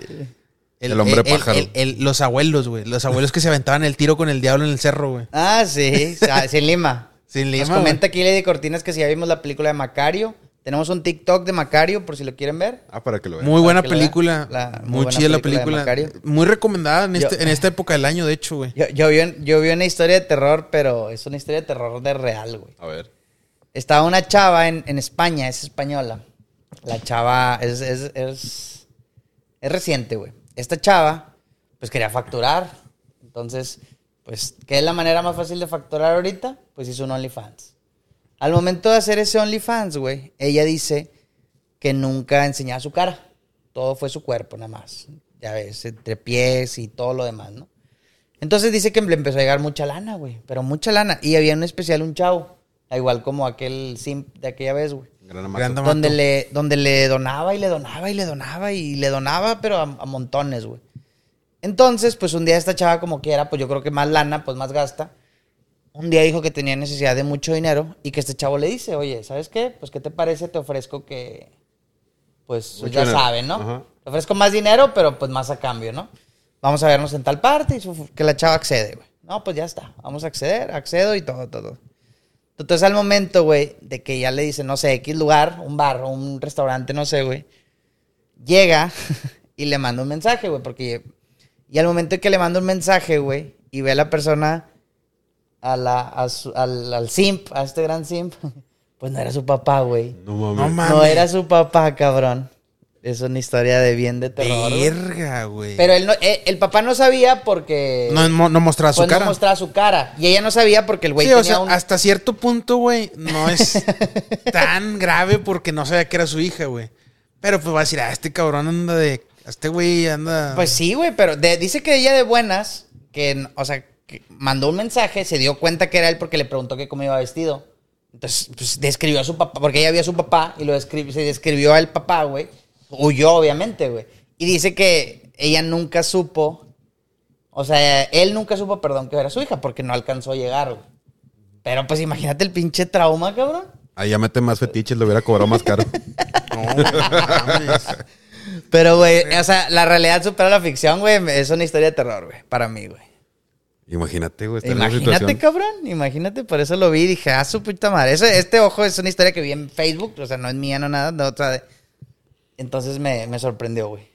Speaker 2: El hombre pájaro.
Speaker 1: el- los abuelos, güey. Los abuelos que se aventaban el tiro con el diablo en el cerro, güey.
Speaker 3: Ah, sí, sa- sin Lima.
Speaker 1: Sin Lima,
Speaker 3: Nos comenta aquí Lady Cortinas que si ya vimos la película de Macario. Tenemos un TikTok de Macario por si lo quieren ver.
Speaker 2: Ah, para que lo vean.
Speaker 1: Muy buena
Speaker 3: que lo vea.
Speaker 1: película.
Speaker 3: La- muy
Speaker 1: muy
Speaker 3: buena
Speaker 1: chida la
Speaker 3: película de
Speaker 1: película.
Speaker 3: Macario.
Speaker 1: Muy recomendada en, este-
Speaker 3: Yo-
Speaker 1: en esta época del año, de hecho, güey.
Speaker 3: Yo, yo, vi, un- yo vi una historia de terror, pero es una historia de terror de real, güey.
Speaker 2: A ver.
Speaker 3: Estaba una chava en, en España, es española. La chava es, es, es, es reciente, güey. Esta chava, pues quería facturar. Entonces, pues, ¿qué es la manera más fácil de facturar ahorita? Pues hizo un OnlyFans. Al momento de hacer ese OnlyFans, güey, ella dice que nunca enseñaba su cara. Todo fue su cuerpo, nada más. Ya ves, entre pies y todo lo demás, ¿no? Entonces dice que le empezó a llegar mucha lana, güey. Pero mucha lana. Y había en especial un chavo. Igual como aquel simp de aquella vez, güey.
Speaker 2: Gran amazo.
Speaker 1: Gran amazo.
Speaker 3: Donde le, donde le donaba y le donaba y le donaba y le donaba, pero a, a montones, güey. Entonces, pues un día esta chava como quiera, pues yo creo que más lana, pues más gasta. Un día dijo que tenía necesidad de mucho dinero y que este chavo le dice, oye, ¿sabes qué? Pues ¿qué te parece? Te ofrezco que, pues
Speaker 2: Mucho
Speaker 3: ya
Speaker 2: dinero.
Speaker 3: saben, ¿no?
Speaker 2: Ajá.
Speaker 3: Te ofrezco más dinero, pero pues más a cambio, ¿no? Vamos a vernos en tal parte y su- que la chava accede, güey. No, pues ya está, vamos a acceder, accedo y todo, todo. Entonces al momento, güey, de que ya le dicen, no sé, X lugar, un bar, un restaurante, no sé, güey, llega y le manda un mensaje, güey, porque... Y al momento de que le manda un mensaje, güey, y ve a la persona, a la, a su- al, al simp, a este gran simp, pues no era su papá, güey.
Speaker 2: No mames.
Speaker 1: No mames.
Speaker 3: No era su papá, cabrón. Es una historia de bien de terror. güey.
Speaker 1: Verga, güey.
Speaker 3: Pero él no- eh, el papá no sabía porque...
Speaker 1: no, mo- no mostraba su
Speaker 3: pues, no
Speaker 1: cara.
Speaker 3: mostraba su cara. Y ella no sabía porque el güey
Speaker 1: sí,
Speaker 3: tenía
Speaker 1: o sea,
Speaker 3: un...
Speaker 1: hasta cierto punto, güey, no es tan grave porque no sabía que era su hija, güey. Pero pues va a decir, ah, este cabrón anda de. Este güey anda.
Speaker 3: Pues sí, güey, pero de- dice que ella de buenas, que, n- o sea, que mandó un mensaje, se dio cuenta que era él porque le preguntó que cómo iba vestido. Entonces, pues, describió a su papá, porque ella vio a su papá y lo descri- se describió al papá, güey. Huyó, obviamente, güey. Y dice que ella nunca supo, o sea, él nunca supo, perdón, que era su hija, porque no alcanzó a llegar, güey. Pero pues imagínate el pinche trauma, cabrón.
Speaker 2: Ahí ya mete más fetiches, lo hubiera cobrado más caro.
Speaker 1: No, mames.
Speaker 3: Pero, güey, o sea, la realidad supera la ficción, güey. Es una historia de terror, güey, para mí, güey.
Speaker 2: Imagínate, güey. estar en esa
Speaker 3: Imagínate,
Speaker 2: situación.
Speaker 3: cabrón. Imagínate, por eso lo vi y dije, ah, su puta madre. Ese- este ojo es una historia que vi en Facebook, o sea, no es mía, no nada, no otra de- Entonces me, me sorprendió, güey.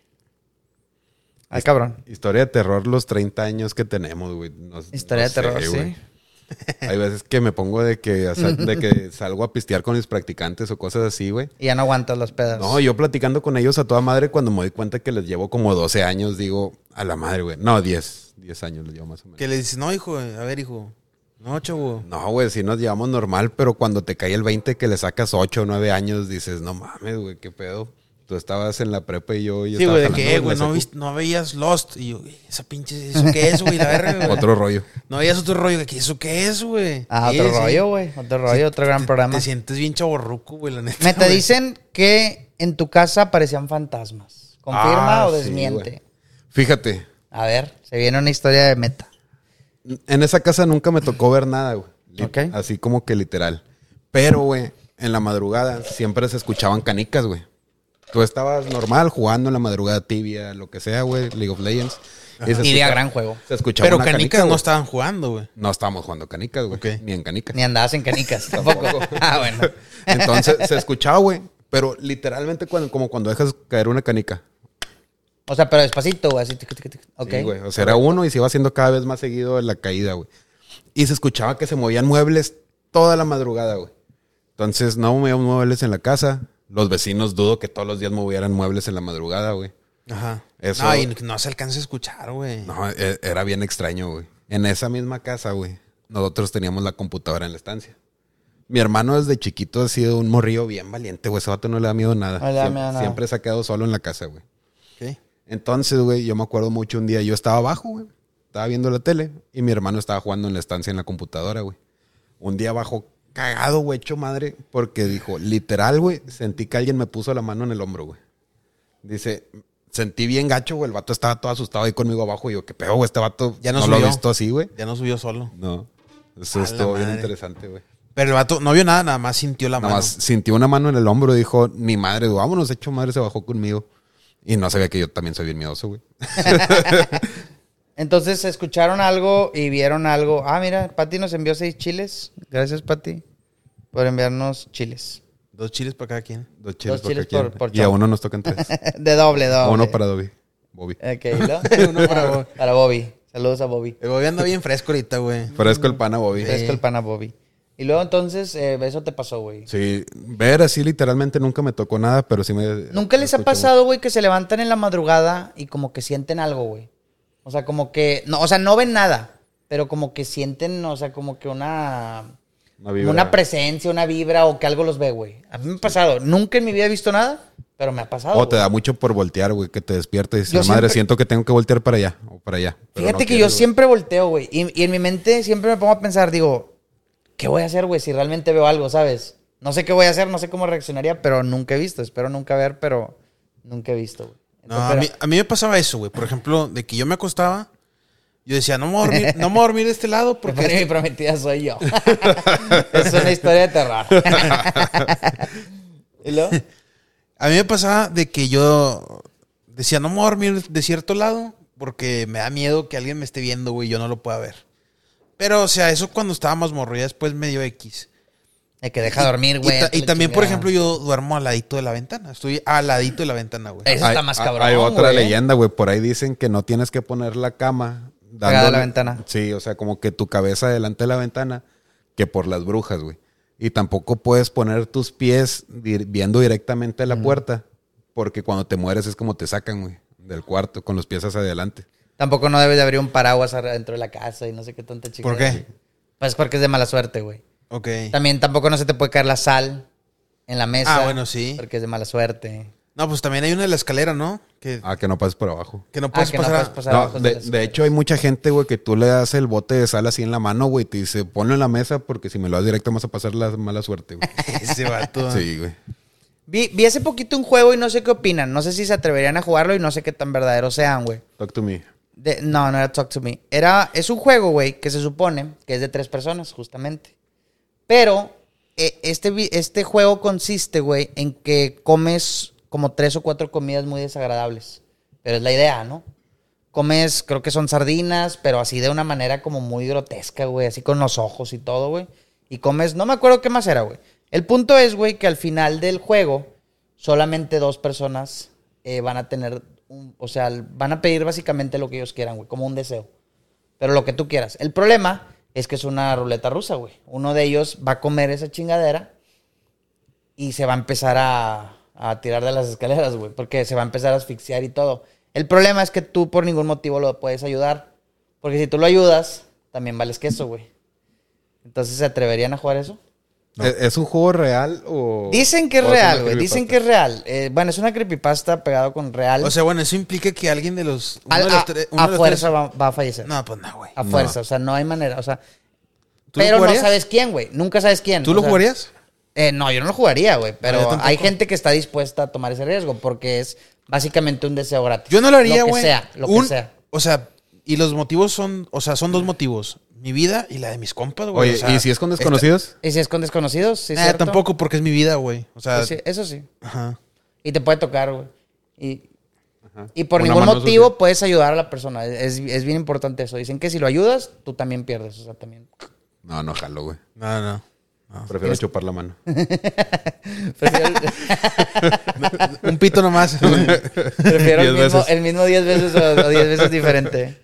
Speaker 3: Ay, cabrón.
Speaker 2: Historia de terror, los 30 años que tenemos, güey. No-
Speaker 3: Historia
Speaker 2: no
Speaker 3: de terror,
Speaker 2: sé,
Speaker 3: sí.
Speaker 2: güey. Hay veces que me pongo de que, a sal- de que salgo a pistear con mis practicantes o cosas así, güey.
Speaker 3: Y ya no aguantas las pedas.
Speaker 2: No, yo platicando con ellos a toda madre cuando me doy cuenta que les llevo como 12 años, digo, a la madre, güey. No, 10. 10 años les llevo más o menos.
Speaker 1: que le dices, no, hijo, a ver, hijo. No, chavo.
Speaker 2: No, güey, si nos llevamos normal, pero cuando te cae el 20 que le sacas 8 o 9 años, dices, no mames, güey, qué pedo. Tú estabas en la prepa y yo... yo
Speaker 1: Sí,
Speaker 2: estaba
Speaker 1: güey, de
Speaker 2: jalando
Speaker 1: que, eh,
Speaker 2: en la
Speaker 1: güey, no,
Speaker 2: secu.
Speaker 1: viste- no veías Lost. Y yo, güey, esa pinche, ¿eso qué es, güey? La verga, güey.
Speaker 2: Otro rollo.
Speaker 1: No veías otro rollo, de que ¿eso qué es, güey?
Speaker 3: Ah,
Speaker 1: Sí,
Speaker 3: otro
Speaker 1: sí.
Speaker 3: rollo, güey. Otro rollo,
Speaker 1: Sí,
Speaker 3: otro gran
Speaker 1: te-
Speaker 3: programa.
Speaker 1: Te sientes bien chaborruco, güey, la neta.
Speaker 3: Me te
Speaker 1: güey.
Speaker 3: dicen que en tu casa aparecían fantasmas. ¿Confirma
Speaker 2: Ah,
Speaker 3: o
Speaker 2: sí,
Speaker 3: desmiente?
Speaker 2: güey. Fíjate,
Speaker 3: A ver, se viene una historia de meta.
Speaker 2: en esa casa nunca me tocó ver nada, güey. Li-
Speaker 3: Ok.
Speaker 2: Así como que literal. Pero, güey, en la madrugada siempre se escuchaban canicas, güey. Tú estabas normal jugando en la madrugada tibia, lo que sea, güey, League of Legends. Y se
Speaker 3: Y de
Speaker 2: escucha-
Speaker 3: gran juego.
Speaker 2: Se escuchaba
Speaker 1: Pero
Speaker 2: una
Speaker 1: canicas
Speaker 2: canica,
Speaker 1: no
Speaker 2: güey.
Speaker 1: estaban jugando, güey.
Speaker 2: No estábamos jugando canicas, güey.
Speaker 1: Ok.
Speaker 2: Ni en canicas.
Speaker 3: Ni andabas en canicas, tampoco. ah, bueno.
Speaker 2: Entonces se escuchaba, güey. Pero literalmente cuando, como cuando dejas caer una canica.
Speaker 3: O sea, pero despacito, güey, así. tic, tic, tic. Ok.
Speaker 2: Sí, güey. O sea, era uno y se iba haciendo cada vez más seguido la caída, güey. Y se escuchaba que se movían muebles toda la madrugada, güey. Entonces no movían muebles en la casa. Los vecinos dudo que todos los días movieran muebles en la madrugada, güey.
Speaker 1: Ajá.
Speaker 2: Eso-
Speaker 1: No, y no se alcanza a escuchar, güey.
Speaker 2: No, e- era bien extraño, güey. En esa misma casa, güey, nosotros teníamos la computadora en la estancia. Mi hermano desde chiquito ha sido un morrillo bien valiente, güey. Ese vato no le da miedo nada.
Speaker 3: No le da
Speaker 2: Siem-
Speaker 3: miedo nada.
Speaker 2: Siempre se ha quedado solo en la casa, güey.
Speaker 1: Ok.
Speaker 2: Entonces, güey, yo me acuerdo mucho un día, yo estaba abajo, güey. Estaba viendo la tele y mi hermano estaba jugando en la estancia en la computadora, güey. Un día abajo, cagado, güey, hecho madre, porque dijo, literal, güey, sentí que alguien me puso la mano en el hombro, güey. Dice, sentí bien gacho, güey. El vato estaba todo asustado ahí conmigo abajo. Y yo, qué pedo, güey, este vato
Speaker 1: Ya no
Speaker 2: lo he
Speaker 1: subió.
Speaker 2: visto así, güey.
Speaker 1: Ya no subió solo.
Speaker 2: No.
Speaker 1: A
Speaker 2: Eso
Speaker 1: la
Speaker 2: estuvo bien
Speaker 1: madre.
Speaker 2: interesante, güey.
Speaker 1: Pero el vato no vio nada, nada más sintió la
Speaker 2: Nada
Speaker 1: mano.
Speaker 2: más sintió una mano en el hombro y dijo, ni madre, güey, vámonos, hecho madre, se bajó conmigo. Y no sabía que yo también soy bien miedoso, güey.
Speaker 3: Entonces escucharon algo y vieron algo. Ah, mira, Pati nos envió seis chiles. Gracias, Pati, por enviarnos chiles.
Speaker 1: Dos chiles para cada quien.
Speaker 2: Dos chiles,
Speaker 3: Dos chiles
Speaker 2: por, cada
Speaker 3: por-
Speaker 2: quien.
Speaker 3: por
Speaker 2: Y a
Speaker 3: chavo. Ah,
Speaker 2: uno nos tocan tres.
Speaker 3: De doble, doble.
Speaker 2: uno para Dobby. Bobby.
Speaker 3: Ok, ¿y luego?
Speaker 1: Uno para Bobby.
Speaker 3: Para Bobby. Saludos a Bobby.
Speaker 1: El Bobby anda bien fresco ahorita, güey.
Speaker 2: Fresco el pan a Bobby.
Speaker 3: Fresco el pan a Bobby. Y luego entonces, eh, eso te pasó, güey.
Speaker 2: Sí, ver así literalmente nunca me tocó nada, pero sí me...
Speaker 3: ¿Nunca les ha
Speaker 2: escuché
Speaker 3: pasado, güey, que se levantan en la madrugada y como que sienten algo, güey? O sea, como que. No, o sea, no ven nada, pero como que sienten, o sea, como que una.
Speaker 2: Una vibra.
Speaker 3: Una presencia, una vibra o que algo los ve, güey. A mí me ha pasado. Nunca en mi vida he visto nada, pero me ha pasado.
Speaker 2: O te
Speaker 3: güey.
Speaker 2: da mucho por voltear, güey, que te despiertas y dices,
Speaker 3: Yo
Speaker 2: "La madre,
Speaker 3: siempre-
Speaker 2: siento que tengo que voltear para allá o para allá. pero
Speaker 3: Fíjate
Speaker 2: no
Speaker 3: que
Speaker 2: quiero,
Speaker 3: yo
Speaker 2: güey.
Speaker 3: siempre volteo, güey. Y, y en mi mente siempre me pongo a pensar, digo, ¿qué voy a hacer, güey? Si realmente veo algo, ¿sabes? No sé qué voy a hacer, no sé cómo reaccionaría, pero nunca he visto. Espero nunca ver, pero nunca he visto, güey.
Speaker 1: No,
Speaker 3: Entonces,
Speaker 1: a
Speaker 3: pero-
Speaker 1: mí, a mí me pasaba eso, güey. Por ejemplo, de que yo me acostaba, yo decía, no me voy a dormir, no me voy a dormir de este lado
Speaker 3: Porque
Speaker 1: porque...
Speaker 3: mi prometida soy yo. es una historia de terror. ¿Y luego?
Speaker 1: A mí me pasaba de que yo decía, no me voy a dormir de cierto lado porque me da miedo que alguien me esté viendo, güey, y yo no lo pueda ver. Pero, o sea, eso cuando estaba más morro, ya después medio X.
Speaker 3: De que deja dormir,
Speaker 1: Y
Speaker 3: güey.
Speaker 1: ta-
Speaker 3: hazte
Speaker 1: Y,
Speaker 3: la
Speaker 1: también, por
Speaker 3: chingada.
Speaker 1: ejemplo, yo duermo al ladito de la ventana. Estoy al ladito de la ventana, güey.
Speaker 3: Eso está
Speaker 2: Hay-
Speaker 3: más
Speaker 2: hay-
Speaker 3: cabrón.
Speaker 2: Hay otra
Speaker 3: güey. ¿eh?
Speaker 2: leyenda, güey. Por ahí dicen que no tienes que poner la cama
Speaker 3: Pegada a la ventana.
Speaker 2: Sí, o sea, como que tu cabeza delante de la ventana, que por las brujas, güey. Y tampoco puedes poner tus pies dir- viendo directamente a la puerta, porque cuando te mueres es como te sacan, güey, del cuarto, con los pies hacia adelante.
Speaker 3: Tampoco no debes de abrir un paraguas ar- dentro de la casa y no sé qué tanta chica.
Speaker 1: ¿Por qué?
Speaker 3: Pues porque es de mala suerte, güey.
Speaker 1: Ok.
Speaker 3: También tampoco no se te puede caer la sal en la mesa.
Speaker 1: Ah, bueno, sí.
Speaker 3: Porque es de mala suerte.
Speaker 1: No, pues también hay una de la escalera, ¿no? Que,
Speaker 2: Ah, que no pases por abajo.
Speaker 1: que no
Speaker 3: Ah,
Speaker 1: puedes
Speaker 3: que no
Speaker 1: pasar.
Speaker 3: puedes
Speaker 1: a-
Speaker 3: pasar
Speaker 2: No,
Speaker 3: abajo
Speaker 2: de,
Speaker 3: las-
Speaker 2: de hecho, hay mucha gente, güey, que tú le das el bote de sal así en la mano, güey, y te dice, ponlo en la mesa porque si me lo das directo vas a pasar la mala suerte, güey.
Speaker 1: Ese vato.
Speaker 2: sí, güey.
Speaker 3: Vi, vi hace poquito un juego y no sé qué opinan. No sé si se atreverían a jugarlo y no sé qué tan verdaderos sean, güey.
Speaker 2: Talk to me.
Speaker 3: De- no, no era Talk to Me. Era, es un juego, güey, que se supone que es de tres personas, justamente. Pero eh, este, vi- este juego consiste, güey, en que comes como tres o cuatro comidas muy desagradables. Pero es la idea, ¿no? Comes, creo que son sardinas, pero así de una manera como muy grotesca, güey, así con los ojos y todo, güey. Y comes, no me acuerdo qué más era, güey. El punto es, güey, que al final del juego solamente dos personas eh, van a tener, un- o sea, van a pedir básicamente lo que ellos quieran, güey, como un deseo. Pero lo que tú quieras. El problema es que es una ruleta rusa, güey. Uno de ellos va a comer esa chingadera y se va a empezar a, a tirar de las escaleras, güey, porque se va a empezar a asfixiar y todo. El problema es que tú por ningún motivo lo puedes ayudar, porque si tú lo ayudas, también vales queso, güey. Entonces, ¿se atreverían a jugar eso?
Speaker 2: ¿Es, es un juego real o.?
Speaker 3: Dicen que es
Speaker 2: o una
Speaker 3: real, güey. Dicen que es
Speaker 2: creepypasta?
Speaker 3: real. Eh, bueno, es una creepypasta pegado con real.
Speaker 1: O sea, bueno, eso implica que alguien de los. uno
Speaker 3: Al-
Speaker 1: de los
Speaker 3: a,
Speaker 1: tres- uno
Speaker 3: a
Speaker 1: de los
Speaker 3: fuerza
Speaker 1: tres-
Speaker 3: va, va a fallecer.
Speaker 1: No, pues no, güey.
Speaker 3: A
Speaker 2: No.
Speaker 3: fuerza, o sea, no hay manera. O sea,
Speaker 1: ¿Tú lo
Speaker 3: pero no
Speaker 1: jugarías?
Speaker 3: sabes quién, güey. Nunca sabes quién.
Speaker 1: ¿Tú
Speaker 3: o
Speaker 1: lo
Speaker 3: sea,
Speaker 1: jugarías?
Speaker 3: eh, no, yo no lo jugaría, güey.
Speaker 1: yo
Speaker 3: Pero
Speaker 1: tampoco.
Speaker 3: hay gente que está dispuesta a tomar ese riesgo porque es básicamente un deseo gratis.
Speaker 1: Yo no lo haría,
Speaker 3: Lo que
Speaker 1: güey.
Speaker 3: sea, lo
Speaker 1: Un-
Speaker 3: que sea.
Speaker 1: O sea, y los motivos son, o sea, son dos motivos. Mi vida y la de mis compas, güey.
Speaker 2: Oye,
Speaker 1: o sea,
Speaker 2: ¿y si es con
Speaker 3: este,
Speaker 2: desconocidos?
Speaker 3: ¿Y si es con desconocidos? Sí,
Speaker 1: Nah,
Speaker 3: cierto?
Speaker 1: Eh, tampoco porque es mi vida, güey. O sea,
Speaker 3: Pues sí, eso sí.
Speaker 1: ajá.
Speaker 3: Y te puede tocar, güey. Y, y por
Speaker 2: Una
Speaker 3: ningún
Speaker 2: mano
Speaker 3: motivo
Speaker 2: sucia.
Speaker 3: puedes ayudar a la persona. Es, es bien importante eso. Dicen que si lo ayudas, tú también pierdes. O sea, también.
Speaker 2: No, no jalo, güey.
Speaker 1: No, no.
Speaker 2: Prefiero chupar la mano.
Speaker 3: Prefiero Pues el-
Speaker 1: Un pito nomás.
Speaker 3: Prefiero el
Speaker 2: Diez
Speaker 3: mismo,
Speaker 2: veces.
Speaker 3: el mismo 10 veces o 10 veces diferente.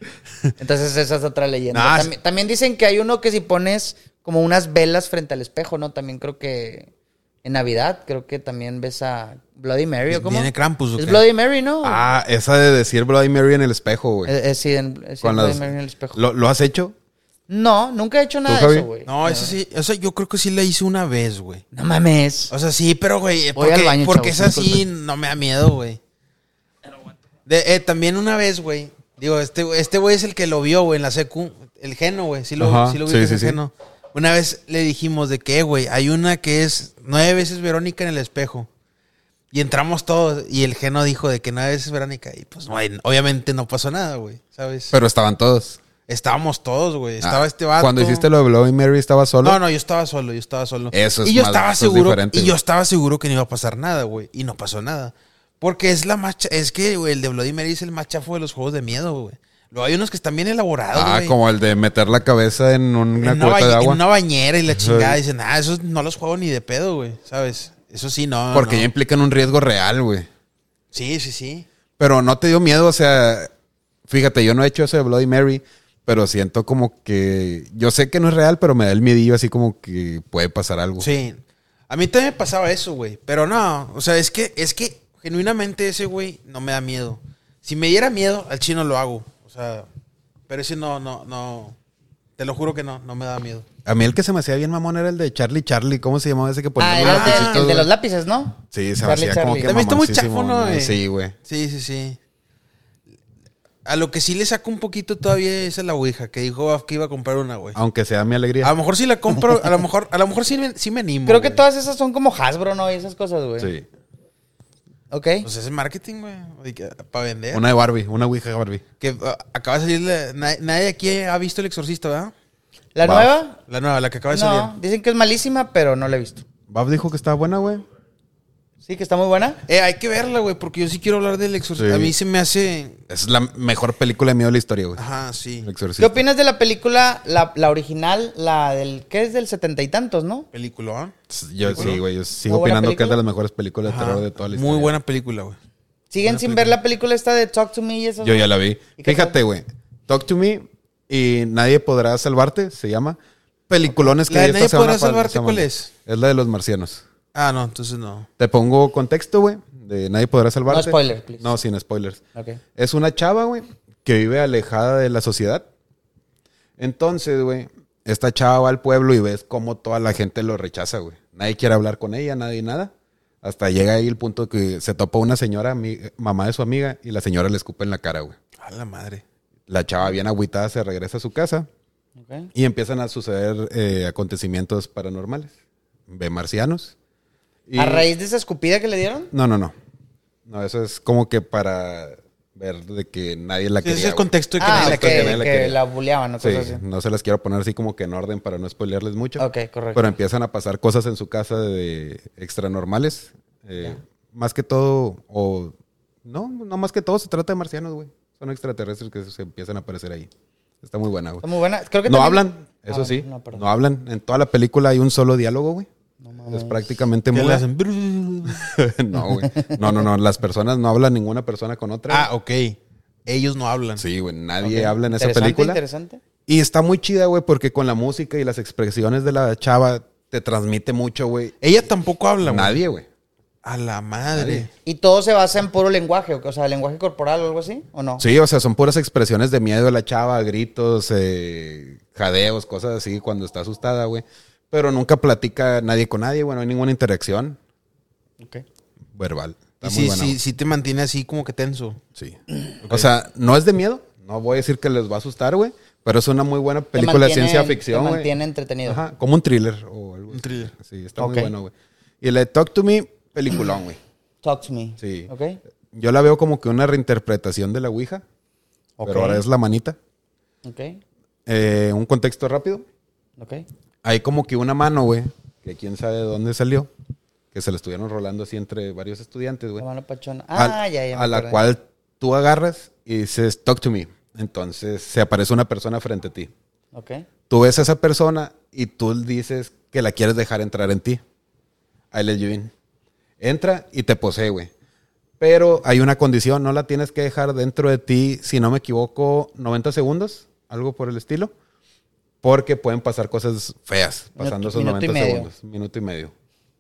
Speaker 3: Entonces esa es otra leyenda.
Speaker 1: Nah,
Speaker 3: Tambi- también dicen que hay uno que si pones como unas velas frente al espejo, ¿no? También creo que en Navidad, creo que también ves a Bloody Mary
Speaker 2: Pues
Speaker 3: o cómo.
Speaker 1: Viene Krampus, ¿o
Speaker 3: Es
Speaker 1: qué?
Speaker 3: Bloody Mary, ¿no?
Speaker 2: ah, esa de decir Bloody Mary en el espejo, güey.
Speaker 3: Eh, eh, sí, en, eh, sí,
Speaker 2: Con
Speaker 3: Bloody
Speaker 2: las-
Speaker 3: Mary en el espejo.
Speaker 2: ¿Lo, lo has hecho?
Speaker 3: No, nunca he hecho nada
Speaker 2: ¿Tú,
Speaker 3: de
Speaker 2: Javi?
Speaker 3: eso, güey.
Speaker 1: No, eso sí. O sea, yo creo que sí la hice una vez, güey.
Speaker 3: No mames.
Speaker 1: O sea, sí, pero, güey,
Speaker 3: Voy al
Speaker 1: porque,
Speaker 3: baño,
Speaker 1: porque es
Speaker 3: chavos,
Speaker 1: así, no me da miedo, güey. De- eh, también una vez, güey, digo, este güey este güey es el que lo vio, güey, en la secu, el geno, güey, sí lo,
Speaker 2: Ajá,
Speaker 1: sí lo
Speaker 2: sí,
Speaker 1: vio el
Speaker 2: sí, sí.
Speaker 1: geno. Una vez le dijimos de qué, güey, hay una que es nueve veces Verónica en el espejo. Y entramos todos y el geno dijo de que nueve veces Verónica. Y pues, güey, obviamente no pasó nada, güey, ¿sabes?
Speaker 2: Pero estaban todos.
Speaker 1: Estábamos todos, güey, estaba
Speaker 2: Ah,
Speaker 1: este vato.
Speaker 2: Cuando hiciste lo de Bloody Mary, ¿estabas solo?
Speaker 1: No, no, yo estaba solo, yo estaba solo.
Speaker 2: Eso es
Speaker 1: y yo
Speaker 2: más-
Speaker 1: estaba
Speaker 2: eso es
Speaker 1: seguro,
Speaker 2: diferente,
Speaker 1: y yo
Speaker 2: güey.
Speaker 1: estaba seguro que no iba a pasar nada, güey, y no pasó nada. Porque es la más. cha- Es que, güey, el de Bloody Mary es el más chafo de los juegos de miedo, güey. Luego hay unos que están bien elaborados,
Speaker 2: Ah,
Speaker 1: güey.
Speaker 2: como el de meter la cabeza en
Speaker 1: en
Speaker 2: una
Speaker 1: una,
Speaker 2: cubeta
Speaker 1: bañe-
Speaker 2: de
Speaker 1: en
Speaker 2: agua.
Speaker 1: una bañera y la chingada.
Speaker 2: Sí.
Speaker 1: Dicen, ah, esos no los juego ni de pedo, güey. ¿Sabes? Eso sí, no.
Speaker 2: Porque
Speaker 1: no.
Speaker 2: ya implican un riesgo real, güey.
Speaker 1: Sí, sí, sí.
Speaker 2: Pero no te dio miedo, o sea, fíjate, yo no he hecho eso de Bloody Mary, pero siento como que, yo sé que no es real, pero me da el miedillo así como que puede pasar algo.
Speaker 1: Sí. A mí también me pasaba eso, güey. Pero no, o sea, es que, es que genuinamente ese, güey, no me da miedo. Si me diera miedo, al chino lo hago. O sea, pero ese no, no, no. Te lo juro que no, no me da miedo.
Speaker 2: A mí el que se me hacía bien mamón era el de Charlie Charlie, ¿cómo se llamaba ese que ponía
Speaker 3: Ah, el,
Speaker 1: Ah,
Speaker 2: los
Speaker 3: de- el
Speaker 2: lapicitos,
Speaker 3: de
Speaker 2: güey?
Speaker 3: los lápices, ¿no?
Speaker 2: Sí, se me
Speaker 3: Charlie,
Speaker 2: hacía como
Speaker 3: Charlie.
Speaker 2: que
Speaker 1: También está muy
Speaker 2: mamoncísimo,
Speaker 1: chafo, ¿no, güey?
Speaker 2: Sí, güey.
Speaker 1: Sí, sí, sí. A lo que sí le saco un poquito todavía es a la Ouija, que dijo que iba a comprar una, güey.
Speaker 2: Aunque sea mi alegría.
Speaker 1: A lo mejor sí la compro, a lo mejor, a lo mejor sí, me- sí me animo.
Speaker 3: Creo que
Speaker 1: güey.
Speaker 3: todas esas son como Hasbro, ¿no? Y esas cosas, güey.
Speaker 2: sí.
Speaker 3: Ok.
Speaker 1: Pues es marketing, güey. Para vender.
Speaker 2: Una de Barbie, una Ouija Barbie.
Speaker 1: Que ah, acaba de salir. la- na- nadie aquí ha visto El Exorcista, ¿verdad?
Speaker 3: ¿La
Speaker 2: Va.
Speaker 3: nueva?
Speaker 1: La nueva, la que acaba de
Speaker 3: No,
Speaker 1: salir.
Speaker 3: dicen que es malísima, pero no la he visto.
Speaker 2: Bab dijo que estaba buena, güey.
Speaker 3: Sí, que está muy buena.
Speaker 1: Eh, hay que verla, güey, porque yo sí quiero hablar del Exorcista.
Speaker 2: Sí.
Speaker 1: A mí se me hace.
Speaker 2: Es la mejor película de miedo de la historia, güey.
Speaker 1: Ajá, sí.
Speaker 2: El
Speaker 3: ¿Qué
Speaker 2: exorcista.
Speaker 3: opinas de la película, la, la original, la del, ¿qué es del setenta y tantos, no?
Speaker 1: Película, ¿ah?
Speaker 2: Yo sí, güey. Yo sigo
Speaker 3: buena
Speaker 2: opinando que es
Speaker 3: película?
Speaker 2: de las mejores películas de
Speaker 1: Ajá.
Speaker 2: terror de toda la historia.
Speaker 1: Muy buena película, güey.
Speaker 3: ¿Siguen sin ver la película esta de Talk to Me y eso?
Speaker 2: Yo ya la vi.
Speaker 3: ¿Y qué
Speaker 2: Fíjate, güey. Talk to me y nadie podrá salvarte, se llama. Peliculones que
Speaker 1: La de
Speaker 2: hay esta
Speaker 1: Nadie
Speaker 2: semana
Speaker 1: podrá
Speaker 2: pa-
Speaker 1: salvarte,
Speaker 2: semana.
Speaker 1: ¿cuál es?
Speaker 2: Es la de los marcianos.
Speaker 1: Ah, no, entonces no.
Speaker 2: Te pongo contexto, güey. De nadie podrá salvarte.
Speaker 3: spoiler, please.
Speaker 2: No, sin spoilers.
Speaker 3: Ok.
Speaker 2: Es una chava, güey, que vive alejada de la sociedad. Entonces, güey, esta chava va al pueblo y ves cómo toda la gente lo rechaza, güey. Nadie quiere hablar con ella, nadie nada. Hasta llega ahí el punto que se topa una señora, ami- mamá de su amiga, y la señora le escupe en la cara, güey.
Speaker 1: A la madre.
Speaker 2: La chava bien agüitada se regresa a su casa
Speaker 3: Ok.
Speaker 2: y empiezan a suceder eh, acontecimientos paranormales. Ve marcianos. y-
Speaker 3: ¿A raíz de esa escupida que le dieron?
Speaker 2: No, no, no. No, eso es como que para ver de que nadie la
Speaker 1: Ese
Speaker 2: quería.
Speaker 1: es el
Speaker 2: güey.
Speaker 1: contexto de que
Speaker 3: Ah,
Speaker 1: nadie la
Speaker 3: ok,
Speaker 1: quiere.
Speaker 2: nadie la
Speaker 3: que
Speaker 2: quería.
Speaker 3: la buleaban o
Speaker 2: Sí,
Speaker 3: cosas así.
Speaker 2: no se las quiero poner así como que en orden para no spoilearles mucho.
Speaker 3: Ok, correcto.
Speaker 2: Pero empiezan a pasar cosas en su casa de extranormales. eh, Más que todo, o... No, no más que todo, se trata de marcianos, güey. Son extraterrestres que se empiezan a aparecer ahí. Está muy buena, güey.
Speaker 3: Está muy buena. Creo que
Speaker 2: No
Speaker 3: también-
Speaker 2: hablan,
Speaker 3: Ah,
Speaker 2: eso
Speaker 3: bueno,
Speaker 2: sí.
Speaker 3: No,
Speaker 2: No,
Speaker 3: perdón.
Speaker 2: hablan. En toda la película hay un solo diálogo, güey.
Speaker 3: No
Speaker 2: es
Speaker 3: mames.
Speaker 2: prácticamente
Speaker 1: Que le
Speaker 2: muda.
Speaker 1: hacen
Speaker 2: no, güey. No, no, no. Las personas no hablan ninguna persona con otra.
Speaker 1: Ah, ok. Ellos no hablan.
Speaker 2: sí, güey. Nadie
Speaker 3: Ok.
Speaker 2: habla en esa
Speaker 3: Interesante,
Speaker 2: película.
Speaker 3: Interesante.
Speaker 2: Y está muy chida, güey, porque con la música y las expresiones de la chava te transmite mucho, güey.
Speaker 1: Ella tampoco habla, güey.
Speaker 2: Nadie, güey.
Speaker 1: A la madre.
Speaker 3: ¿Y todo se basa en puro lenguaje? O sea, lenguaje corporal o algo así? ¿O no?
Speaker 2: Sí, o sea, son puras expresiones de miedo de la chava, gritos, eh, jadeos, cosas así cuando está asustada, güey. Pero nunca platica nadie con nadie, güey. No hay ninguna interacción
Speaker 3: Ok.
Speaker 2: verbal. Está
Speaker 1: Y
Speaker 2: muy
Speaker 1: sí,
Speaker 2: buena,
Speaker 1: sí,
Speaker 2: güey.
Speaker 1: sí te mantiene así como que tenso.
Speaker 2: Sí. O sea, no es de miedo. No voy a decir que les va a asustar, güey. Pero es una muy buena
Speaker 3: Te
Speaker 2: película de
Speaker 3: mantiene-
Speaker 2: ciencia ficción,
Speaker 3: Te
Speaker 2: güey.
Speaker 3: mantiene entretenido.
Speaker 2: Ajá, como un thriller o algo.
Speaker 1: Un thriller.
Speaker 2: Sí, está
Speaker 3: Ok.
Speaker 2: muy bueno, güey. Y la de Talk to Me, peliculón, güey.
Speaker 3: Talk to me.
Speaker 2: Sí.
Speaker 3: Ok.
Speaker 2: Yo la veo como que una reinterpretación de la Ouija. Pero ahora es la manita.
Speaker 3: Ok.
Speaker 2: Eh, un contexto rápido.
Speaker 3: Ok.
Speaker 2: Hay como que una mano, güey, que quién sabe de dónnde salió. Que se la estuvieron rolando así entre varios estudiantes, güey.
Speaker 3: La mano pachona. Ah,
Speaker 2: Pues, Al-
Speaker 3: ya, ya. me
Speaker 2: A la
Speaker 3: acordé.
Speaker 2: cual tú agarras y dices, talk to me. Entonces se aparece una persona frente a ti.
Speaker 3: Ok.
Speaker 2: Tú ves a esa persona y tú dices que la quieres dejar entrar en ti. Ahí le Juvin. Entra y te posee, güey. Pero hay una condición, no la tienes que dejar dentro de ti, si no me equivoco, 90 segundos, algo por el estilo. Porque pueden pasar cosas feas pasando
Speaker 3: Minuto-
Speaker 2: esos
Speaker 3: minuto y
Speaker 2: 90
Speaker 3: medio.
Speaker 2: segundos, minuto y medio.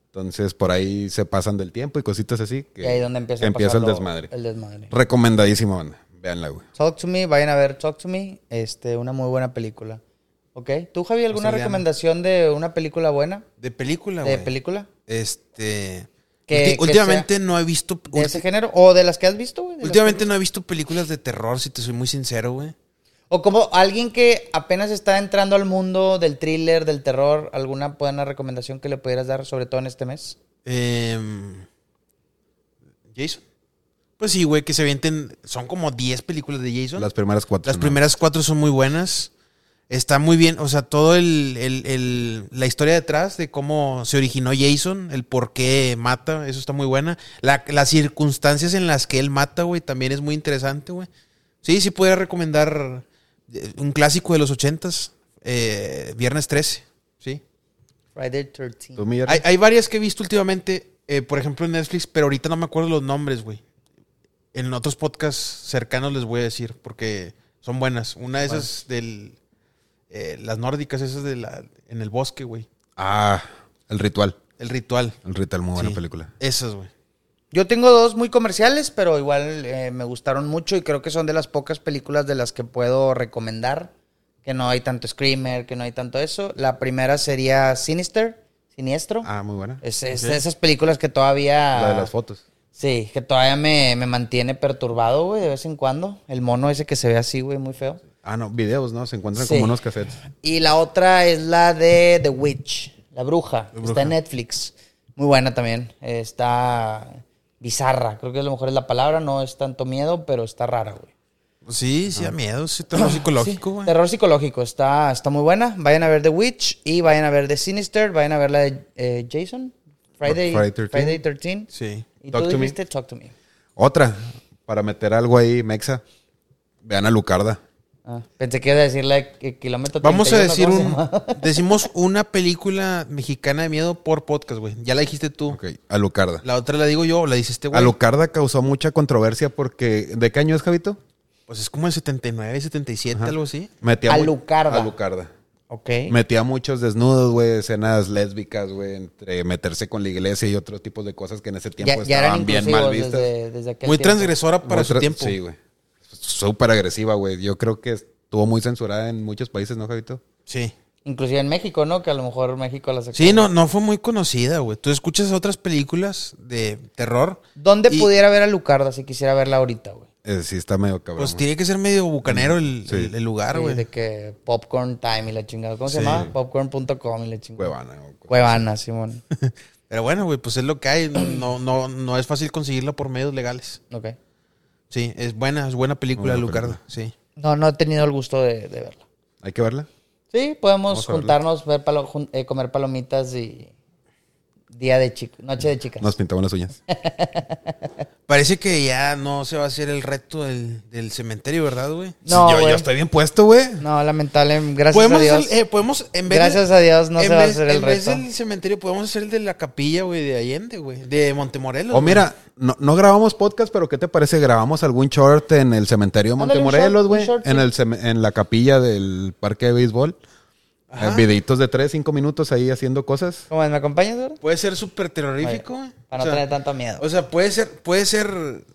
Speaker 2: Entonces por ahí se pasan del tiempo y cositas así. Que
Speaker 3: Y ahí es donde empieza, a
Speaker 2: empieza
Speaker 3: pasar
Speaker 2: el
Speaker 3: lo-
Speaker 2: desmadre.
Speaker 3: El desmadre.
Speaker 2: Recomendadísima banda. Veanla, güey.
Speaker 3: Talk to me, vayan a ver Talk to me. Este, una muy buena película. Ok. ¿Tú, Javi,
Speaker 2: Pues
Speaker 3: alguna
Speaker 1: Australiana.
Speaker 3: recomendación de una película buena?
Speaker 1: De película,
Speaker 3: ¿De
Speaker 1: güey.
Speaker 3: película?
Speaker 1: Este.
Speaker 3: Que-
Speaker 1: ulti-
Speaker 3: que
Speaker 1: últimamente no he visto.
Speaker 3: ¿De
Speaker 1: ulti-
Speaker 3: ese género? ¿O de las que has visto, güey? de las que-
Speaker 1: últimamente no he visto películas de terror, si te soy muy sincero, güey.
Speaker 3: O como alguien que apenas está entrando al mundo del thriller, del terror, ¿alguna buena recomendación que le pudieras dar, sobre todo en este mes?
Speaker 1: Em, Jason. Pues sí, güey, que se avienten. Son como 10 películas de Jason.
Speaker 2: Las
Speaker 1: Las,
Speaker 2: primeras cuatro. ¿no?
Speaker 1: primeras cuatro son muy buenas. Está muy bien, o sea, todo el, el- el- la historia detrás de cómo se originó Jason, el por qué mata, eso está muy buena. La- las circunstancias en las que él mata, güey, también es muy interesante, güey. Sí, sí podría recomendar eh, un clásico de los ochentas, eh, Viernes 13, sí.
Speaker 3: Friday 13.
Speaker 2: ¿Tú, mi Jerry?
Speaker 1: Hay, hay varias que he visto últimamente, eh, por ejemplo en Netflix, pero ahorita no me acuerdo los nombres, güey. En otros podcasts cercanos les voy a decir, porque son buenas. Una de esas del... eh, las nórdicas, esas de la... En el bosque, güey.
Speaker 2: Ah, el ritual.
Speaker 1: El ritual.
Speaker 2: El ritual, muy buena
Speaker 1: Sí.
Speaker 2: película.
Speaker 1: Esas, güey.
Speaker 3: Yo tengo dos muy comerciales, pero igual eh, me gustaron mucho y creo que son de las pocas películas de las que puedo recomendar. Que no hay tanto screamer, que no hay tanto eso. La primera sería Sinister, Siniestro.
Speaker 2: Ah, muy buena.
Speaker 3: Es, es
Speaker 1: ok.
Speaker 3: de esas películas que todavía...
Speaker 2: La de las fotos.
Speaker 3: Sí, que todavía me, me mantiene perturbado, güey, de vez en cuando. El mono ese que se ve así, güey, muy feo.
Speaker 2: Ah, no, videos, ¿no? Se encuentran
Speaker 3: Sí.
Speaker 2: como unos cassettes.
Speaker 3: Y la otra es la de The Witch, la bruja. Está en Netflix. Muy buena también. Eh, Está bizarra. Creo que a lo mejor es la palabra. No es tanto miedo, pero está rara, güey.
Speaker 1: Sí, sí, da miedo. Sí, terror psicológico,
Speaker 3: Sí,
Speaker 1: güey.
Speaker 3: terror psicológico. Está, está muy buena. Vayan a ver The Witch y vayan a ver The Sinister. Vayan a ver la de eh, Jason. Friday,
Speaker 2: Friday 13.
Speaker 3: Friday 13.
Speaker 1: Sí.
Speaker 3: Y
Speaker 2: Talk
Speaker 3: tú
Speaker 2: to me.
Speaker 3: dijiste Talk to Me.
Speaker 2: Otra, para meter algo ahí, Mexa. Vean a Lucarda.
Speaker 3: Ah, pensé que iba a decir la de eh, kilómetro
Speaker 1: Vamos a
Speaker 3: 31,
Speaker 1: decir
Speaker 3: ¿cómo se
Speaker 1: un...
Speaker 3: llama?
Speaker 1: Decimos una película mexicana de miedo por podcast, güey. Ya la dijiste tú.
Speaker 2: Ok, a Lucarda.
Speaker 1: La otra la digo yo, o la dijiste,
Speaker 2: A
Speaker 1: güey.
Speaker 2: Lucarda causó mucha controversia porque. ¿De qué año es, Javito?
Speaker 1: Pues es como el 79, 77, algo así.
Speaker 2: Metía mu-
Speaker 3: Alucarda.
Speaker 2: Alucarda.
Speaker 3: Ok.
Speaker 2: Metía muchos desnudos, güey, escenas lésbicas, güey, entre meterse con la iglesia y otros tipos de cosas que en ese tiempo
Speaker 3: Ya, ya
Speaker 2: Pues,
Speaker 3: eran
Speaker 2: estaban bien mal
Speaker 3: inclusivos
Speaker 2: vistas.
Speaker 3: desde, desde aquel
Speaker 1: Muy
Speaker 3: tiempo.
Speaker 1: transgresora para
Speaker 2: Muy
Speaker 1: su
Speaker 2: tra-
Speaker 1: tiempo.
Speaker 2: Sí, güey. Súper agresiva, güey. Yo creo que estuvo muy censurada en muchos países, ¿no, Javito?
Speaker 1: Sí.
Speaker 3: Inclusive en México, ¿no? Que a lo mejor México la sacó.
Speaker 1: Sí, no, no fue muy conocida, güey. Tú escuchas otras películas de terror.
Speaker 3: ¿Dónde
Speaker 1: Y,
Speaker 3: pudiera ver a Lucarda si quisiera verla ahorita, güey?
Speaker 2: Eh, sí, está medio cabrón.
Speaker 1: Pues
Speaker 2: güey.
Speaker 1: tiene que ser medio bucanero el,
Speaker 2: Sí.
Speaker 1: el- el lugar,
Speaker 3: Sí,
Speaker 1: güey.
Speaker 3: de que Popcorn Time y la chingada. ¿Cómo se
Speaker 1: Sí.
Speaker 3: llama? Popcorn.com y la chingada.
Speaker 2: Cuevana. o-
Speaker 3: Cuevana, Simón.
Speaker 1: Pero bueno, güey, pues es lo que hay. No, no, no es fácil conseguirla por medios legales.
Speaker 3: ok.
Speaker 1: Sí, es buena, es buena película,
Speaker 2: Buena
Speaker 1: Lucarda. Sí.
Speaker 3: No, no he tenido el gusto de, de verla.
Speaker 2: Hay que verla.
Speaker 3: Sí, podemos
Speaker 2: Vamos a verla.
Speaker 3: juntarnos, ver palo- jun- eh, comer palomitas y día de chicas, noche de chicas.
Speaker 2: Nos pintamos las uñas.
Speaker 1: Parece que ya no se va a hacer el reto del, del cementerio, ¿verdad, güey?
Speaker 3: No,
Speaker 2: yo, yo
Speaker 3: güey.
Speaker 2: estoy bien puesto, güey.
Speaker 3: No, lamentable. Gracias
Speaker 1: Podemos,
Speaker 3: a Dios.
Speaker 1: hacer- eh, podemos en vez
Speaker 3: Gracias
Speaker 1: de-
Speaker 3: a Dios no
Speaker 1: en
Speaker 3: se va a
Speaker 1: vez-
Speaker 3: hacer el
Speaker 1: En vez
Speaker 3: resto.
Speaker 1: del cementerio podemos hacer el de la capilla, güey, de Allende, güey. De Montemorelos. güey.
Speaker 2: O Oh, mira, no, no grabamos podcast, pero ¿qué te parece? Grabamos algún short en el cementerio de
Speaker 3: Ándale, un
Speaker 2: Montemorelos,
Speaker 3: short,
Speaker 2: güey.
Speaker 3: un short,
Speaker 2: En,
Speaker 3: sí.
Speaker 2: el ceme- en la capilla del parque de béisbol.
Speaker 1: Ajá.
Speaker 2: Eh, videitos de 3, 5 minutos ahí haciendo cosas.
Speaker 3: ¿Cómo es? ¿Me acompañas, güey?
Speaker 1: Puede ser súper terrorífico, güey.
Speaker 3: Para
Speaker 1: O
Speaker 3: no
Speaker 1: sea,
Speaker 3: tener tanto miedo.
Speaker 1: O sea, puede ser, puede ser.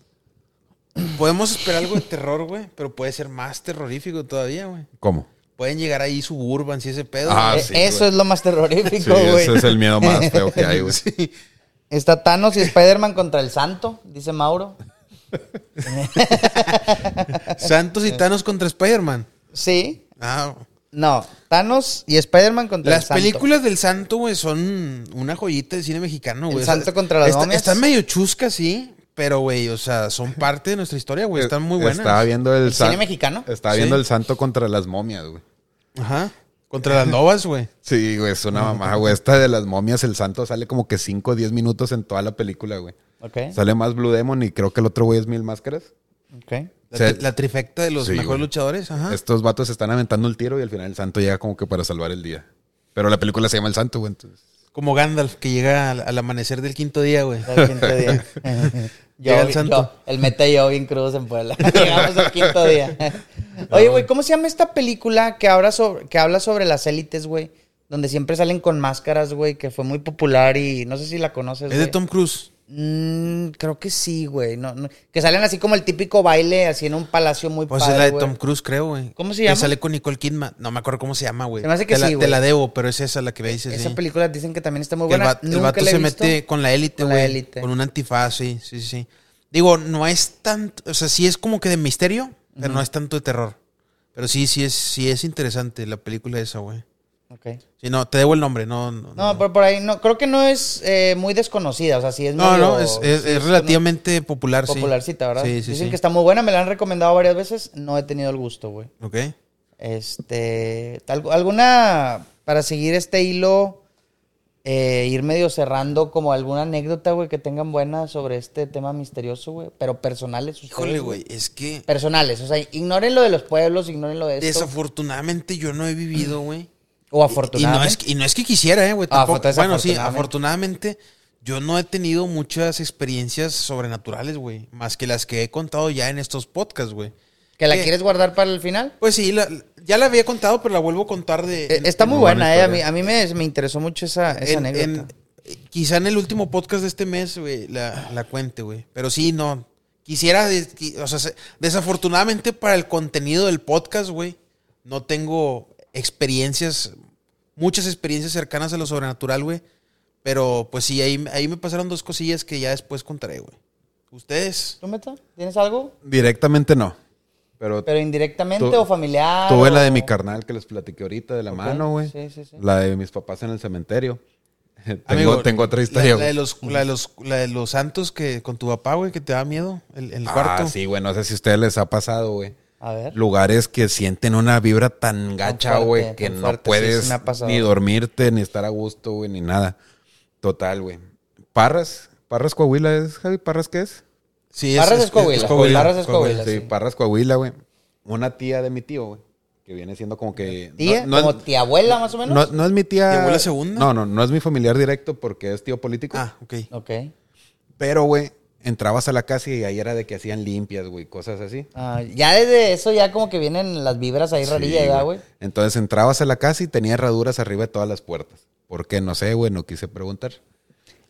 Speaker 1: Podemos esperar algo de terror, güey, pero puede ser más terrorífico todavía, güey.
Speaker 2: ¿Cómo?
Speaker 1: Pueden llegar ahí suburban, si ese pedo.
Speaker 2: Ah,
Speaker 1: güey.
Speaker 3: Eh,
Speaker 2: sí,
Speaker 3: eso
Speaker 2: güey.
Speaker 3: es lo más
Speaker 2: Sí,
Speaker 3: terrorífico, güey.
Speaker 2: ese es el miedo más feo que hay, güey.
Speaker 1: Sí.
Speaker 3: Está Thanos y Spider-Man contra el santo, dice Mauro.
Speaker 1: Santos y Thanos contra Spider-Man.
Speaker 3: Sí.
Speaker 1: Ah.
Speaker 3: No, Thanos y Spider-Man contra el
Speaker 1: Las
Speaker 3: santo.
Speaker 1: películas del santo, güey, son una joyita del cine mexicano, güey.
Speaker 3: El santo contra las
Speaker 1: está-
Speaker 3: momias.
Speaker 1: Están medio chuscas, sí, pero, güey, o sea, son parte de nuestra historia, güey. Están muy buenas.
Speaker 2: Estaba viendo el,
Speaker 3: ¿El cine mexicano?
Speaker 2: Estaba
Speaker 1: Sí.
Speaker 2: viendo el santo contra las momias, güey.
Speaker 1: Ajá. Contra las lobas, güey.
Speaker 2: Sí, güey, es una mamá, güey. Esta de las momias, el santo sale como que 5 o 10 minutos en toda la película, güey.
Speaker 3: Ok,
Speaker 2: Sale más Blue Demon y creo que el otro güey es Mil Máscaras.
Speaker 3: ok.
Speaker 1: La,
Speaker 2: Se-
Speaker 1: tri- la trifecta de los
Speaker 2: Sí,
Speaker 1: mejores
Speaker 2: güey.
Speaker 1: luchadores, ajá.
Speaker 2: Estos vatos se están aventando el tiro y al final el santo llega como que para salvar el día. Pero la película se llama El Santo, güey. entonces-
Speaker 1: Como Gandalf, que llega al, al amanecer del quinto día, güey.
Speaker 3: El quinto día.
Speaker 1: Llega el
Speaker 3: el
Speaker 1: santo.
Speaker 3: el meta y yo bien crudos en Puebla. Llegamos al quinto día. Oye, güey, ¿cómo se llama esta película que habla sobre, que habla sobre las élites, güey? Donde siempre salen con máscaras, güey, que fue muy popular y no sé si la conoces,
Speaker 1: Es de
Speaker 3: pues, güey.
Speaker 1: Tom Cruise.
Speaker 3: Mm, creo que sí, güey. No, no- Que salen así como el típico baile, así en un palacio muy
Speaker 1: Pues
Speaker 3: padre,
Speaker 1: es la de
Speaker 3: güey.
Speaker 1: Tom Cruise, creo, güey.
Speaker 3: ¿Cómo se
Speaker 1: Que
Speaker 3: llama?
Speaker 1: sale con Nicole Kidman. No me acuerdo cómo se llama, güey.
Speaker 3: Se me hace que
Speaker 1: te la,
Speaker 3: sí,
Speaker 1: Te
Speaker 3: güey.
Speaker 1: la debo, pero es esa la que me dices.
Speaker 3: Esa
Speaker 1: sí.
Speaker 3: película dicen que también está muy
Speaker 1: Que el,
Speaker 3: buena.
Speaker 1: va- el
Speaker 3: Nunca
Speaker 1: vato
Speaker 3: la he
Speaker 1: se
Speaker 3: visto.
Speaker 1: mete con la élite,
Speaker 3: Con la
Speaker 1: güey.
Speaker 3: élite.
Speaker 1: Con un antifaz, sí, sí, sí, sí. Digo, no es tanto, o sea, sí es como que de misterio, pero no es tanto de terror. Pero sí, sí es, sí es interesante la película esa, güey.
Speaker 3: Ok.
Speaker 1: Sí, no, te debo el nombre, no, no.
Speaker 3: No, pero por ahí no. Creo que no es eh, muy desconocida. O sea, sí es
Speaker 1: No,
Speaker 3: medio-
Speaker 1: no, es, es-
Speaker 3: sí
Speaker 1: es relativamente popular, sí.
Speaker 3: popularcita, ¿verdad?
Speaker 1: Sí, sí,
Speaker 3: Dicen
Speaker 1: sí.
Speaker 3: que está muy buena. Me la han recomendado varias veces. No he tenido el gusto, güey.
Speaker 1: Ok.
Speaker 3: Este, tal- alguna, para seguir este hilo, eh, ir medio cerrando, como alguna anécdota, güey, que tengan buena sobre este tema misterioso, güey, pero personales. ustedes,
Speaker 1: Híjole, güey, es que
Speaker 3: Personales, o sea, ignoren lo de los pueblos, ignoren lo de esto.
Speaker 1: desafortunadamente yo no he vivido, güey.
Speaker 3: o
Speaker 1: Y no
Speaker 3: afortunadamente.
Speaker 1: es, que- y no es que quisiera, eh, güey.
Speaker 3: Ah,
Speaker 1: tampoco.
Speaker 3: afortunadamente.
Speaker 1: bueno, sí, afortunadamente yo no he tenido muchas experiencias sobrenaturales, güey. Más que las que he contado ya en estos podcasts, güey.
Speaker 3: ¿Que la
Speaker 1: ¿Qué?
Speaker 3: quieres guardar para el final?
Speaker 1: Pues sí, la- ya la había contado, pero la vuelvo a contar de...
Speaker 3: Eh,
Speaker 1: en-
Speaker 3: está muy
Speaker 2: muy buena
Speaker 3: buena, eh, a mí,
Speaker 2: historia.
Speaker 3: a mí me, me interesó mucho esa, esa
Speaker 1: en-
Speaker 3: anécdota.
Speaker 1: en- quizá en el último podcast de este mes, güey, la, la cuente, güey. Pero sí, no. Quisiera, de- qui- o sea, se- desafortunadamente para el contenido del podcast, güey, no tengo experiencias, muchas experiencias cercanas a lo sobrenatural, güey. Pero pues sí, ahí, ahí me pasaron dos cosillas que ya después contaré, güey. ¿Ustedes?
Speaker 3: ¿Tú, Meta? ¿Tienes algo?
Speaker 2: Directamente no. Pero,
Speaker 3: Pero indirectamente
Speaker 2: Tu-
Speaker 3: o familiar.
Speaker 2: tuve la
Speaker 3: o-
Speaker 2: de mi carnal que les platiqué ahorita de la
Speaker 3: Ok,
Speaker 2: mano, güey.
Speaker 3: sí, sí, sí.
Speaker 2: La de mis papás en el cementerio. tengo,
Speaker 1: Amigo,
Speaker 2: tengo otra historia,
Speaker 1: La, la de
Speaker 2: güey.
Speaker 1: los, la, de los, la de los santos que con tu papá, güey, que te da miedo, el, el cuarto.
Speaker 2: Ah, sí, güey. No sé si a ustedes les ha pasado, güey.
Speaker 3: A ver.
Speaker 2: Lugares que sienten una vibra tan gacha,
Speaker 3: fuerte,
Speaker 2: güey, que
Speaker 3: tan
Speaker 2: no
Speaker 3: fuerte, sí,
Speaker 2: puedes
Speaker 3: sí me ha pasado.
Speaker 2: ni dormirte, ni estar a gusto, güey, ni nada. Total, güey. Parras, Parras Coahuila es, Javi, ¿Parras qué es?
Speaker 1: Sí,
Speaker 3: Parras es Coahuila, Parras es Coahuila.
Speaker 2: Sí,
Speaker 3: sí.
Speaker 2: Parras Coahuila, güey. Una tía de mi tío, güey, que viene siendo como que...
Speaker 3: ¿Tía?
Speaker 2: No, no
Speaker 3: ¿Como
Speaker 2: es,
Speaker 3: tía abuela, más o menos?
Speaker 2: no- no es mi tía...
Speaker 1: ¿Mi abuela segunda?
Speaker 2: No, no, no es mi familiar directo porque es tío político.
Speaker 1: Ah, ok.
Speaker 3: Ok.
Speaker 2: Pero, güey, entrabas a la casa y ahí era de que hacían limpias, güey, cosas así.
Speaker 3: Ah, ya desde eso ya como que vienen las vibras ahí rarillas,
Speaker 2: Sí,
Speaker 3: ¿verdad, güey?
Speaker 2: Entonces entrabas a la casa y tenía herraduras arriba de todas las puertas. ¿Por qué? No sé, güey, no quise preguntar.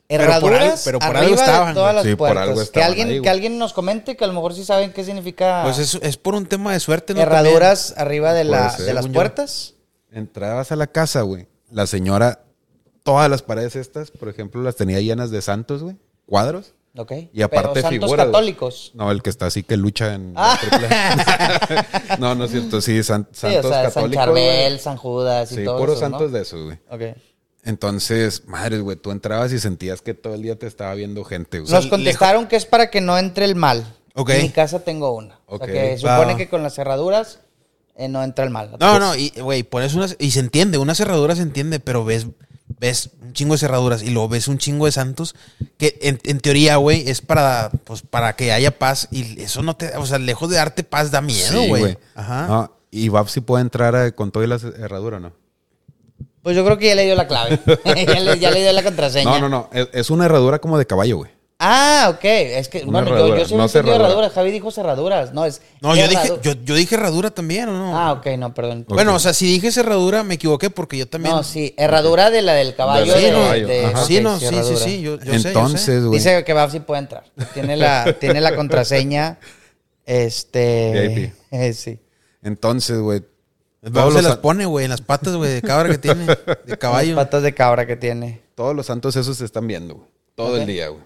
Speaker 1: Pero por algo-
Speaker 3: Herraduras
Speaker 1: pero por algo
Speaker 3: arriba
Speaker 1: estaban,
Speaker 3: de todas
Speaker 2: güey.
Speaker 3: las
Speaker 2: Sí, por
Speaker 3: puertas.
Speaker 2: algo
Speaker 3: que,
Speaker 2: estaban
Speaker 3: alguien,
Speaker 2: ahí,
Speaker 3: que
Speaker 2: güey.
Speaker 3: alguien nos comente que a lo mejor sí saben qué significa
Speaker 1: Pues es, es por un tema de suerte, ¿no?
Speaker 3: herraduras arriba de,
Speaker 2: Puede
Speaker 3: la-
Speaker 2: ser,
Speaker 3: de
Speaker 2: Pues,
Speaker 3: las
Speaker 2: según yo.
Speaker 3: puertas.
Speaker 2: Entrabas a la casa, güey. La señora, todas las paredes estas, por ejemplo, las tenía llenas de santos, güey. Cuadros.
Speaker 3: Ok.
Speaker 2: Y aparte
Speaker 3: Pero santos
Speaker 2: figuras, güey.
Speaker 3: católicos.
Speaker 2: No, el que está así que lucha en... la
Speaker 3: Ah.
Speaker 2: triple A. no, no es cierto. Sí, san-
Speaker 3: Sí,
Speaker 2: santos
Speaker 3: o sea, San
Speaker 2: católicos.
Speaker 3: Charbel,
Speaker 2: güey.
Speaker 3: San Judas y
Speaker 2: sí,
Speaker 3: todo
Speaker 2: puros
Speaker 3: eso,
Speaker 2: santos de esos, güey.
Speaker 3: ¿no? Ok.
Speaker 2: Entonces, madres, güey, tú entrabas y sentías que todo el día te estaba viendo gente, güey.
Speaker 1: sea,
Speaker 3: Nos contestaron que es para que no entre el mal.
Speaker 1: Ok.
Speaker 3: En mi casa tengo una. O
Speaker 2: Ok.
Speaker 3: sea, que
Speaker 1: Va.
Speaker 3: supone que con las cerraduras eh, no entra el mal.
Speaker 1: No, no, y güey, pones unas y se entiende, una cerradura se entiende, pero ves ves un chingo de cerraduras y luego ves un chingo de santos que en, en teoría, güey, es para pues para que haya paz y eso no te, o sea, lejos de darte paz da miedo,
Speaker 2: Sí,
Speaker 1: güey.
Speaker 2: güey. Ah.
Speaker 1: Ajá.
Speaker 2: No, y Bab sí puede entrar eh, con todo y la herradura, ¿no?
Speaker 3: Pues yo creo que ya le dio la clave. ya, le, ya le dio la contraseña.
Speaker 2: No, no, no. Es, es una herradura como de caballo, güey.
Speaker 3: Ah, ok. Es que,
Speaker 2: Una
Speaker 3: bueno, yo- yo,
Speaker 2: herradura,
Speaker 3: sí me
Speaker 2: no
Speaker 3: entendí
Speaker 2: cerradura.
Speaker 3: herraduras. Javi dijo cerraduras. No, es.
Speaker 1: No, yo dije
Speaker 3: herradu-
Speaker 1: yo, yo dije herradura también, ¿o no?
Speaker 3: Ah, ok, no, perdón.
Speaker 1: Bueno,
Speaker 2: Ok.
Speaker 1: o sea, si dije cerradura me equivoqué porque yo también
Speaker 3: No, sí, herradura de la del caballo.
Speaker 2: Sí,
Speaker 3: de-
Speaker 1: no,
Speaker 3: de-
Speaker 2: ajá.
Speaker 3: ok,
Speaker 1: sí, no, sí, sí,
Speaker 3: herradura.
Speaker 1: sí, yo, yo sé, yo sé.
Speaker 2: Entonces, güey.
Speaker 3: Dice que Babsi puede entrar. Tiene la, tiene la contraseña. Este.
Speaker 2: VIP.
Speaker 3: eh, sí.
Speaker 2: Entonces, güey.
Speaker 1: Vamos,
Speaker 2: Todos,
Speaker 1: se
Speaker 2: los
Speaker 1: las
Speaker 2: san-
Speaker 1: pone, güey, en las patas, güey, de cabra que tiene, de caballo.
Speaker 3: Las patas de cabra que tiene.
Speaker 2: todos los santos esos se están viendo, güey. Todo
Speaker 3: Ok.
Speaker 2: el día, güey.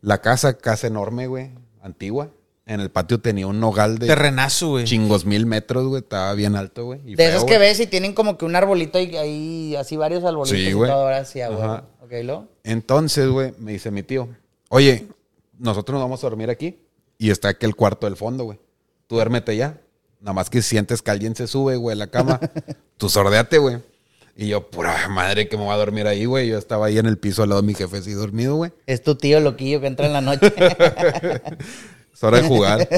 Speaker 2: La casa, casa enorme, güey. Antigua. En el patio tenía un nogal de
Speaker 1: Terrenazo, güey.
Speaker 2: chingos mil metros, güey. Estaba bien alto, güey. y
Speaker 3: De
Speaker 2: feo,
Speaker 3: esos que
Speaker 2: güey.
Speaker 3: ves y tienen como que un arbolito y ahí, así varios arbolitos
Speaker 2: Sí,
Speaker 3: y
Speaker 2: güey.
Speaker 3: todo ahora sí, ah, güey.
Speaker 2: Ajá.
Speaker 3: Ok, ¿lo?
Speaker 2: Entonces, güey, me dice mi tío, oye, nosotros nos vamos a dormir aquí y está aquel cuarto del fondo, güey. Tú duérmete ya. Nada más que sientes que alguien se sube, güey, a la cama. Tú sordeate, güey. Y yo, pura madre, que me voy a dormir ahí, güey. Yo estaba ahí en el piso al lado de mi jefe, así dormido, güey.
Speaker 3: Es tu tío loquillo que entra en la noche.
Speaker 2: Es hora de jugar.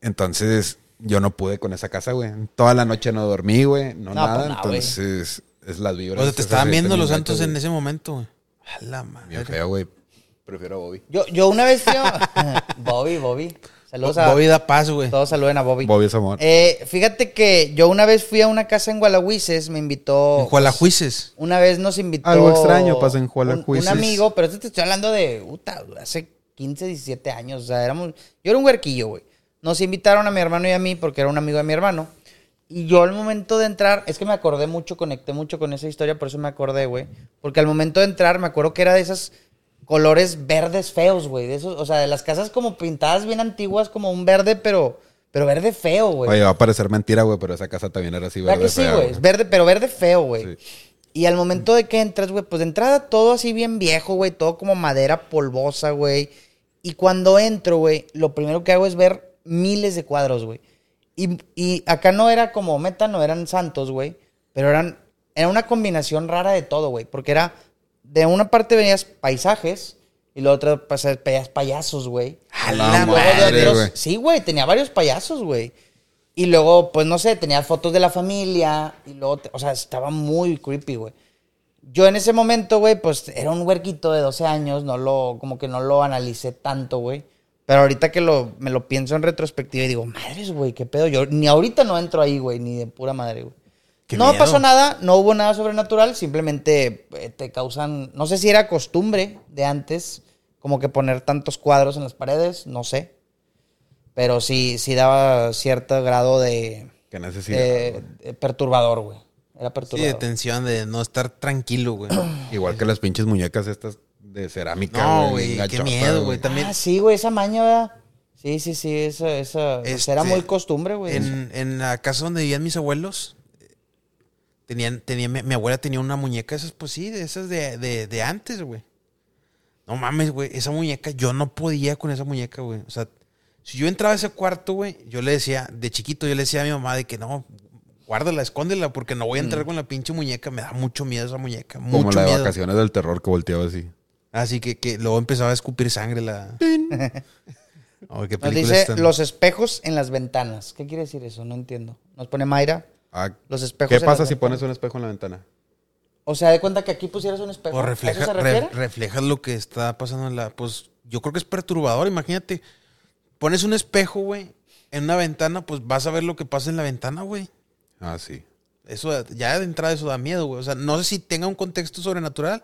Speaker 2: Entonces, yo no pude con esa casa, güey. Toda la noche no dormí, güey. No,
Speaker 3: No,
Speaker 2: nada.
Speaker 3: pues no, güey.
Speaker 2: Entonces, es las vibras.
Speaker 1: O sea, te
Speaker 2: esas
Speaker 1: estaban
Speaker 2: que
Speaker 1: viendo
Speaker 2: tienen
Speaker 1: los
Speaker 2: gacho,
Speaker 1: santos en
Speaker 2: güey.
Speaker 1: ese momento, güey. A la madre.
Speaker 2: Bien feo, güey. Prefiero a Bobby.
Speaker 3: yo, yo una vez, tío. Bobby, Bobby. Saludos a
Speaker 1: Bobby da paz, güey.
Speaker 3: Todos saluden a Bobby.
Speaker 2: Bobby es amor.
Speaker 3: Eh, fíjate que yo una vez fui a una casa en Gualahuises, me invitó.
Speaker 1: En Jualajuices.
Speaker 3: Una vez nos invitó.
Speaker 2: Algo extraño pasa en
Speaker 3: un-
Speaker 2: Jualajuices.
Speaker 3: Un, amigo, pero esto te estoy hablando de puta, hace 15, 17 años. O sea, éramos. Yo era un huerquillo, güey. Nos invitaron a mi hermano y a mí porque era un amigo de mi hermano. Y yo al momento de entrar, es que me acordé mucho, conecté mucho con esa historia, por eso me acordé, güey. Porque al momento de entrar, me acuerdo que era de esas colores verdes feos, güey. De esos, o sea, de las casas como pintadas bien antiguas, como un verde, pero, pero verde feo, güey.
Speaker 2: Oye, va a parecer mentira, güey, pero esa casa también era así,
Speaker 3: pues. ¿Verdad que
Speaker 2: verde
Speaker 3: sí,
Speaker 2: fea,
Speaker 3: güey?
Speaker 2: güey.
Speaker 3: Verde, pero verde feo, güey.
Speaker 2: Sí.
Speaker 3: Y al momento de que entras, güey, pues de entrada todo así bien viejo, güey, todo como madera polvosa, güey. Y cuando entro, güey, lo primero que hago es ver miles de cuadros, güey. Y, y acá no era como meta, no eran santos, güey. Pero eran, era una combinación rara de todo, güey. Porque era, de una parte venías paisajes y la otra pues, veías payasos, güey.
Speaker 2: A
Speaker 3: Y
Speaker 2: la
Speaker 3: luego de
Speaker 2: madre,
Speaker 3: otros-
Speaker 2: güey.
Speaker 3: Sí, güey, tenía varios payasos, güey. Y luego, pues no sé, tenía fotos de la familia. Y luego, te- o sea, estaba muy creepy, güey. Yo en ese momento, güey, pues era un huerquito de 12 años, no lo, como que no lo analicé tanto, güey. Pero ahorita que lo, me lo pienso en retrospectiva y digo, madres, güey, qué pedo. Yo ni ahorita no entro ahí, güey, ni de pura madre, güey.
Speaker 1: Qué
Speaker 3: No
Speaker 1: miedo.
Speaker 3: pasó nada, no hubo nada sobrenatural, simplemente eh, te causan, no sé si era costumbre de antes, como que poner tantos cuadros en las paredes, no sé. Pero sí, sí daba cierto grado de,
Speaker 2: Que necesidad.
Speaker 3: de- de perturbador, güey. Era
Speaker 1: Sí, de
Speaker 3: perturbador.
Speaker 1: tensión, de no estar tranquilo, güey.
Speaker 2: Igual que las pinches muñecas estas de cerámica.
Speaker 1: No, güey, qué
Speaker 2: gachotas,
Speaker 1: miedo, güey. También
Speaker 3: Ah, sí, güey, esa maña, ¿verdad? Sí, sí, sí, esa, esa, pues,
Speaker 1: Este,
Speaker 3: era muy costumbre, güey.
Speaker 1: en, en la casa donde vivían mis abuelos, eh, tenían, tenía, mi, mi abuela tenía una muñeca, esas, pues sí, de esas de, de, de antes, güey. No mames, güey, esa muñeca, yo no podía con esa muñeca, güey. O sea, si yo entraba a ese cuarto, güey, yo le decía, de chiquito, yo le decía a mi mamá de que no, guárdala, escóndela, porque no voy a entrar con la pinche muñeca, me da mucho miedo esa muñeca,
Speaker 2: Como
Speaker 1: mucho
Speaker 2: la de
Speaker 1: miedo.
Speaker 2: vacaciones del terror que volteaba así.
Speaker 1: Así que, que luego empezaba a escupir sangre la... Ay, qué
Speaker 3: Nos
Speaker 1: película
Speaker 3: dice
Speaker 1: esta, ¿no?
Speaker 3: los espejos en las ventanas. ¿Qué quiere decir eso? No entiendo. Nos pone Mayra.
Speaker 2: Ah,
Speaker 3: Los espejos.
Speaker 2: ¿Qué
Speaker 3: en
Speaker 2: pasa
Speaker 3: las
Speaker 2: si
Speaker 3: ventanas.
Speaker 2: pones un espejo en la ventana?
Speaker 3: O sea, de cuenta que aquí pusieras un espejo.
Speaker 1: O
Speaker 3: ¿A
Speaker 1: refleja,
Speaker 3: eso se
Speaker 1: re-
Speaker 3: refiere?
Speaker 1: refleja lo que está pasando en la. Pues yo creo que es perturbador, imagínate. Pones un espejo, güey, en una ventana, pues vas a ver lo que pasa en la ventana, güey.
Speaker 2: Ah, sí.
Speaker 1: Eso, ya de entrada eso da miedo, güey. O sea, no sé si tenga un contexto sobrenatural,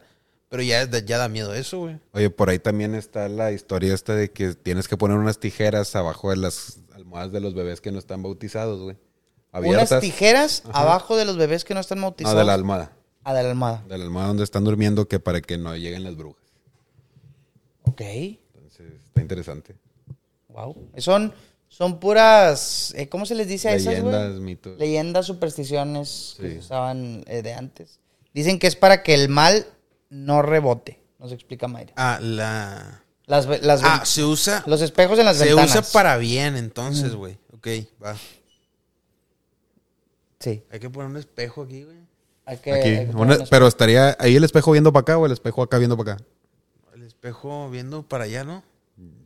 Speaker 1: pero ya, ya da miedo eso, güey.
Speaker 2: Oye, por ahí también está la historia esta de que tienes que poner unas tijeras abajo de las almohadas de los bebés que no están bautizados, güey. Abiertas.
Speaker 3: Unas tijeras abajo de los bebés que no están
Speaker 2: No,
Speaker 3: bautizados.
Speaker 2: de la almohada.
Speaker 3: Ah, de la almohada.
Speaker 2: De la almohada donde están durmiendo que para que no lleguen las brujas.
Speaker 3: Ok.
Speaker 2: Entonces, está interesante.
Speaker 3: Wow. Son, son puras. eh, ¿Cómo se les dice a esas, güey?
Speaker 2: Leyendas, mitos.
Speaker 3: leyendas, supersticiones que
Speaker 2: Sí.
Speaker 3: se usaban eh, de antes. Dicen que es para que el mal no rebote, nos explica Mayra.
Speaker 1: Ah, la.
Speaker 3: Las, ve- las
Speaker 1: Ah,
Speaker 3: ven-
Speaker 1: se usa.
Speaker 3: los espejos en las
Speaker 1: Se
Speaker 3: ventanas. Mm.
Speaker 1: usa para bien, entonces, güey. Ok, va.
Speaker 3: Sí.
Speaker 1: Hay que poner un espejo aquí, güey.
Speaker 3: Hay que-
Speaker 2: Aquí,
Speaker 3: hay que
Speaker 2: una-
Speaker 3: poner un
Speaker 2: pero estaría ahí el espejo viendo para acá o el espejo acá viendo para acá.
Speaker 1: El espejo viendo para allá, ¿no?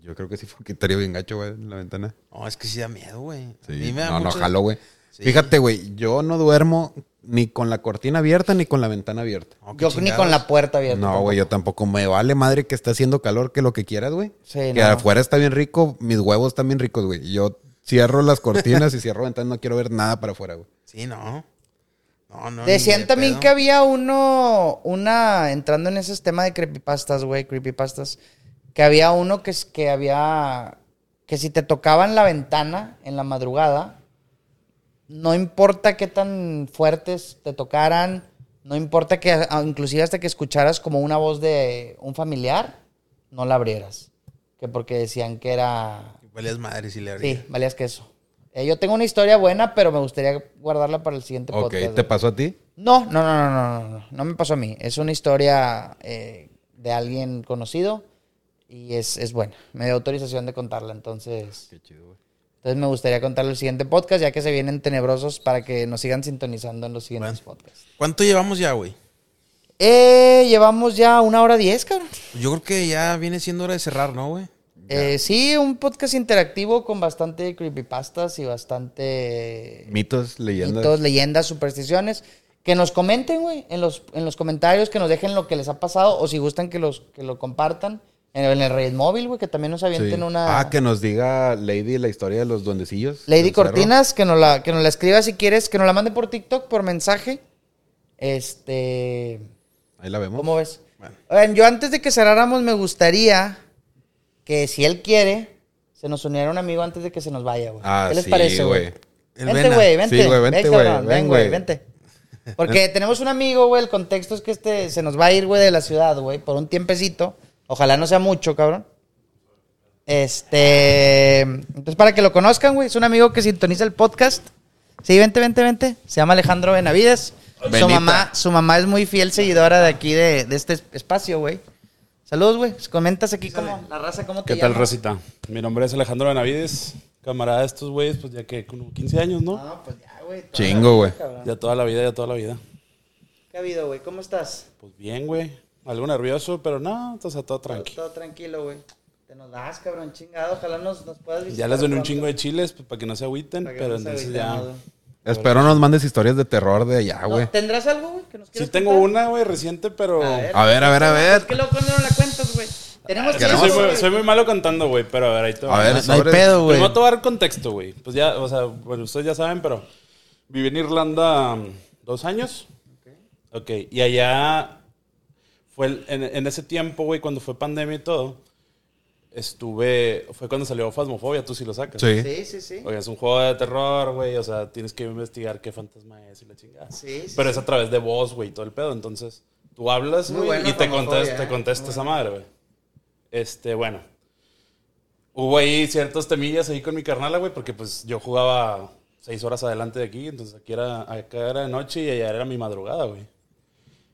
Speaker 2: Yo creo que sí, porque estaría bien gacho, güey, en la ventana.
Speaker 1: No, es que sí da miedo, güey. A
Speaker 2: Sí.
Speaker 1: mí me da
Speaker 2: No, no,
Speaker 1: mucho-
Speaker 2: jalo, güey.
Speaker 1: Sí.
Speaker 2: Fíjate, güey, yo no duermo ni con la cortina abierta ni con la ventana abierta.
Speaker 1: No, qué
Speaker 3: Yo ni
Speaker 1: chingados.
Speaker 3: con la puerta abierta.
Speaker 2: No, güey, yo tampoco. Me vale madre que está haciendo calor, que lo que quieras, güey.
Speaker 3: Sí,
Speaker 2: que
Speaker 3: no.
Speaker 2: afuera está bien rico, mis huevos están bien ricos, güey. Yo cierro las cortinas y cierro ventanas, no quiero ver nada para afuera, güey.
Speaker 1: Sí, no. No, no.
Speaker 3: Decían
Speaker 1: ni de
Speaker 3: también
Speaker 1: pedo.
Speaker 3: que había uno, una, entrando en ese tema de creepypastas, güey, creepypastas, que había uno que, es- que había, que si te tocaban la ventana en la madrugada, no importa qué tan fuertes te tocaran, no importa que, a- inclusive hasta que escucharas como una voz de un familiar, no la abrieras. Que porque decían que era
Speaker 1: Valías madres y le abría.
Speaker 3: Sí, valías queso. Eh, yo tengo una historia buena, pero me gustaría guardarla para el siguiente
Speaker 2: Ok,
Speaker 3: podcast.
Speaker 2: ¿te
Speaker 3: güey.
Speaker 2: pasó a ti?
Speaker 3: No, no, no, no, no, no, no, no me pasó a mí. Es una historia eh, de alguien conocido y es, es buena. Me dio autorización de contarla, entonces,
Speaker 2: Qué chido, güey.
Speaker 3: entonces me gustaría contarla el siguiente podcast, ya que se vienen tenebrosos para que nos sigan sintonizando en los siguientes podcasts.
Speaker 1: ¿Cuánto llevamos ya, güey?
Speaker 3: Eh, llevamos ya una hora diez, cabrón.
Speaker 1: Yo creo que ya viene siendo hora de cerrar, ¿no, güey?
Speaker 3: Eh, sí, un podcast interactivo con bastante creepypastas y bastante...
Speaker 2: Mitos, leyendas.
Speaker 3: mitos, leyendas, supersticiones. Que nos comenten, güey, en los, en los comentarios, que nos dejen lo que les ha pasado o si gustan que, los, que lo compartan en, el- en el Reyes Móvil, güey, que también nos
Speaker 2: Sí.
Speaker 3: avienten una...
Speaker 2: Ah, que nos diga Lady la historia de los duendecillos.
Speaker 3: Lady
Speaker 2: del cerro.
Speaker 3: Cortinas, que nos, la, que nos la escriba si quieres, que nos la mande por TikTok, por mensaje. Este...
Speaker 2: Ahí la vemos.
Speaker 3: ¿Cómo ves?
Speaker 1: Bueno.
Speaker 3: Oigan, yo antes de que cerráramos me gustaría que si él quiere, se nos uniera un amigo antes de que se nos vaya, güey.
Speaker 2: Ah,
Speaker 3: ¿Qué les
Speaker 2: sí,
Speaker 3: parece, güey?
Speaker 2: güey.
Speaker 1: El
Speaker 3: Vente,
Speaker 1: Vena.
Speaker 3: güey, vente.
Speaker 2: Sí, güey, vente,
Speaker 3: Ven,
Speaker 2: güey,
Speaker 3: cabrón,
Speaker 2: ven,
Speaker 3: Ven, güey,
Speaker 2: güey.
Speaker 3: vente. Porque tenemos un amigo, güey, el contexto es que este se nos va a ir, güey, de la ciudad, güey, por un tiempecito. Ojalá no sea mucho, cabrón. Este, entonces para que lo conozcan, güey, es un amigo que sintoniza el podcast. Sí, vente, vente, vente. Se llama Alejandro Benavides. Su
Speaker 2: Benita.
Speaker 3: mamá, su mamá es muy fiel seguidora de aquí de, de este espacio, güey. Saludos, güey. Comentas aquí cómo la raza cómo te
Speaker 4: ¿Qué tal,
Speaker 3: llamas?
Speaker 4: Rosita? Mi nombre es Alejandro Benavides. camarada de estos güeyes, pues ya que como 15 años, ¿no?
Speaker 3: No, pues ya, güey. toda
Speaker 2: Chingo,
Speaker 3: la vida,
Speaker 2: güey.
Speaker 3: cabrón.
Speaker 4: Ya toda la vida, ya toda la vida.
Speaker 3: ¿Qué ha habido, güey? ¿Cómo estás?
Speaker 4: Pues bien, güey. Algo nervioso, pero no, o sea, todo tranqui.
Speaker 3: Todo tranquilo, güey. Te nos das, cabrón, chingado. Ojalá nos, nos puedas visitar.
Speaker 4: Ya les doy un
Speaker 3: pronto
Speaker 4: chingo de chiles pues, para que no se agüiten,
Speaker 3: para que
Speaker 4: pero
Speaker 3: no se
Speaker 4: entonces ya. Ah,
Speaker 3: agüitemos, güey.
Speaker 2: Espero nos mandes historias de terror de allá,
Speaker 3: No,
Speaker 2: güey.
Speaker 3: ¿Tendrás algo, güey? Que nos
Speaker 4: Sí
Speaker 3: quieras
Speaker 4: tengo
Speaker 3: contar?
Speaker 4: una, güey, reciente, pero.
Speaker 2: A ver, a ver, a ver.
Speaker 3: ¿Qué loco no la cuentas, güey? Tenemos
Speaker 4: Es que
Speaker 2: no,
Speaker 4: soy,
Speaker 2: no,
Speaker 4: muy, soy muy malo contando, güey, pero a ver, ahí te va.
Speaker 2: A ver,
Speaker 4: Pero
Speaker 2: no hay pedo,
Speaker 4: no te voy a dar contexto, güey. Pues ya, o sea, bueno, ustedes ya saben, pero viví en Irlanda mm, dos años. Ok. y allá fue el- en, en ese tiempo, güey, cuando fue pandemia y todo, estuve. Fue cuando salió Fasmofobia, tú sí lo sacas.
Speaker 2: Sí.
Speaker 3: Sí, sí, sí.
Speaker 4: Oye, es un juego de terror, güey. O sea, tienes que investigar qué fantasma es y la chingada.
Speaker 3: Sí, sí,
Speaker 4: Pero es a través de voz, güey, y todo el pedo. Entonces, tú hablas,
Speaker 3: Muy
Speaker 4: güey,
Speaker 3: buena
Speaker 4: y te
Speaker 3: famofobia,
Speaker 4: contestas,
Speaker 3: ¿eh?
Speaker 4: te contestas
Speaker 3: Muy
Speaker 4: a madre, güey. Este, bueno. Hubo ahí ciertos temillas ahí con mi carnala, güey, porque pues yo jugaba seis horas adelante de aquí. Entonces, aquí era, acá era de noche y allá era mi madrugada, güey.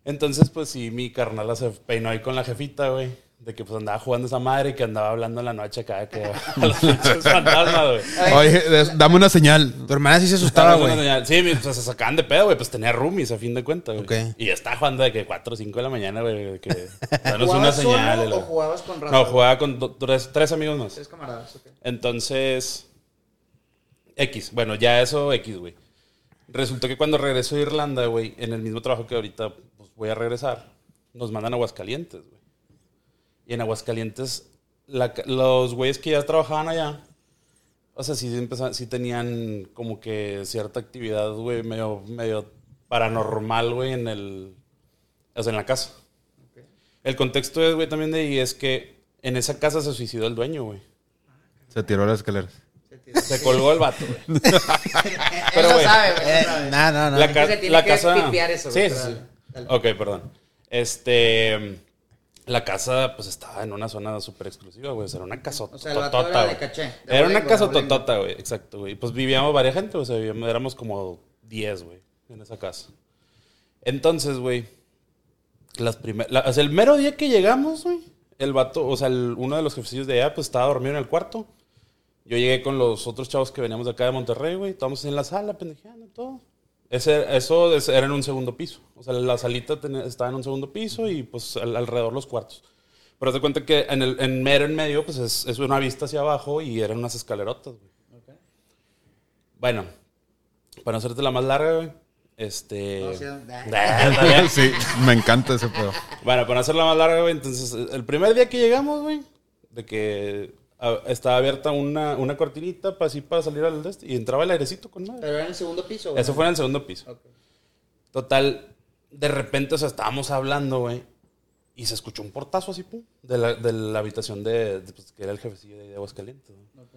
Speaker 4: Entonces, pues sí, mi carnala se peinó ahí con la jefita, güey. De que pues andaba jugando esa madre y que andaba hablando en la noche cada que a los pinches fantasmas, güey.
Speaker 2: Oye, des- dame una señal.
Speaker 1: Tu hermana sí se asustaba,
Speaker 4: Estaba
Speaker 1: Pues güey.
Speaker 4: haciendo señal. Sí, mi- pues, se sacaban de pedo, güey. Pues tenía roomies a fin de cuentas, güey.
Speaker 1: Ok.
Speaker 4: Y yo estaba jugando de que 4 o 5 de la mañana, güey. de Que danos una
Speaker 3: ¿Jugabas
Speaker 4: señal. y
Speaker 3: solo
Speaker 4: la-
Speaker 3: o jugabas con raza?
Speaker 4: No,
Speaker 3: güey?
Speaker 4: jugaba con do- tres, tres amigos más.
Speaker 3: Tres camaradas, ok.
Speaker 4: Entonces, X. Bueno, ya eso, X, güey. Resultó que cuando regreso a Irlanda, güey, en el mismo trabajo que ahorita pues, voy a regresar, nos mandan a Aguascalientes, güey. Y en Aguascalientes, la ca- los güeyes que ya trabajaban allá, o sea, sí, empeza- sí tenían como que cierta actividad, güey, medio, medio paranormal, güey, en el... O sea, en la casa. El contexto es, güey, también de ahí es que en esa casa se suicidó el dueño, güey.
Speaker 2: Se tiró las escaleras.
Speaker 3: Se tiró.
Speaker 4: Se colgó el vato, güey.
Speaker 3: Él lo
Speaker 4: güey,
Speaker 3: sabe, güey. él lo sabe.
Speaker 1: No, no, no.
Speaker 4: La, ca-
Speaker 3: Es que se tiene
Speaker 4: la
Speaker 3: que
Speaker 4: casa.
Speaker 3: pipear eso, güey,
Speaker 4: sí, sí,
Speaker 3: pero
Speaker 4: sí.
Speaker 3: dale, dale.
Speaker 4: Ok, perdón. Este. La casa, pues estaba en una zona súper exclusiva, güey. O sea, era una casota.
Speaker 3: O sea, el vato era de caché, de
Speaker 4: Era una
Speaker 3: abolengo,
Speaker 4: casa
Speaker 3: de abolengo.
Speaker 4: totota, güey. Exacto, güey. Pues vivíamos varias gente, o sea, vivíamos- éramos como 10, güey, en esa casa. Entonces, güey, las primeras. o sea, el mero día que llegamos, güey, el vato, o sea, el- uno de los jefecillos de allá, pues estaba dormido en el cuarto. Yo llegué con los otros chavos que veníamos de acá de Monterrey, güey. Estábamos en la sala, pendejeando y todo. Ese, eso es- era en un segundo piso. O sea, la salita tenía- estaba en un segundo piso y pues al- alrededor los cuartos. Pero te cuenta que en, el, en mero en medio, pues es, es una vista hacia abajo y eran unas escalerotas, güey. Bueno, para no hacerte la más larga, güey. Este.
Speaker 3: No, sí, nah.
Speaker 4: Nah, está bien.
Speaker 2: Sí, me encanta ese pedo.
Speaker 4: Bueno, para no hacerla más larga, güey, entonces, el primer día que llegamos, güey, de que a- estaba abierta una, una cortinita para así para salir al este y entraba el airecito con madre.
Speaker 3: Pero era en el segundo piso, güey.
Speaker 4: Eso fue en el segundo piso.
Speaker 3: Ok.
Speaker 4: Total, de repente, o sea, estábamos hablando, güey, y se escuchó un portazo así, pum, de la, de la habitación de, de, pues, que era el jefecillo de, de Aguascalientes, ¿no?
Speaker 3: Ok.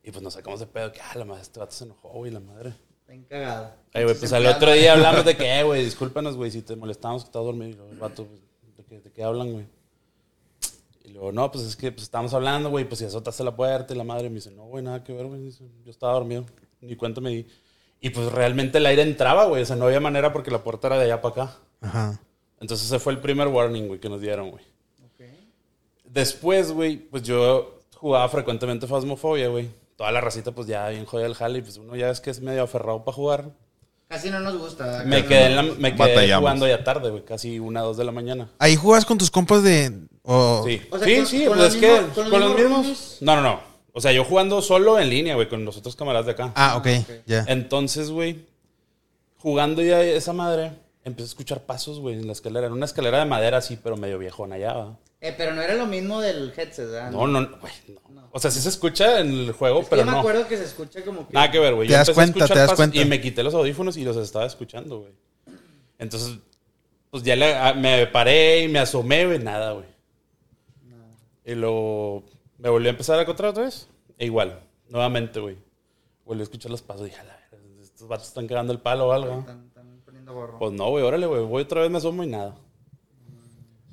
Speaker 4: Y pues nos sacamos de pedo, que, ah, la madre, este vato se enojó, güey, la madre.
Speaker 3: Está encagado.
Speaker 4: Ay, güey, pues al otro día hablamos de que, eh, güey, discúlpanos, güey, si te molestamos que estás dormido. Y luego el vato, pues, ¿de qué, de qué hablan, güey? Y luego, no, pues es que pues, estábamos hablando, güey, pues si azotaste la puerta y la madre me dice, no, güey, nada que ver, güey. dice, Yo estaba dormido, ni cuenta me di. Y pues realmente el aire entraba, güey, o sea, no había manera porque la puerta era de allá para acá.
Speaker 1: Ajá.
Speaker 4: Entonces ese fue el primer warning, güey, que nos dieron, güey.
Speaker 3: Ok.
Speaker 4: Después, güey, pues yo jugaba frecuentemente Fasmofobia, güey. Toda la racita, pues ya bien jodida el jale, y pues uno ya es que es medio aferrado para jugar.
Speaker 3: Casi no nos gusta. ¿verdad?
Speaker 4: Me
Speaker 3: Casi
Speaker 4: quedé,
Speaker 3: no
Speaker 4: en la-
Speaker 3: nos gusta.
Speaker 4: me quedé
Speaker 2: Batallamos.
Speaker 4: jugando ya tarde, güey, casi una, dos de la mañana.
Speaker 1: Ahí jugabas con tus compas de. o-
Speaker 4: Sí,
Speaker 3: O sea,
Speaker 4: sí,
Speaker 3: con-
Speaker 4: sí,
Speaker 3: con
Speaker 4: pues
Speaker 3: los
Speaker 4: es
Speaker 3: mismos-
Speaker 4: que
Speaker 3: con los
Speaker 4: con los
Speaker 3: mismos
Speaker 4: mismos.
Speaker 3: roomies.
Speaker 4: No, no, no. O sea, yo jugando solo en línea, güey, con los otros camaradas de acá.
Speaker 1: Ah, ok.
Speaker 3: ok.
Speaker 1: Ya.
Speaker 4: Entonces, güey, jugando ya esa madre, empecé a escuchar pasos, güey, en la escalera. Era una escalera de madera, sí, pero medio viejona ya, ¿va?
Speaker 3: Eh, pero no era lo mismo del headset, ¿verdad?
Speaker 4: No, no, güey, no. O sea, sí se escucha en el juego,
Speaker 3: Ah, Es que
Speaker 4: pero
Speaker 3: yo me
Speaker 4: no.
Speaker 3: acuerdo que se escucha como que.
Speaker 4: Nada que ver, güey.
Speaker 1: Te
Speaker 4: Yo
Speaker 1: das
Speaker 4: empecé a
Speaker 1: cuenta,
Speaker 4: escuchar
Speaker 1: te das
Speaker 4: pasos
Speaker 1: cuenta.
Speaker 4: Y me quité los audífonos y los estaba escuchando, güey. Entonces, pues ya le- a- me paré y me asomé, güey, nada, güey. Y luego me volví a empezar a encontrar otra vez. E igual, nuevamente, güey. Volví a escuchar los pasos y dije, a la verga, estos vatos están cagando el palo o algo.
Speaker 3: Están, están poniendo gorro.
Speaker 4: Pues no, güey, órale, güey. Voy otra vez, me asomo y nada.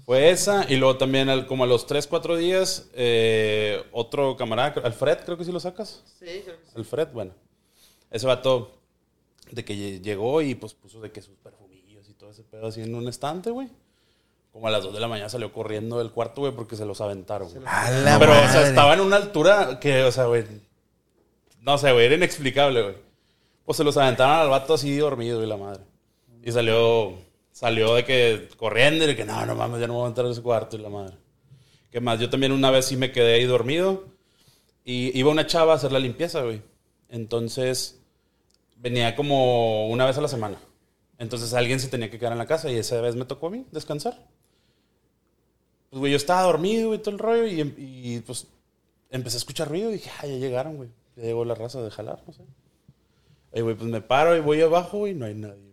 Speaker 4: Fue esa, y luego también al- como a los 3, 4 días, eh, otro camarada, Alfred, creo que sí lo sacas.
Speaker 3: Sí, creo que sí.
Speaker 4: Alfred, bueno. Ese vato de que lle- llegó y pues puso de que sus perfumillos y todo ese pedo así en un estante, güey. Como a las 2 de la mañana salió corriendo del cuarto, güey, porque se los aventaron. güey.
Speaker 1: A la
Speaker 4: Pero, o sea,
Speaker 1: madre.
Speaker 4: estaba en una altura que, o sea, güey, No sé, güey, era inexplicable, güey. Pues se los aventaron al vato así dormido, güey, la madre. Y salió, salió de que corriendo y de que no, no mames, ya no me voy a entrar a ese cuarto y la madre. ¿Qué más? Yo también una vez sí me quedé ahí dormido y iba una chava a hacer la limpieza, güey. Entonces venía como una vez a la semana. Entonces alguien se tenía que quedar en la casa y esa vez me tocó a mí descansar. Pues, güey, yo estaba dormido y todo el rollo y, y, pues empecé a escuchar ruido y dije, ah, ya llegaron, güey. Ya llegó la raza de jalar, no sé. Y, güey, pues me paro y voy abajo y no hay nadie.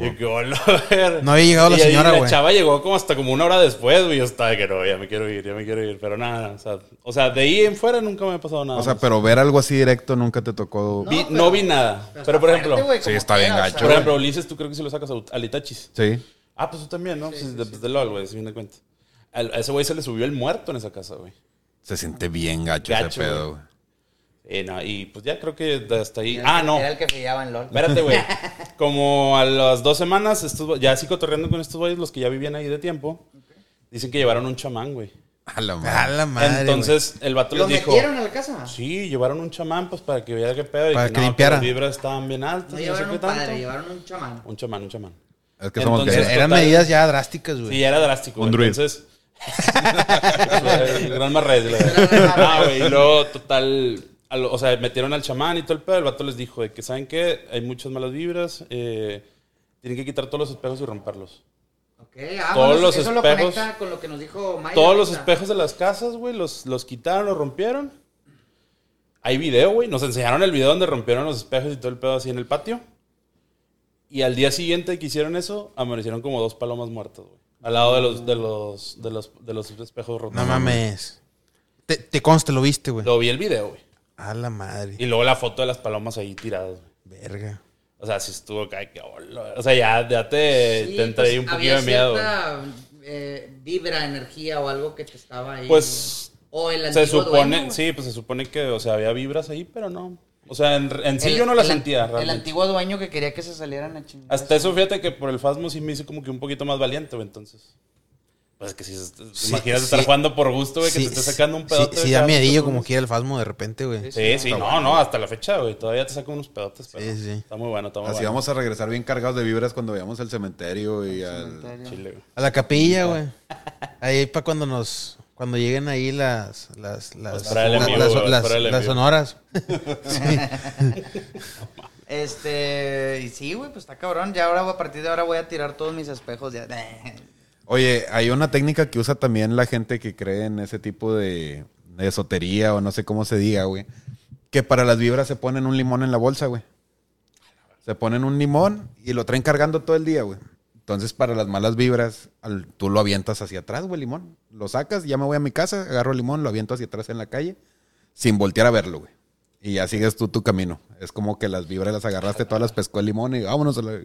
Speaker 4: Y yo, que, "Hola, a ver".
Speaker 1: No había llegado la
Speaker 4: Y ahí
Speaker 1: señora,
Speaker 4: La
Speaker 1: güey.
Speaker 4: chava llegó como hasta como una hora después, güey. Yo estaba de que no, ya me quiero ir, ya me quiero ir. Pero nada, o sea, o sea, de ahí en fuera nunca me ha pasado nada.
Speaker 2: O sea,
Speaker 4: más.
Speaker 2: pero ver algo así directo nunca te tocó.
Speaker 4: Vi- no, vi nada. Pero, por ejemplo,
Speaker 2: Sí, está bien gacho,
Speaker 4: por ejemplo, Ulises, tú creo que si lo sacas a, a Litachis.
Speaker 2: Sí.
Speaker 4: Ah, pues tú también, ¿no? Pues, de, pues, de LOL, güey, si bien de cuenta. Al- a ese güey se le subió el muerto en esa casa, güey.
Speaker 2: Se siente bien gacho, ese
Speaker 4: Gacho,
Speaker 2: pedo, güey.
Speaker 4: Eh, no, y pues ya creo que hasta ahí. Ah, no.
Speaker 3: Era el que pillaba en LOL.
Speaker 4: Espérate, güey. Como a las dos semanas, estos, güey- ya así cotorreando con estos güeyes, los que ya vivían ahí de tiempo, dicen que llevaron un chamán, güey.
Speaker 2: A la
Speaker 1: A
Speaker 2: madre.
Speaker 1: la madre. Entonces.
Speaker 4: Entonces el vato
Speaker 3: ¿Lo
Speaker 4: les dijo.
Speaker 3: metieron a la casa?
Speaker 4: Sí, llevaron un chamán, pues para que viera qué pedo. Y
Speaker 1: Para
Speaker 4: dije,
Speaker 1: que
Speaker 4: no,
Speaker 1: limpiara.
Speaker 4: las vibras estaban bien altas.
Speaker 3: No
Speaker 4: no sé
Speaker 3: llevaron
Speaker 4: qué
Speaker 3: un padre,
Speaker 4: tanto.
Speaker 3: llevaron un chamán.
Speaker 4: Un chamán, un chamán.
Speaker 2: Es que somos
Speaker 4: Entonces-
Speaker 2: gays.
Speaker 1: Eran
Speaker 4: total.
Speaker 1: medidas ya drásticas, güey.
Speaker 4: Sí, era drástico.
Speaker 2: Un
Speaker 4: güey.
Speaker 2: druid.
Speaker 4: Entonces. El gran marrés. la verdad. Ah, güey. Y luego, total. a lo- o sea, metieron al chamán y todo el pedo. El vato les dijo de que, ¿saben qué? Hay muchas malas vibras. eh, tienen que quitar todos los espejos y romperlos.
Speaker 5: Ok,
Speaker 3: ah,
Speaker 5: vámonos,
Speaker 4: los
Speaker 5: eso
Speaker 4: espejos-
Speaker 5: lo conecta con lo que nos dijo Maya.
Speaker 4: Todos los
Speaker 5: ahorita.
Speaker 4: espejos de las casas, güey, los, los quitaron, los rompieron. Hay video, güey. Nos enseñaron el video donde rompieron los espejos y todo el pedo así en el patio. Y al día siguiente que hicieron eso, amanecieron como dos palomas muertas, güey. Al lado de los, de los, de los, de los espejos rotos.
Speaker 1: No mames. Te, te consta, lo viste, güey.
Speaker 4: Lo vi el video, güey.
Speaker 1: A la madre.
Speaker 4: Y luego la foto de las palomas ahí tiradas, güey.
Speaker 1: Verga.
Speaker 4: O sea, sí estuvo acá, que hola. O sea, ya, ya te,
Speaker 5: Sí,
Speaker 4: eh, te entra ahí
Speaker 5: pues,
Speaker 4: un
Speaker 5: había
Speaker 4: poquito de miedo, güey.
Speaker 5: cierta, eh, vibra, energía o algo que te estaba ahí.
Speaker 4: Pues,
Speaker 5: o el
Speaker 4: Se
Speaker 5: antiguo
Speaker 4: supone,
Speaker 5: dueño, güey.
Speaker 4: sí, pues se supone que, o sea, había vibras ahí, pero no. O sea, en, en sí
Speaker 3: El-
Speaker 4: yo no la
Speaker 3: el-
Speaker 4: sentía,
Speaker 3: El
Speaker 4: realmente.
Speaker 3: antiguo dueño que quería que se salieran a chingar.
Speaker 4: Hasta eso, fíjate que por el Fasmo sí me hice como que un poquito más valiente, güey, entonces. Pues que si te
Speaker 1: Sí,
Speaker 4: imaginas
Speaker 1: sí.
Speaker 4: estar jugando por gusto, güey, que
Speaker 1: Sí,
Speaker 4: te esté sacando un
Speaker 1: sí,
Speaker 4: pedote.
Speaker 1: Sí,
Speaker 4: güey,
Speaker 1: da
Speaker 4: cada
Speaker 1: miedillo
Speaker 4: rato,
Speaker 1: como
Speaker 4: güey.
Speaker 1: quiera el fasmo de repente, güey.
Speaker 4: Sí, sí, no, no, hasta la fecha, güey, todavía te saca unos pedotes. pero
Speaker 1: Sí, sí.
Speaker 4: Está muy bueno, está muy
Speaker 2: Así
Speaker 4: bueno.
Speaker 2: vamos a regresar bien cargados de vibras cuando veamos el cementerio y al...
Speaker 4: Chile, güey.
Speaker 1: A la capilla, güey. Ahí para cuando nos. Cuando lleguen ahí las. Las. Las.
Speaker 4: Pues para el
Speaker 1: las-
Speaker 4: envío,
Speaker 1: las-
Speaker 4: güey,
Speaker 1: las-
Speaker 4: para el
Speaker 1: las
Speaker 4: envío.
Speaker 1: sonoras. Sí.
Speaker 3: Este. Y sí, güey, pues está cabrón. Ya ahora, güey, a partir de ahora, voy a tirar todos mis espejos. Ya.
Speaker 2: Oye, hay una técnica que usa también la gente que cree en ese tipo de, de esotería o no sé cómo se diga, güey. Que para las vibras se ponen un limón en la bolsa, güey. Se ponen un limón y lo traen cargando todo el día, güey. Entonces, para las malas vibras, al- tú lo avientas hacia atrás, güey, el limón. Lo sacas, ya me voy a mi casa, agarro el limón, lo aviento hacia atrás en la calle, sin voltear a verlo, güey. Y ya sigues tú tu camino. Es como que las vibras las agarraste, todas las pescó el limón y vámonos a la...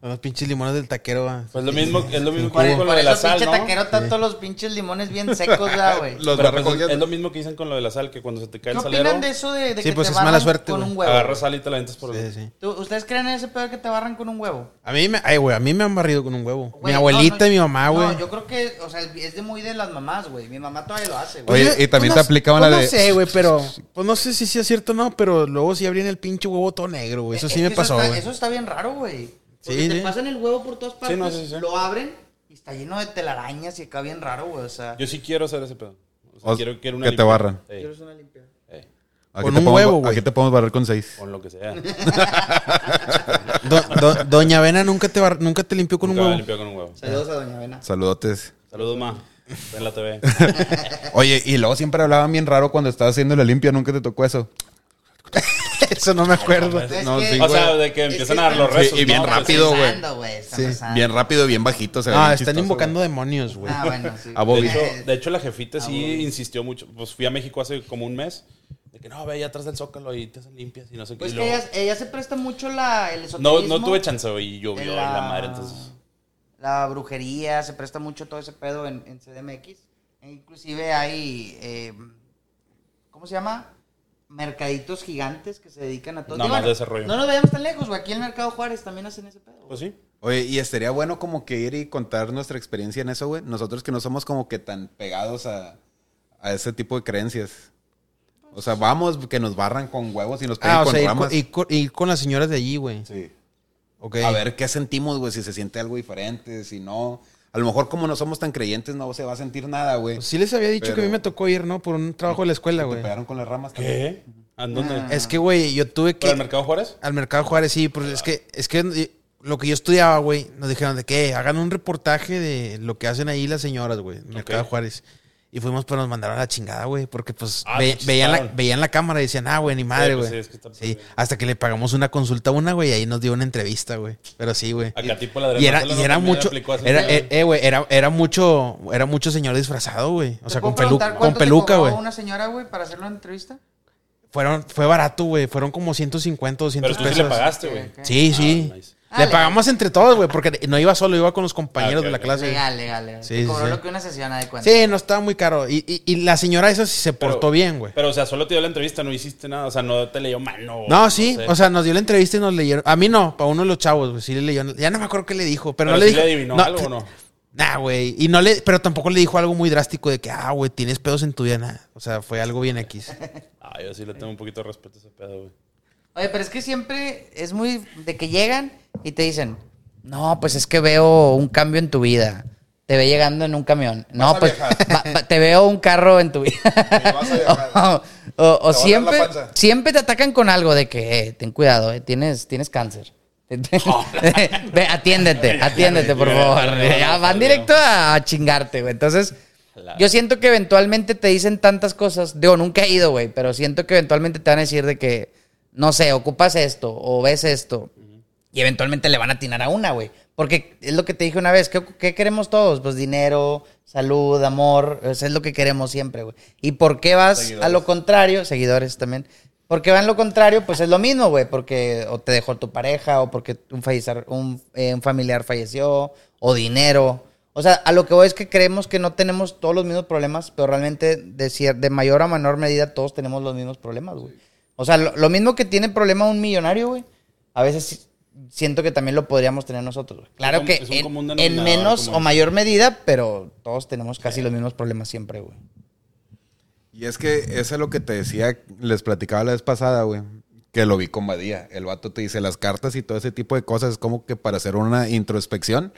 Speaker 1: Los pinches limones del taquero, güey.
Speaker 4: Pues lo mismo, es lo mismo que
Speaker 3: Por, e-
Speaker 4: digo con lo
Speaker 3: por
Speaker 4: de
Speaker 3: eso,
Speaker 4: la sal,
Speaker 3: pinche
Speaker 4: ¿no?
Speaker 3: taquero, tanto los pinches limones bien secos, ya, güey.
Speaker 2: Los
Speaker 4: Pero,
Speaker 2: va
Speaker 4: pues, es
Speaker 2: recogiendo.
Speaker 4: lo mismo que dicen con lo de la sal, que cuando se te cae
Speaker 3: ¿Qué
Speaker 4: el
Speaker 3: opinan
Speaker 4: salero,
Speaker 3: de eso de, de
Speaker 1: Sí,
Speaker 3: que
Speaker 1: pues,
Speaker 3: te
Speaker 1: es mala
Speaker 3: barran
Speaker 1: suerte,
Speaker 3: con
Speaker 1: güey.
Speaker 3: un huevo?
Speaker 4: agarras sal y te la aventas por
Speaker 1: Sí,
Speaker 4: el...
Speaker 1: sí.
Speaker 3: ¿Tú- ¿Ustedes creen en ese pedo que te barran con un huevo?
Speaker 1: A mí me, ay, güey, a mí me han barrido con un huevo. mi
Speaker 3: Güey,
Speaker 1: abuelita
Speaker 3: no, no,
Speaker 1: y mi mamá, güey.
Speaker 3: No, yo creo que, o sea, es de muy de las mamás, güey. Mi mamá todavía lo hace, güey.
Speaker 1: Pues
Speaker 2: Oye,
Speaker 1: yo-
Speaker 2: y también
Speaker 1: pues no-
Speaker 2: te aplicaban
Speaker 1: pues
Speaker 2: la de-
Speaker 1: No sé, güey, pero. Pues no sé si sea cierto o no, pero luego sí abrían el pinche huevo todo negro, güey. Eso
Speaker 3: Eh, Es
Speaker 1: sí
Speaker 3: que
Speaker 1: me pasó,
Speaker 3: está-
Speaker 1: güey.
Speaker 3: Eso está bien raro, güey.
Speaker 1: Sí,
Speaker 5: Porque te
Speaker 1: sí.
Speaker 5: pasan el huevo por todas partes,
Speaker 4: no, sí, sí.
Speaker 5: lo abren.
Speaker 3: Y está lleno de telarañas y acá bien raro, güey. O sea,
Speaker 4: Yo sí quiero hacer ese pedo. O sea,
Speaker 2: O-
Speaker 4: quiero, quiero una
Speaker 2: que te
Speaker 4: limpia.
Speaker 2: barran.
Speaker 4: Ey,
Speaker 5: Quiero hacer una limpia.
Speaker 4: ey,
Speaker 2: Aquí
Speaker 1: Con
Speaker 2: te
Speaker 1: un
Speaker 2: podemos-
Speaker 1: huevo, güey.
Speaker 2: Aquí te podemos barrer con seis.
Speaker 4: con lo que sea.
Speaker 1: Do- do- Doña Vena nunca te, bar- nunca te limpió con
Speaker 4: Nunca
Speaker 1: un
Speaker 4: me
Speaker 1: huevo.
Speaker 4: limpió con un huevo.
Speaker 3: saludos a Doña Vena.
Speaker 2: Saludotes.
Speaker 4: Saludos, ma. En la TV.
Speaker 2: Oye, y luego siempre hablaban bien raro cuando estaba haciendo la limpia, nunca te tocó eso.
Speaker 1: Eso no me acuerdo.
Speaker 2: No,
Speaker 3: que-
Speaker 2: sí,
Speaker 4: O
Speaker 2: güey.
Speaker 4: sea, de que empiezan a dar los
Speaker 2: Sí,
Speaker 4: rezos.
Speaker 2: y bien
Speaker 4: ¿no? Pues,
Speaker 2: rápido, güey.
Speaker 3: Rezando, está
Speaker 1: Sí,
Speaker 3: rezando.
Speaker 2: Bien rápido, bien bajito. se ve
Speaker 1: Ah,
Speaker 2: bien
Speaker 1: están
Speaker 2: chistoso,
Speaker 1: invocando demonios, güey.
Speaker 3: Ah, bueno, sí. Pues,
Speaker 2: A
Speaker 4: De
Speaker 2: Bobby.
Speaker 4: hecho, de hecho, la jefita sí insistió mucho. Pues fui a México hace como un mes. De que no, ve allá atrás del zócalo y te hacen limpias y no sé qué.
Speaker 3: Pues
Speaker 4: Y
Speaker 3: que
Speaker 4: luego-
Speaker 3: ella, ella se presta mucho la, el
Speaker 4: no,
Speaker 3: esoterismo.
Speaker 4: no tuve chance, güey. Y llovió
Speaker 3: en
Speaker 4: y la madre. Entonces,
Speaker 3: La brujería, se presta mucho todo ese pedo en, en CDMX. E inclusive hay, eh, ¿cómo se llama? Mercaditos gigantes que se dedican a todo.
Speaker 4: Nada
Speaker 3: Y
Speaker 4: más de ese rollo.
Speaker 3: No nos vayamos tan lejos, güey. Aquí en el Mercado Juárez también hacen ese pedo. güey.
Speaker 4: pues sí.
Speaker 2: Oye, y estaría bueno como que ir y contar nuestra experiencia en eso, güey. Nosotros que no somos como que tan pegados a, a ese tipo de creencias. O sea, vamos, que nos barran con huevos y nos pegan
Speaker 1: Ah, o
Speaker 2: con
Speaker 1: sea, ir
Speaker 2: ramas.
Speaker 1: con, ir con- ir con las señoras de allí, güey.
Speaker 2: Sí.
Speaker 1: Ok.
Speaker 2: A ver qué sentimos, güey, si se siente algo diferente, si no. A lo mejor como no somos tan creyentes, no se va a sentir nada, güey.
Speaker 1: Sí les había dicho que a
Speaker 2: Pero-
Speaker 1: mí me tocó ir, ¿no? Por un trabajo de la escuela,
Speaker 2: Te
Speaker 1: güey.
Speaker 2: pegaron con las ramas también.
Speaker 4: ¿Qué? ¿A dónde?
Speaker 1: Ah, Es que, güey, yo tuve que...
Speaker 4: ¿Para el mercado Juárez?
Speaker 1: Al mercado Juárez, sí, porque es que, es que lo que yo estudiaba, güey, nos dijeron de que hagan un reportaje de lo que hacen ahí las señoras, güey, en mercado
Speaker 4: Ok.
Speaker 1: Juárez. Y fuimos, pero nos mandaron a la chingada, güey, porque pues
Speaker 4: Ah,
Speaker 1: ve-
Speaker 4: nos
Speaker 1: veían, la,
Speaker 4: chistaron.
Speaker 1: veían la cámara y decían, ah, güey, ni madre, güey.
Speaker 4: pues sí, es que está-
Speaker 1: Sí, hasta que le pagamos una consulta a una, güey, y ahí nos dio una entrevista, güey. Pero sí, güey.
Speaker 4: Acá tipo la
Speaker 1: Y era,
Speaker 4: Adriana
Speaker 1: y era
Speaker 4: Sola
Speaker 1: mucho,
Speaker 4: aplicó así,
Speaker 1: era,
Speaker 4: güey.
Speaker 1: eh, eh, güey, era, era mucho, era mucho señor disfrazado, güey. O sea, con, pelu- con peluca, güey.
Speaker 5: una señora, güey, para hacer una entrevista?
Speaker 1: Fueron, fue barato, güey. Fueron como 150, 200
Speaker 4: Pero tú
Speaker 1: pesos.
Speaker 4: sí le pagaste, güey.
Speaker 5: Ok, ok.
Speaker 1: Sí, sí.
Speaker 4: nice.
Speaker 5: Ah,
Speaker 1: Le
Speaker 5: legal.
Speaker 1: pagamos entre todos, güey, porque no iba solo, iba con los compañeros
Speaker 4: Ah, ok,
Speaker 1: de la
Speaker 4: ok.
Speaker 1: clase.
Speaker 5: Legal, legal, legal.
Speaker 1: Sí,
Speaker 5: Te
Speaker 1: sí,
Speaker 5: cobró
Speaker 1: sí.
Speaker 5: lo que una sesión haz de cuenta.
Speaker 1: Sí, no estaba muy caro. Y, y- y la señora esa sí se portó bien, güey.
Speaker 4: Pero, o sea, solo te dio la entrevista, no hiciste nada. O sea, no te leyó mano.
Speaker 1: No, sí,
Speaker 4: sé.
Speaker 1: o sea, nos dio la entrevista y nos leyeron. A mí no, para uno de los chavos, güey, sí le leyó. Ya no me acuerdo qué le dijo, pero, no
Speaker 4: Pero
Speaker 1: le
Speaker 4: sí
Speaker 1: dijo.
Speaker 4: le adivinó algo, ¿o no?
Speaker 1: Nah, güey. Y no le, pero tampoco le dijo algo muy drástico de que, ah, güey, tienes pedos en tu vida, nah. O sea, fue algo bien X.
Speaker 4: Ah, yo sí le tengo un poquito de respeto a ese pedo, güey.
Speaker 5: Oye, pero es que siempre es muy de que llegan
Speaker 3: Y te dicen, no, pues es que veo un cambio en tu vida. Te ve llegando en un camión. No,
Speaker 2: a
Speaker 3: pues
Speaker 2: viajar.
Speaker 3: va- va- te veo un carro en tu vida.
Speaker 2: vas a viajar.
Speaker 3: o o-
Speaker 2: Te va a
Speaker 3: o
Speaker 2: doler la
Speaker 3: siempre,
Speaker 2: panza.
Speaker 3: siempre te atacan con algo de que, eh, ten cuidado, eh, tienes, tienes cáncer. Ve, atiéndete, atiéndete, por
Speaker 4: Ya,
Speaker 3: favor.
Speaker 4: ya, ya,
Speaker 3: Ya,
Speaker 4: ya,
Speaker 3: van
Speaker 4: ya.
Speaker 3: directo a, a chingarte, güey. Entonces,
Speaker 4: Claro.
Speaker 3: yo siento que eventualmente te dicen tantas cosas. Digo, nunca he ido, güey, pero siento que eventualmente te van a decir de que, no sé, ocupas esto o ves esto. Y eventualmente le van a atinar a una, güey. Porque es lo que te dije una vez, ¿qué, qué queremos todos? Pues dinero, salud, amor, eso es lo que queremos siempre, güey. ¿Y por qué vas a lo contrario? Seguidores también. ¿Por qué van lo contrario? Pues es lo mismo, güey. Porque o te dejó tu pareja, o porque un, fallecer- un, eh, un familiar falleció, o dinero. O sea, a lo que voy es que creemos que no tenemos todos los mismos problemas, pero realmente de, cier- de mayor a menor medida todos tenemos los mismos problemas, güey. O sea, lo, lo mismo que tiene problema un millonario, güey. A veces sí- siento que también lo podríamos tener nosotros, güey. Claro
Speaker 4: com-
Speaker 3: que
Speaker 4: es un
Speaker 3: en,
Speaker 4: común
Speaker 3: en
Speaker 4: denominador,
Speaker 3: menos
Speaker 4: como
Speaker 3: o
Speaker 4: dices.
Speaker 3: mayor medida, pero todos tenemos casi los mismos problemas siempre, güey.
Speaker 2: Y es que eso es lo que te decía, les platicaba la vez pasada, güey. Que lo vi con Badía. El vato te dice las cartas y todo ese tipo de cosas. Es como que para hacer una introspección.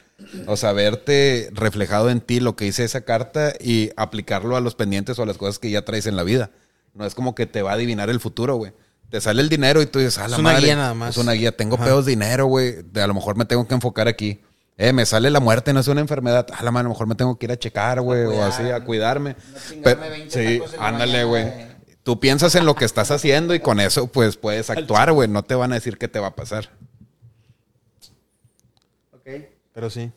Speaker 2: O sea, verte reflejado en ti lo que dice esa carta y aplicarlo a los pendientes o a las cosas que ya traes en la vida. No es como que te va a adivinar el futuro, güey. Te sale el dinero y tú dices, ah, la
Speaker 1: Es una
Speaker 2: madre,
Speaker 1: guía nada más.
Speaker 2: Es una guía. Tengo
Speaker 1: Ajá.
Speaker 2: pedos de dinero, güey. De- A lo mejor me tengo que enfocar aquí. Eh, me sale la muerte, no es una enfermedad. Ah, la madre, a lo mejor me tengo que ir a checar, güey. O
Speaker 5: cuidar,
Speaker 2: así, a
Speaker 5: ¿no?
Speaker 2: cuidarme.
Speaker 5: No
Speaker 2: Pe-
Speaker 5: chingarme 20
Speaker 2: Sí,
Speaker 5: tacos en la
Speaker 2: ándale,
Speaker 5: mañana,
Speaker 2: güey.
Speaker 5: güey.
Speaker 2: Tú piensas en lo que estás haciendo y con eso, pues, puedes actuar, güey. No te van a decir qué te va a pasar.
Speaker 5: Ok.
Speaker 1: Pero sí.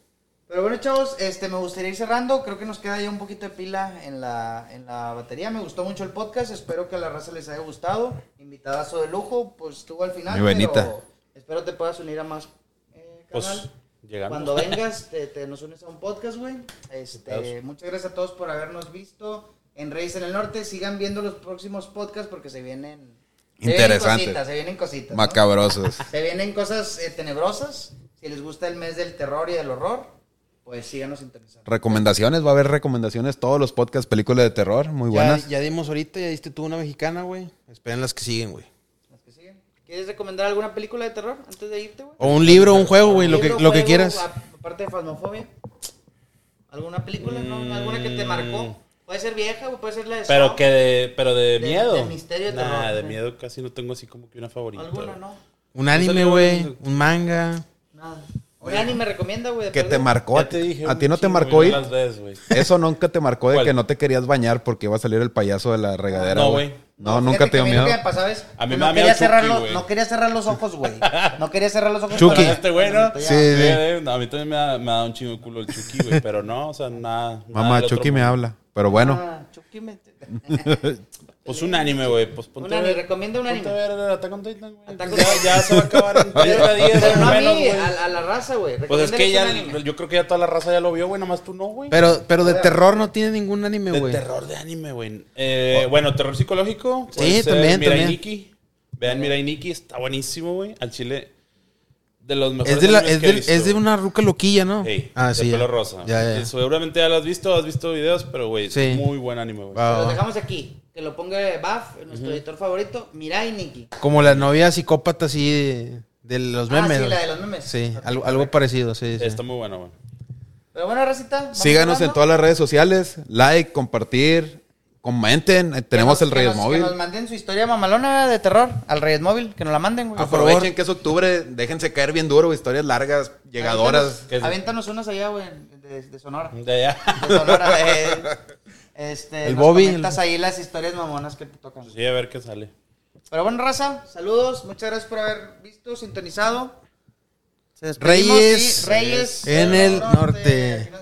Speaker 5: Pero bueno, chavos, este, me gustaría ir cerrando. Creo que nos queda ya un poquito de pila en la, en la batería. Me gustó mucho el podcast. Espero que a la raza les haya gustado. Invitadazo de lujo, pues estuvo al final.
Speaker 2: Muy bonita.
Speaker 5: pero Espero te puedas unir a más. eh,
Speaker 4: Pues,
Speaker 5: carnal.
Speaker 4: llegamos.
Speaker 5: Cuando vengas, te, te nos unes a un podcast, güey. Este,
Speaker 4: Invitados.
Speaker 5: muchas gracias a todos por habernos visto en Reyes en el Norte. Sigan viendo los próximos podcasts porque se vienen. se vienen
Speaker 2: Interesante.
Speaker 5: cositas, Se vienen cositas. ¿no?
Speaker 2: Macabrosos.
Speaker 5: Se vienen cosas eh, tenebrosas. Si les gusta el mes del terror y del horror, pues síganos interesando.
Speaker 2: Recomendaciones, va a haber recomendaciones. Todos los podcasts, películas de terror,
Speaker 1: Ya,
Speaker 2: muy buenas.
Speaker 1: ya dimos ahorita, ya diste tú una mexicana, güey. Esperen las que siguen, güey.
Speaker 5: Las que siguen. ¿Quieres recomendar alguna película de terror antes de irte, güey?
Speaker 1: O un libro, un juego, güey, lo que,
Speaker 5: Libro,
Speaker 1: lo que
Speaker 5: juego,
Speaker 1: quieras.
Speaker 5: a- Aparte de Fasmofobia. ¿Alguna película?
Speaker 1: Mm.
Speaker 5: no? ¿Alguna que te marcó? Puede ser vieja o puede ser la de
Speaker 4: Pero
Speaker 5: Saw.
Speaker 4: que de, pero
Speaker 5: De-
Speaker 4: de, miedo.
Speaker 5: de misterio,
Speaker 4: Nah,
Speaker 5: terror.
Speaker 4: de miedo casi no tengo así como que una favorita.
Speaker 5: ¿Alguna,
Speaker 4: güey.
Speaker 5: no?
Speaker 1: Un anime,
Speaker 4: salió
Speaker 1: güey.
Speaker 4: el-
Speaker 1: Un manga.
Speaker 5: Nada. Oye, ni me recomienda, güey. de
Speaker 2: ¿Qué te
Speaker 5: perder?
Speaker 2: marcó?
Speaker 4: Ya te dije
Speaker 2: ¿A
Speaker 4: un
Speaker 2: ti no te
Speaker 4: chingo,
Speaker 2: marcó
Speaker 4: güey,
Speaker 2: ir?
Speaker 4: no las ves, güey.
Speaker 2: Eso nunca te marcó de
Speaker 4: ¿Cuál?
Speaker 2: que no te querías bañar porque iba a salir el payaso de la regadera.
Speaker 4: No,
Speaker 2: güey.
Speaker 4: güey.
Speaker 2: No,
Speaker 5: Fíjate
Speaker 2: nunca
Speaker 5: que
Speaker 2: te
Speaker 5: a
Speaker 2: dio
Speaker 5: mí lo
Speaker 2: miedo.
Speaker 5: que me pasaba es
Speaker 4: A mí
Speaker 5: que
Speaker 4: me da
Speaker 5: no
Speaker 4: miedo
Speaker 5: quería
Speaker 4: Chucky,
Speaker 5: cerrar los-
Speaker 4: güey.
Speaker 5: no quería cerrar los ojos, güey. No quería cerrar los ojos.
Speaker 1: Chucky.
Speaker 5: para-
Speaker 4: Este güey, ¿no?
Speaker 5: Ya.
Speaker 1: Sí, sí.
Speaker 4: Eh, no, a mí también me ha, me ha dado un chingo de culo el Chucky, güey. Pero no, o sea, nada. nada
Speaker 2: Mamá,
Speaker 4: del Ah, otro
Speaker 2: Chucky me
Speaker 4: mundo.
Speaker 2: habla. Pero bueno,
Speaker 5: Ah, Chucky me-
Speaker 4: Pues un anime, güey. Pues ponte
Speaker 5: Un
Speaker 4: a
Speaker 5: anime,
Speaker 4: ver-
Speaker 5: recomienda un
Speaker 4: ponte
Speaker 5: anime.
Speaker 4: a ver Attack on Titan, güey.
Speaker 5: Attack on
Speaker 4: Ya,
Speaker 5: Titan.
Speaker 4: ya se va a acabar en 30 días.
Speaker 5: Pero no a
Speaker 4: menos,
Speaker 5: mí,
Speaker 4: güey.
Speaker 5: a, a la raza, güey.
Speaker 4: Pues es que
Speaker 5: Recomiéndales
Speaker 4: ya,
Speaker 5: un anime.
Speaker 4: yo creo que ya toda la raza ya lo vio, güey. Nada más tú no, güey.
Speaker 1: Pero, pero de terror no tiene ningún anime,
Speaker 4: De
Speaker 1: güey.
Speaker 4: terror de anime, güey. Eh, bueno, terror psicológico.
Speaker 1: Sí, también,
Speaker 4: Mirai
Speaker 1: también.
Speaker 4: Nikki. Vean Mirai Nikki, está buenísimo, güey. Al chile. de los mejores
Speaker 1: Es de, la-
Speaker 4: animes
Speaker 1: es
Speaker 4: que
Speaker 1: de-
Speaker 4: he visto,
Speaker 1: es de
Speaker 4: güey.
Speaker 1: una ruca loquilla, ¿no?
Speaker 4: Ey,
Speaker 1: ah,
Speaker 4: de
Speaker 1: sí.
Speaker 4: pelo
Speaker 1: ya.
Speaker 4: rosa.
Speaker 1: Ya, ya, ya.
Speaker 4: Seguramente ya lo has visto, has visto videos, pero güey,
Speaker 1: Sí.
Speaker 4: es muy buen anime, güey.
Speaker 1: Va, va,
Speaker 3: Lo
Speaker 1: va.
Speaker 3: dejamos aquí. Que lo ponga Baf, nuestro editor favorito. Mirai Nikki.
Speaker 1: Como la novia psicópata así de, de los
Speaker 3: Ah,
Speaker 1: memes.
Speaker 3: sí,
Speaker 1: güey.
Speaker 3: la de los memes.
Speaker 1: Sí,
Speaker 3: Ok,
Speaker 1: algo, algo parecido, sí. sí.
Speaker 4: Está muy bueno, güey.
Speaker 3: Pero bueno, Racita. ¿vamos
Speaker 2: Síganos en
Speaker 3: cerrando?
Speaker 2: todas las redes sociales, like, compartir, comenten, eh, tenemos
Speaker 3: Que
Speaker 2: el
Speaker 3: nos-
Speaker 2: Reyes
Speaker 3: que nos-
Speaker 2: Móvil.
Speaker 3: Que nos manden su historia mamalona de terror al Reyes Móvil. Que nos la manden,
Speaker 4: Ah,
Speaker 3: güey.
Speaker 1: favor.
Speaker 2: Aprovechen que es octubre, déjense caer bien duro, historias largas, llegadoras.
Speaker 3: Aviéntanos, aviéntanos unas allá, güey, de, de Sonora.
Speaker 4: De allá.
Speaker 3: De Sonora, eh. Este,
Speaker 1: El
Speaker 3: nos
Speaker 1: Bobby,
Speaker 3: comentas
Speaker 1: el-
Speaker 3: ahí las historias mamonas que te tocan.
Speaker 4: Sí, a ver qué sale.
Speaker 3: Pero bueno, raza, saludos. Muchas gracias por haber visto, sintonizado. Se despedimos
Speaker 1: Reyes,
Speaker 3: y Reyes
Speaker 1: en el norte.
Speaker 3: Aquí nos